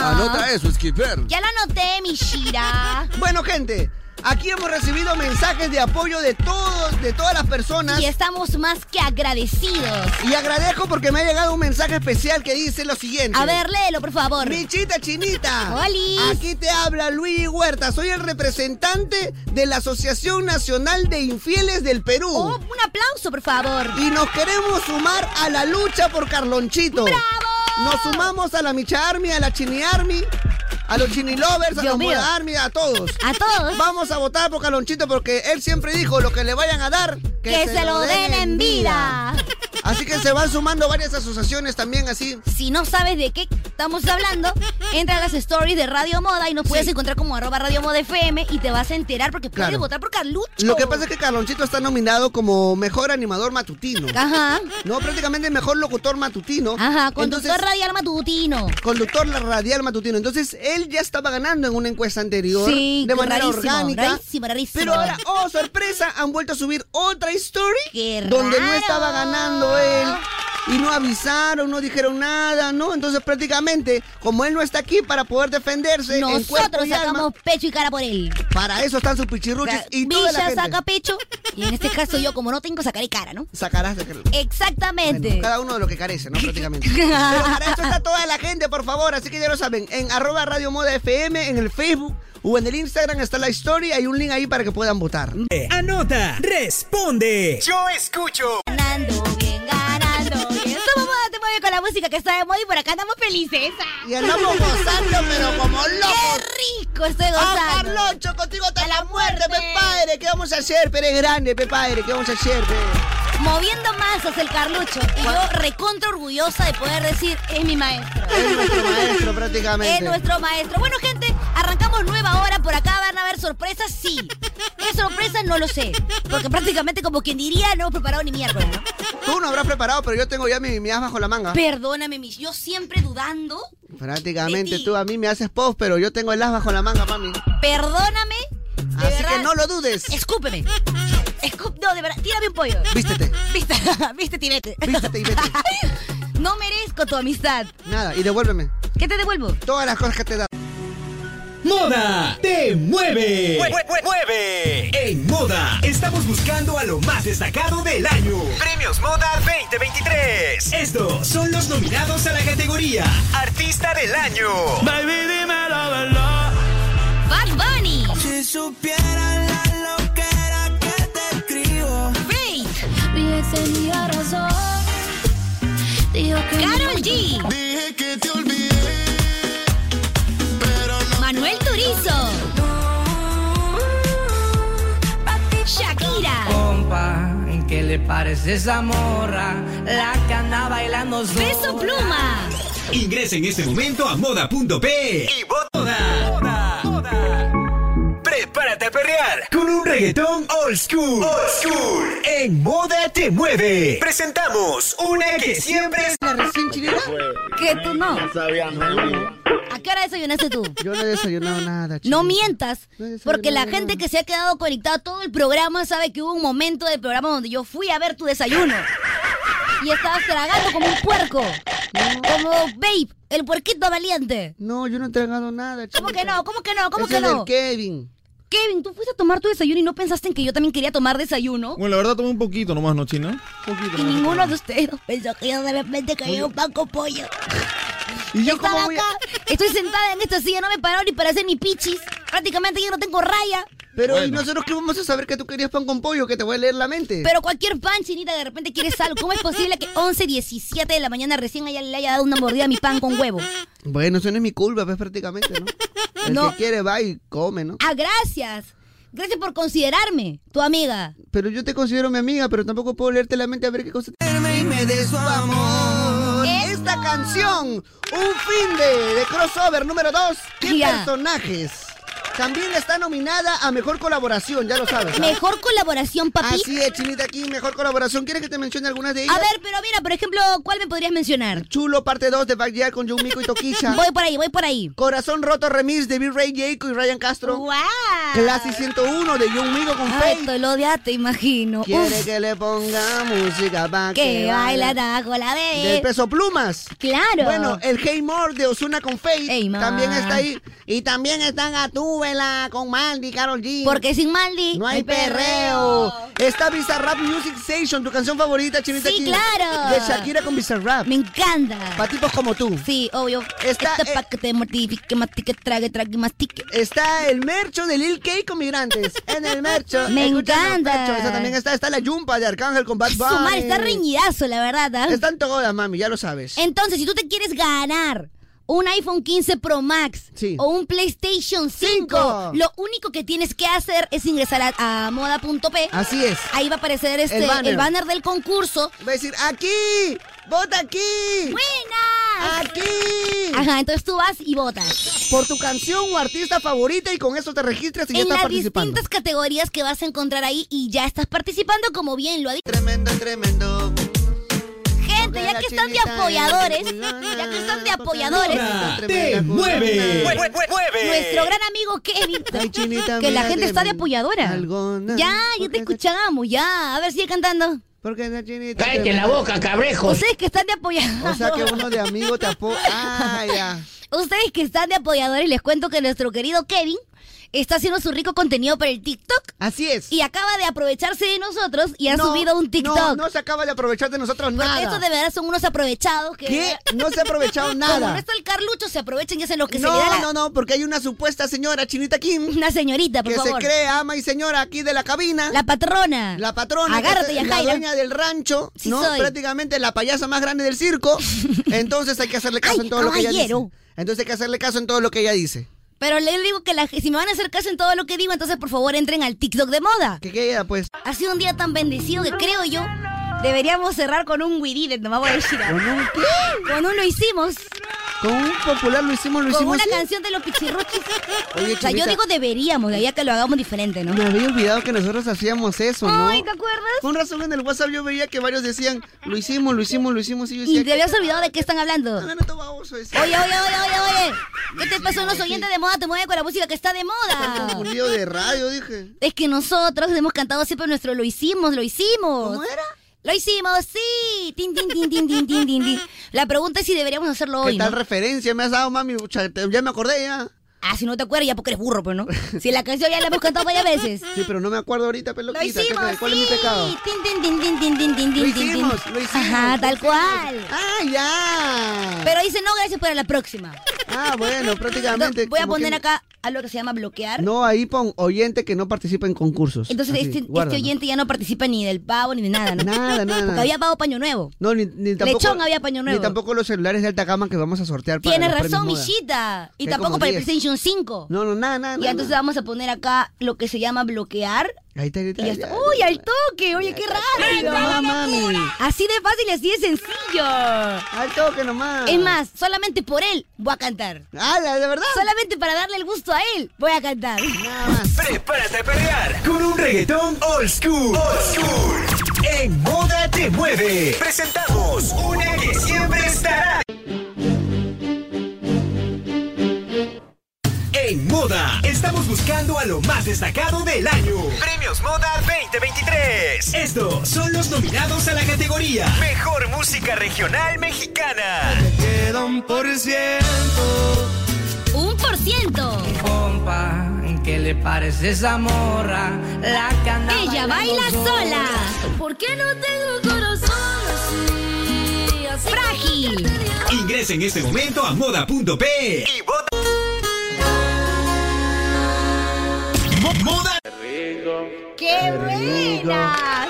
Speaker 7: Anota eso, Skipper.
Speaker 2: Ya lo anoté, mi Shira.
Speaker 3: Bueno, gente, aquí hemos recibido mensajes de apoyo de todos, de todas las personas.
Speaker 2: Y estamos más que agradecidos.
Speaker 3: Y agradezco porque me ha llegado un mensaje especial que dice lo siguiente.
Speaker 2: A ver, léelo, por favor.
Speaker 3: Michita Chinita.
Speaker 2: Olis.
Speaker 3: Aquí te habla Luigi Huerta. Soy el representante de la Asociación Nacional de Infieles del Perú.
Speaker 2: Oh, un aplauso, por favor.
Speaker 3: Y nos queremos sumar a la lucha por Carlonchito. ¡Bravo! Nos sumamos a la Micha Army, a la Chini Army. A los Chini Lovers, a
Speaker 2: Dios
Speaker 3: los
Speaker 2: mío.
Speaker 3: Moda Army, a todos.
Speaker 2: A
Speaker 3: *laughs*
Speaker 2: todos.
Speaker 3: Vamos a votar por Carlonchito porque él siempre dijo lo que le vayan a dar,
Speaker 2: Que, se, lo den en vida.
Speaker 3: Así que se van sumando varias asociaciones también así.
Speaker 2: Si no sabes de qué estamos
Speaker 3: *laughs*
Speaker 2: hablando, entra a las stories de Radio Moda y nos puedes encontrar como arroba Radio Moda FM y te vas a enterar porque puedes
Speaker 3: Claro.
Speaker 2: votar por Carlucho.
Speaker 3: Lo que pasa es que Carlonchito está nominado como mejor animador matutino.
Speaker 2: Ajá.
Speaker 3: No, prácticamente mejor locutor matutino.
Speaker 2: Ajá, conductor
Speaker 3: Entonces-
Speaker 2: radial matutino.
Speaker 3: Conductor radial matutino. Entonces, él ya estaba ganando en una encuesta anterior.
Speaker 2: Sí,
Speaker 3: de manera
Speaker 2: rarísimo,
Speaker 3: orgánica.
Speaker 2: rarísimo, rarísimo.
Speaker 3: Pero ahora, oh, sorpresa, han vuelto a subir otra story.
Speaker 2: Qué
Speaker 3: donde no
Speaker 2: raro.
Speaker 3: estaba ganando él. Y no avisaron, no dijeron nada, ¿no? Entonces, prácticamente, como él no está aquí para poder defenderse, en cuerpo
Speaker 2: Nosotros
Speaker 3: y alma,
Speaker 2: sacamos pecho y cara por él.
Speaker 3: para eso están sus pichirruches y toda la
Speaker 2: Villa
Speaker 3: gente.
Speaker 2: saca pecho y en este caso yo como no tengo sacaré cara, ¿no?
Speaker 3: Sacarás de
Speaker 2: Exactamente.
Speaker 3: Bueno, cada uno de lo que
Speaker 2: *laughs*
Speaker 3: carece, ¿no? Prácticamente. Pero para esto está toda la gente, por favor. Así que ya lo saben. En arroba Radio Moda FM, en el Facebook o en el Instagram está la historia. Hay un link ahí para que puedan votar.
Speaker 1: Anota, responde. Yo escucho.
Speaker 2: Ganando bien, ganando. cambio con la música que está de moda y por acá andamos felices. ¿ah?
Speaker 5: Y
Speaker 2: *laughs*
Speaker 5: andamos gozando, pero como locos.
Speaker 2: ¡Qué rico estoy gozando!
Speaker 5: ¡Ah, Carloncho, contigo hasta la muerte, pe padre! ¿Qué vamos a hacer, pe? Eres grande, pe padre. ¿Qué vamos a hacer, pe?
Speaker 2: Moviendo masas el Carlucho. Y yo recontra orgullosa de poder decir, es mi maestro.
Speaker 3: Es
Speaker 2: *laughs*
Speaker 3: nuestro maestro, prácticamente.
Speaker 2: Es nuestro maestro. Bueno, gente, arrancamos nueva hora. Por acá van a haber sorpresas, sí. ¿Qué sorpresas? No lo sé. Porque prácticamente, como quien diría, no hemos preparado ni mierda. ¿no?
Speaker 3: Tú no habrás preparado, pero yo tengo ya mis mimidas bajo la
Speaker 5: Ah.
Speaker 3: manga.
Speaker 2: Perdóname, mis. Yo siempre dudando.
Speaker 3: Prácticamente tú a mí me haces post, pero yo tengo el as bajo la manga, mami.
Speaker 2: Perdóname. de
Speaker 3: Así que
Speaker 2: verdad.
Speaker 3: no lo dudes.
Speaker 2: Escúpeme. Escup- no, de verdad, tírame un pollo.
Speaker 3: Vístete.
Speaker 2: *laughs* Vístete, vístete y vete.
Speaker 3: Vístete y vete.
Speaker 2: *laughs* No merezco tu amistad.
Speaker 3: Nada, y devuélveme.
Speaker 2: ¿Qué te devuelvo?
Speaker 3: Todas las cosas que te da.
Speaker 1: Moda te mueve.
Speaker 5: Mue- mue-
Speaker 1: mueve. En Moda estamos buscando a lo más destacado del año. Premios Moda 2023. Estos son los nominados a la categoría Artista del Año.
Speaker 3: Oh.
Speaker 1: Baby, dime la verdad.
Speaker 2: Bad Bunny.
Speaker 5: Si supieran la loquera que te escribo.
Speaker 2: Faith.
Speaker 10: Mi ex tenía razón. Dijo que
Speaker 2: Carol G.
Speaker 5: Dije que te olvidé. Pero no.
Speaker 2: Manuel Turizo. Shakira.
Speaker 5: Compa, ¿qué le parece esa morra? La que anda bailando
Speaker 2: Peso Pluma.
Speaker 1: Ingresa en este momento a moda.p y vota. Prepárate a perrear con un reggaetón old school. Old school. En Moda te mueve. Presentamos una que siempre es
Speaker 3: ¿La recién chilena?
Speaker 2: ¿Qué tú no? ¿A qué hora desayunaste tú?
Speaker 3: Yo no he desayunado nada, chico.
Speaker 2: No mientas, porque la gente que se ha quedado conectada todo el programa sabe que hubo un momento del programa donde yo fui a ver tu desayuno. Y estabas tragando como un puerco. Como babe, el puerquito valiente.
Speaker 3: No, yo no he tragado nada, chico.
Speaker 2: ¿Cómo que no? ¿Cómo que no? ¿Cómo
Speaker 3: Ese
Speaker 2: que
Speaker 3: es del
Speaker 2: no?
Speaker 3: Kevin.
Speaker 2: Kevin, tú fuiste a tomar tu desayuno y no pensaste en que yo también quería tomar desayuno.
Speaker 4: Bueno, la verdad tomé un poquito nomás, ¿no, China?
Speaker 2: Y ninguno de ustedes *laughs* pensó que yo de repente quería un pan con pollo.
Speaker 3: Y yo
Speaker 2: Estaba acá, estoy sentada en esta silla, no me paró ni para hacer mi pichis. Prácticamente yo no tengo raya.
Speaker 3: Pero ¿y
Speaker 4: Bueno.
Speaker 3: nosotros qué vamos a saber que tú querías pan con pollo? Que te voy a leer la mente.
Speaker 2: Pero cualquier pan, chinita, de repente quieres algo. ¿Cómo es posible que 11, 17 de la mañana recién allá le haya dado una mordida a mi pan con huevo?
Speaker 3: Bueno, eso no es mi culpa, pues prácticamente,
Speaker 2: *laughs*
Speaker 3: ¿no? El
Speaker 2: No.
Speaker 3: que quiere va y come, ¿no?
Speaker 2: Ah, gracias. Gracias por considerarme, tu amiga.
Speaker 3: Pero yo te considero mi amiga, pero tampoco puedo leerte la mente a ver qué cosa.
Speaker 5: Y me des su amor.
Speaker 2: ¿Eh?
Speaker 3: Esta canción, un fin de, de crossover número 2. ¿Qué
Speaker 2: Ya.
Speaker 3: personajes? También está nominada a mejor colaboración, ya lo sabes. ¿ah?
Speaker 2: Mejor colaboración, papi.
Speaker 3: Así es, Chinita aquí, mejor colaboración. ¿Quieres que te mencione algunas de ellas?
Speaker 2: A ver, pero mira, por ejemplo, ¿cuál me podrías mencionar?
Speaker 3: Chulo, parte 2 de Backyard con Yumiko y Toquisha.
Speaker 2: *laughs* Voy por ahí, voy por ahí.
Speaker 3: Corazón roto remix de B-Ray Jaco y Ryan Castro.
Speaker 2: ¡Wow!
Speaker 3: Clase 101 de Yumiko con
Speaker 2: Ay,
Speaker 3: Faith.
Speaker 2: te lo odia, te imagino.
Speaker 3: Quiere
Speaker 2: Uf,
Speaker 3: que le ponga música pa' que,
Speaker 2: que baila
Speaker 3: baile.
Speaker 2: tajo la de...
Speaker 3: Del peso plumas.
Speaker 2: Claro.
Speaker 3: Bueno, el Hey More de Osuna con Faith
Speaker 2: Hey Ma.
Speaker 3: también está ahí. Y también está Gatúbela con Mandy, Carol G.
Speaker 2: Porque sin Maldi
Speaker 3: no hay perreo. Está Bizarrap Music Station, tu canción favorita, Chinita
Speaker 2: Sí,
Speaker 3: Kim.
Speaker 2: claro.
Speaker 3: De Shakira con Bizarrap.
Speaker 2: Me encanta.
Speaker 3: Pa' tipos como tú.
Speaker 2: Sí, obvio.
Speaker 3: Está,
Speaker 2: Esto es
Speaker 3: eh,
Speaker 2: pa' que te mortifique, mastique, trague, trague, mastique.
Speaker 3: Está el mercho de Lil Cake con Migrantes. En el mercho.
Speaker 2: *laughs* Me
Speaker 3: Escuchen los
Speaker 2: encanta.
Speaker 3: pechos. Esa también está. Está la Yumpa de Arcángel con Bad
Speaker 2: Su
Speaker 3: Bunny.
Speaker 2: madre está reñidazo, la verdad. ¿ah?
Speaker 3: Están todas, mami, ya lo sabes.
Speaker 2: Entonces, si tú te quieres ganar un iPhone 15 Pro Max
Speaker 3: Sí.
Speaker 2: o un PlayStation 5,
Speaker 3: Cinco.
Speaker 2: lo único que tienes que hacer es ingresar a, a moda.p.
Speaker 3: Así es.
Speaker 2: Ahí va a aparecer este, el,
Speaker 3: Ah.
Speaker 2: banner.
Speaker 3: El banner.
Speaker 2: del concurso.
Speaker 3: Va a decir, aquí, vota aquí,
Speaker 2: ¡Buena!
Speaker 3: Ah, aquí,
Speaker 2: Ajá, entonces tú vas y votas.
Speaker 3: por tu canción o artista favorita y con eso te registras y ya
Speaker 2: en
Speaker 3: estás
Speaker 2: las
Speaker 3: participando.
Speaker 2: distintas categorías que vas a encontrar ahí y ya estás participando, como bien lo ha dicho.
Speaker 3: Tremendo, tremendo.
Speaker 2: Gente, ya que están de apoyadores, ya que están de apoyadores,
Speaker 1: Moda te mueve. Mue- mue- mue- mueve.
Speaker 2: nuestro gran amigo Kevin,
Speaker 3: Ay, chinita,
Speaker 2: que la
Speaker 3: mira,
Speaker 2: gente está de
Speaker 3: tremendo.
Speaker 2: apoyadora.
Speaker 3: Algona,
Speaker 2: Ya, ya te escuchábamos, ya. A ver, sigue cantando.
Speaker 3: Porque la chinita.
Speaker 5: Cállate la
Speaker 3: tremenda.
Speaker 5: boca, cabrejo.
Speaker 2: Ustedes que están de apoyadores.
Speaker 3: O sea que
Speaker 2: *laughs*
Speaker 3: uno de amigo te apoya. Ah, ya.
Speaker 2: Ustedes que están de apoyadores, les cuento que nuestro querido Kevin está haciendo su rico contenido para el TikTok.
Speaker 3: Así es.
Speaker 2: Y acaba de aprovecharse de nosotros y ha
Speaker 3: No,
Speaker 2: subido un TikTok.
Speaker 3: No, no se acaba de aprovechar de nosotros
Speaker 2: Porque
Speaker 3: nada.
Speaker 2: estos de verdad son unos aprovechados que...
Speaker 3: ¿Qué? No se
Speaker 2: *laughs*
Speaker 3: ha aprovechado
Speaker 2: Como no
Speaker 3: nada.
Speaker 2: está el Carlucho, se aprovechan y hacen lo que se
Speaker 3: No,
Speaker 2: le da la...
Speaker 3: no, no, porque hay una supuesta señora Chinita Kim.
Speaker 2: Una señorita, por
Speaker 3: que
Speaker 2: favor.
Speaker 3: se cree ama y señora aquí de la cabina.
Speaker 2: La patrona.
Speaker 3: La patrona. que
Speaker 2: Agárrate,
Speaker 3: es La
Speaker 2: Yajaira.
Speaker 3: dueña del rancho,
Speaker 2: Sí
Speaker 3: ¿no?
Speaker 2: soy.
Speaker 3: Prácticamente la payasa más grande
Speaker 2: *laughs*
Speaker 3: del circo. Entonces hay que hacerle caso en todo lo que ella dice.
Speaker 2: caballero.
Speaker 3: Entonces hay que hacerle caso en todo lo que ella dice.
Speaker 2: Pero le digo que la- si me van a hacer caso en todo lo que digo, entonces por favor entren al TikTok de moda.
Speaker 3: ¿Qué queda, pues?
Speaker 2: Ha sido un día tan bendecido que creo yo deberíamos cerrar con un We Did It, nomás voy a decir. ¿Con
Speaker 3: un
Speaker 2: qué? Con un lo hicimos.
Speaker 3: Con un popular lo hicimos, lo
Speaker 2: Con
Speaker 3: hicimos.
Speaker 2: una
Speaker 3: sí.
Speaker 2: canción de los pichirruchis.
Speaker 3: *laughs* Oye,
Speaker 2: o sea, yo
Speaker 3: Chinita.
Speaker 2: digo deberíamos, de ahí a que lo hagamos diferente, ¿no?
Speaker 3: Me había olvidado que nosotros hacíamos eso, ¿no?
Speaker 2: Ay, ¿te acuerdas?
Speaker 3: Con razón en el WhatsApp yo veía que varios decían, lo hicimos, lo hicimos, lo hicimos. Y yo decía,
Speaker 2: Y te habías olvidado de qué están hablando.
Speaker 3: ese.
Speaker 2: Oye, oye, oye, oye, oye. ¿Qué te pasó? Los oyentes de moda te mueven con la música que está de moda.
Speaker 3: *laughs* confundido de radio, dije.
Speaker 2: Es que nosotros hemos cantado siempre nuestro lo hicimos, lo hicimos. ¿Cómo era? Lo hicimos, sí. Tin, tin, tin, tin, tin, tin, tin, tin. La pregunta es si deberíamos hacerlo
Speaker 3: ¿Qué
Speaker 2: hoy.
Speaker 3: tal
Speaker 2: ¿no?
Speaker 3: referencia me has dado, mami? Pucha, te- Ya me acordé, ya.
Speaker 2: Ah, si no te acuerdas, ya porque eres burro, pues, ¿no? Si la canción ya la hemos cantado varias
Speaker 3: *laughs*
Speaker 2: veces.
Speaker 3: Sí, pero no me acuerdo ahorita, peloquita.
Speaker 2: Lo hicimos,
Speaker 3: ¿Cuál es mi
Speaker 2: sí.
Speaker 3: pecado?
Speaker 2: Tin, tin, tin, tin, tin, tin, tin,
Speaker 3: Lo
Speaker 2: tin, tin.
Speaker 3: hicimos, lo hicimos.
Speaker 2: Ajá, tal cual.
Speaker 3: Ah, ya.
Speaker 2: Pero dice no, gracias para la próxima.
Speaker 3: Ah,
Speaker 2: *laughs*
Speaker 3: bueno, prácticamente.
Speaker 2: Voy a
Speaker 3: como
Speaker 2: poner
Speaker 3: que-
Speaker 2: acá algo que se llama bloquear.
Speaker 3: No, ahí pon oyente que no participa en concursos.
Speaker 2: Entonces
Speaker 3: Así,
Speaker 2: este, este
Speaker 3: guárdalo.
Speaker 2: oyente ya no participa ni del pavo ni de nada, ¿no?
Speaker 3: Nada, nada,
Speaker 2: Porque
Speaker 3: nada.
Speaker 2: había pavo paño nuevo.
Speaker 3: No, ni, ni tampoco.
Speaker 2: Lechón había paño nuevo.
Speaker 3: Ni tampoco los celulares de alta gama que vamos a sortear para
Speaker 2: Tienes
Speaker 3: los premios
Speaker 2: razón,
Speaker 3: moda.
Speaker 2: Michita. Y
Speaker 3: Que hay
Speaker 2: tampoco
Speaker 3: como
Speaker 2: para el
Speaker 3: 10.
Speaker 2: PlayStation 5.
Speaker 3: No, no, nada, nada.
Speaker 2: Y
Speaker 3: nada,
Speaker 2: entonces
Speaker 3: nada.
Speaker 2: vamos a poner acá lo que se llama bloquear.
Speaker 3: Ahí está, ahí está.
Speaker 2: Y ya está. ¡Uy, al toque! Oye, qué rápido.
Speaker 3: nomás, mami. Ah.
Speaker 2: Así de fácil y así de sencillo.
Speaker 3: Al toque nomás.
Speaker 2: Es más, solamente por él voy a cantar.
Speaker 3: Ah, de verdad.
Speaker 2: Solamente para darle el gusto a él voy a cantar.
Speaker 1: Prepárate a pelear con un reggaetón old school. Old school. En Moda te mueve. Presentamos una que siempre estará. En Moda estamos buscando a lo más destacado del año. Premios Moda 2023. Estos son los nominados a la categoría Mejor Música Regional Mexicana.
Speaker 5: Queda un por ciento.
Speaker 2: Un por ciento.
Speaker 5: Compa, ¿qué le parece esa morra? La que anda
Speaker 2: Ella
Speaker 5: bailando
Speaker 2: baila sola.
Speaker 10: ¿Por qué no tengo corazón así? así
Speaker 2: Frágil.
Speaker 1: Ingresa en este momento a moda.p y vota. Mo- Moda.
Speaker 2: ¡Qué buena!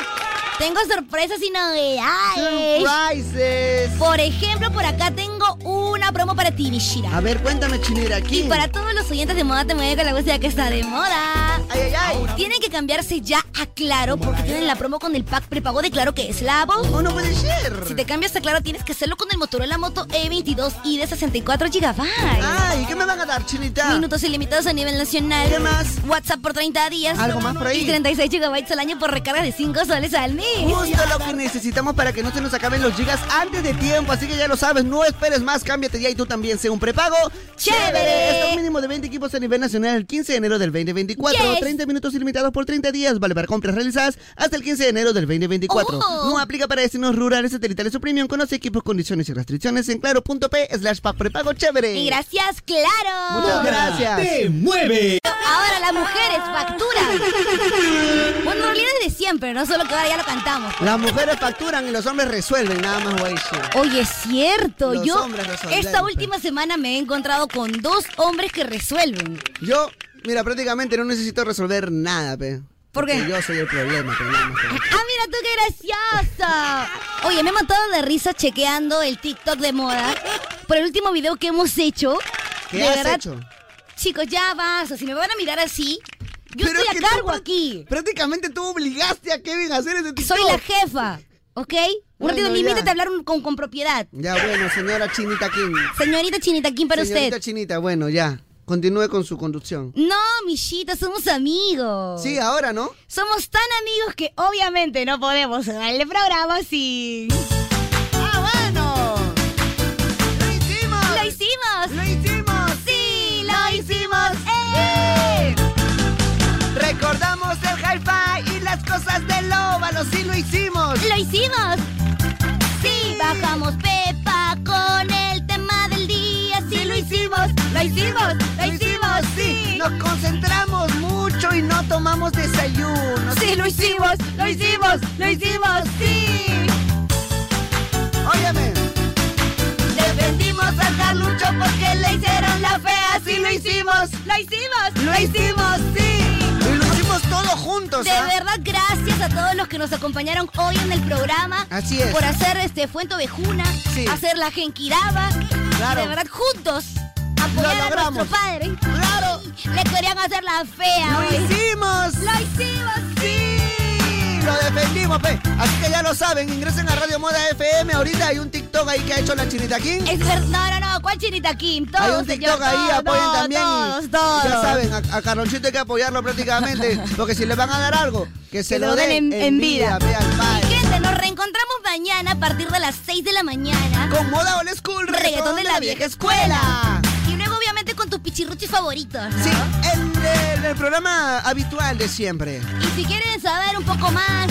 Speaker 2: Tengo sorpresas y novedades.
Speaker 3: Surprises.
Speaker 2: Por ejemplo, por acá tengo una promo para ti, Mishira.
Speaker 3: A ver, cuéntame, Chinera,
Speaker 2: Y
Speaker 3: ¿quién?
Speaker 2: para todos los oyentes de Moda Te Mueve con la música que está de moda.
Speaker 3: Ay, ay, ay.
Speaker 2: Tienen que cambiarse ya a Claro porque tienen la promo con el pack prepago de Claro que es la voz.
Speaker 3: Oh, No, no puede ser.
Speaker 2: Si te cambias a Claro tienes que hacerlo con el Motorola Moto E22 y de 64 GB.
Speaker 3: Ay, ¿qué me van a dar, Chinita?
Speaker 2: Minutos ilimitados a nivel nacional.
Speaker 3: Ah. ¿Qué más?
Speaker 2: WhatsApp por 30 días.
Speaker 3: ¿Algo más por ahí?
Speaker 2: Y 36 GB al año por recarga de 5 soles al mes.
Speaker 3: Justo lo que necesitamos para que no se nos acaben los gigas antes de tiempo, así que ya lo sabes, no esperes más, cámbiate ya y tú también sé un prepago.
Speaker 2: ¡Chévere!
Speaker 3: Esto un mínimo de 20 equipos a nivel nacional el 15 de enero del 2024,
Speaker 2: Yes.
Speaker 3: 30 minutos ilimitados por 30 días, vale para compras realizadas hasta el 15 de enero del 2024.
Speaker 2: Oh.
Speaker 3: No aplica para destinos rurales, satelitales o premium, conoce equipos, condiciones y restricciones en claro.p slash pack prepago chévere.
Speaker 2: Y gracias, Claro.
Speaker 3: Muchas gracias.
Speaker 1: Te mueve.
Speaker 2: Ahora las mujeres facturan. Bueno, en realidad es de siempre, no solo que ahora ya lo cantamos.
Speaker 3: Las mujeres facturan y los hombres resuelven, nada más, güey.
Speaker 2: Oye, es cierto,
Speaker 3: Los
Speaker 2: yo
Speaker 3: hombres resuelven,
Speaker 2: esta
Speaker 3: pues.
Speaker 2: última semana me he encontrado con dos hombres que resuelven.
Speaker 3: Yo, mira, prácticamente no necesito resolver nada, pe.
Speaker 2: ¿Por qué?
Speaker 3: Porque Yo soy el problema, pe. nada más, pe.
Speaker 2: ¡Ah, mira tú qué graciosa! Oye, me he matado de risa chequeando el TikTok de moda por el último video que hemos hecho.
Speaker 3: ¿Qué
Speaker 2: de
Speaker 3: has
Speaker 2: verdad,
Speaker 3: hecho?
Speaker 2: chicos, ya basta. Si me van a mirar así, yo
Speaker 3: Pero es
Speaker 2: estoy
Speaker 3: que
Speaker 2: a
Speaker 3: tú
Speaker 2: cargo
Speaker 3: prá-
Speaker 2: aquí.
Speaker 3: Prácticamente tú obligaste a Kevin a hacer ese TikTok.
Speaker 2: Soy la jefa, ¿ok? Un ratito,
Speaker 3: Bueno,
Speaker 2: limítate
Speaker 3: ya.
Speaker 2: a hablar un- con, con propiedad.
Speaker 3: Ya, bueno, señora Chinita King.
Speaker 2: Señorita Chinita, ¿quién para
Speaker 3: Señorita
Speaker 2: usted?
Speaker 3: Chinita, bueno, ya. Continúe con su conducción.
Speaker 2: No, Michita, somos amigos.
Speaker 3: Sí, ahora, ¿no?
Speaker 2: Somos tan amigos que obviamente no podemos cerrar el programa sin...
Speaker 5: ¡Ah, bueno! ¡Lo hicimos!
Speaker 2: ¡Lo hicimos!
Speaker 5: ¡Lo hicimos!
Speaker 2: ¡Sí, lo hicimos!
Speaker 5: ¡Eh! Recordamos el hi-fi y las cosas del óvalo, sí lo hicimos.
Speaker 2: ¡Lo hicimos! Sí, bajamos Pepa con el tema del día. Sí, lo hicimos. Lo hicimos. Lo hicimos. Sí.
Speaker 3: Nos concentramos tomamos desayuno. Sí, lo hicimos, lo hicimos, lo hicimos, sí. Óyeme. Defendimos a Carlucho porque le hicieron la fea. Sí, lo hicimos. Lo hicimos. Lo hicimos, sí.
Speaker 2: Y
Speaker 3: lo hicimos todos juntos. ¿ah?
Speaker 2: De verdad, gracias a todos los que nos acompañaron hoy en el programa.
Speaker 3: Así es.
Speaker 2: Por hacer este Fuente Ovejuna, hacer la Genkiraba.
Speaker 3: Claro.
Speaker 2: Y De verdad, juntos. Apoyar
Speaker 3: Lo
Speaker 2: a nuestro
Speaker 3: logramos.
Speaker 2: padre. Claro. Le querían hacer la fea.
Speaker 3: Lo
Speaker 2: hoy.
Speaker 3: hicimos.
Speaker 2: Lo hicimos,
Speaker 3: sí. Lo defendimos, pe. Así que ya lo saben, ingresen a Radio Moda FM. Ahorita hay un TikTok ahí que ha hecho la Chinita King.
Speaker 2: Es verdad. No, no, no. ¿Cuál chinita Kim? Todos,
Speaker 3: Hay un
Speaker 2: señor,
Speaker 3: TikTok ahí,
Speaker 2: todos,
Speaker 3: apoyen
Speaker 2: todos,
Speaker 3: también. y
Speaker 2: Todos, todos.
Speaker 3: Ya saben, a, a Carlonchito hay que
Speaker 2: *laughs*
Speaker 3: apoyarlo prácticamente. Porque si le van a dar algo, que se
Speaker 2: Que
Speaker 3: lo den en, vida. pe, al padre.
Speaker 2: Y, Gente, nos reencontramos mañana a partir de las 6 de la mañana.
Speaker 3: Con Moda Old School,
Speaker 2: reggaetón de la vieja escuela. Y luego, obviamente, con tus pichirruchis favoritos. ¿no?
Speaker 3: Sí, en el, el programa habitual de siempre.
Speaker 2: Y si quieren saber un poco más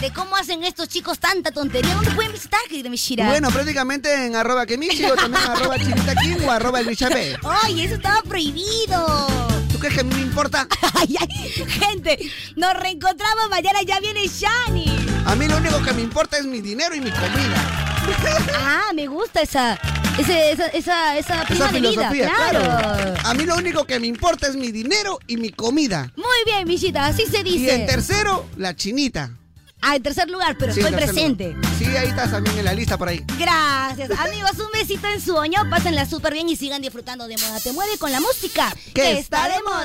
Speaker 2: de cómo hacen estos chicos tanta tontería, ¿dónde pueden visitar, querida Mishira?
Speaker 3: Bueno, prácticamente en arroba que o también en arroba chinita King o arroba el Michape.
Speaker 2: ¡Ay, eso estaba prohibido! *laughs*
Speaker 3: ¿Tú crees que a mí me importa?
Speaker 2: Ay, ay, gente, nos reencontramos mañana, ya viene Shani.
Speaker 3: A mí lo único que me importa es mi dinero y mi comida.
Speaker 2: Ah, me gusta esa, ese- esa, esa, esa prima
Speaker 3: Esa
Speaker 2: de vida,
Speaker 3: filosofía, claro.
Speaker 2: claro.
Speaker 3: A mí lo único que me importa es mi dinero y mi comida.
Speaker 2: Muy bien, Mishita, así se dice.
Speaker 3: Y en tercero, la chinita.
Speaker 2: Ah, en tercer lugar, pero
Speaker 3: Sí,
Speaker 2: estoy
Speaker 3: en tercer
Speaker 2: presente.
Speaker 3: lugar. Sí, ahí estás también en la lista por ahí.
Speaker 2: Gracias, amigos. Un besito en su oño. Pásenla súper bien y sigan disfrutando de moda. Te mueve con la música.
Speaker 1: Que
Speaker 2: está de moda.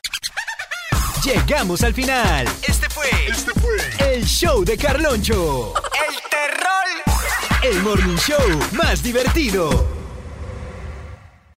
Speaker 1: Llegamos al final. Este fue, este fue el show de Carloncho. El terror. El morning show más divertido.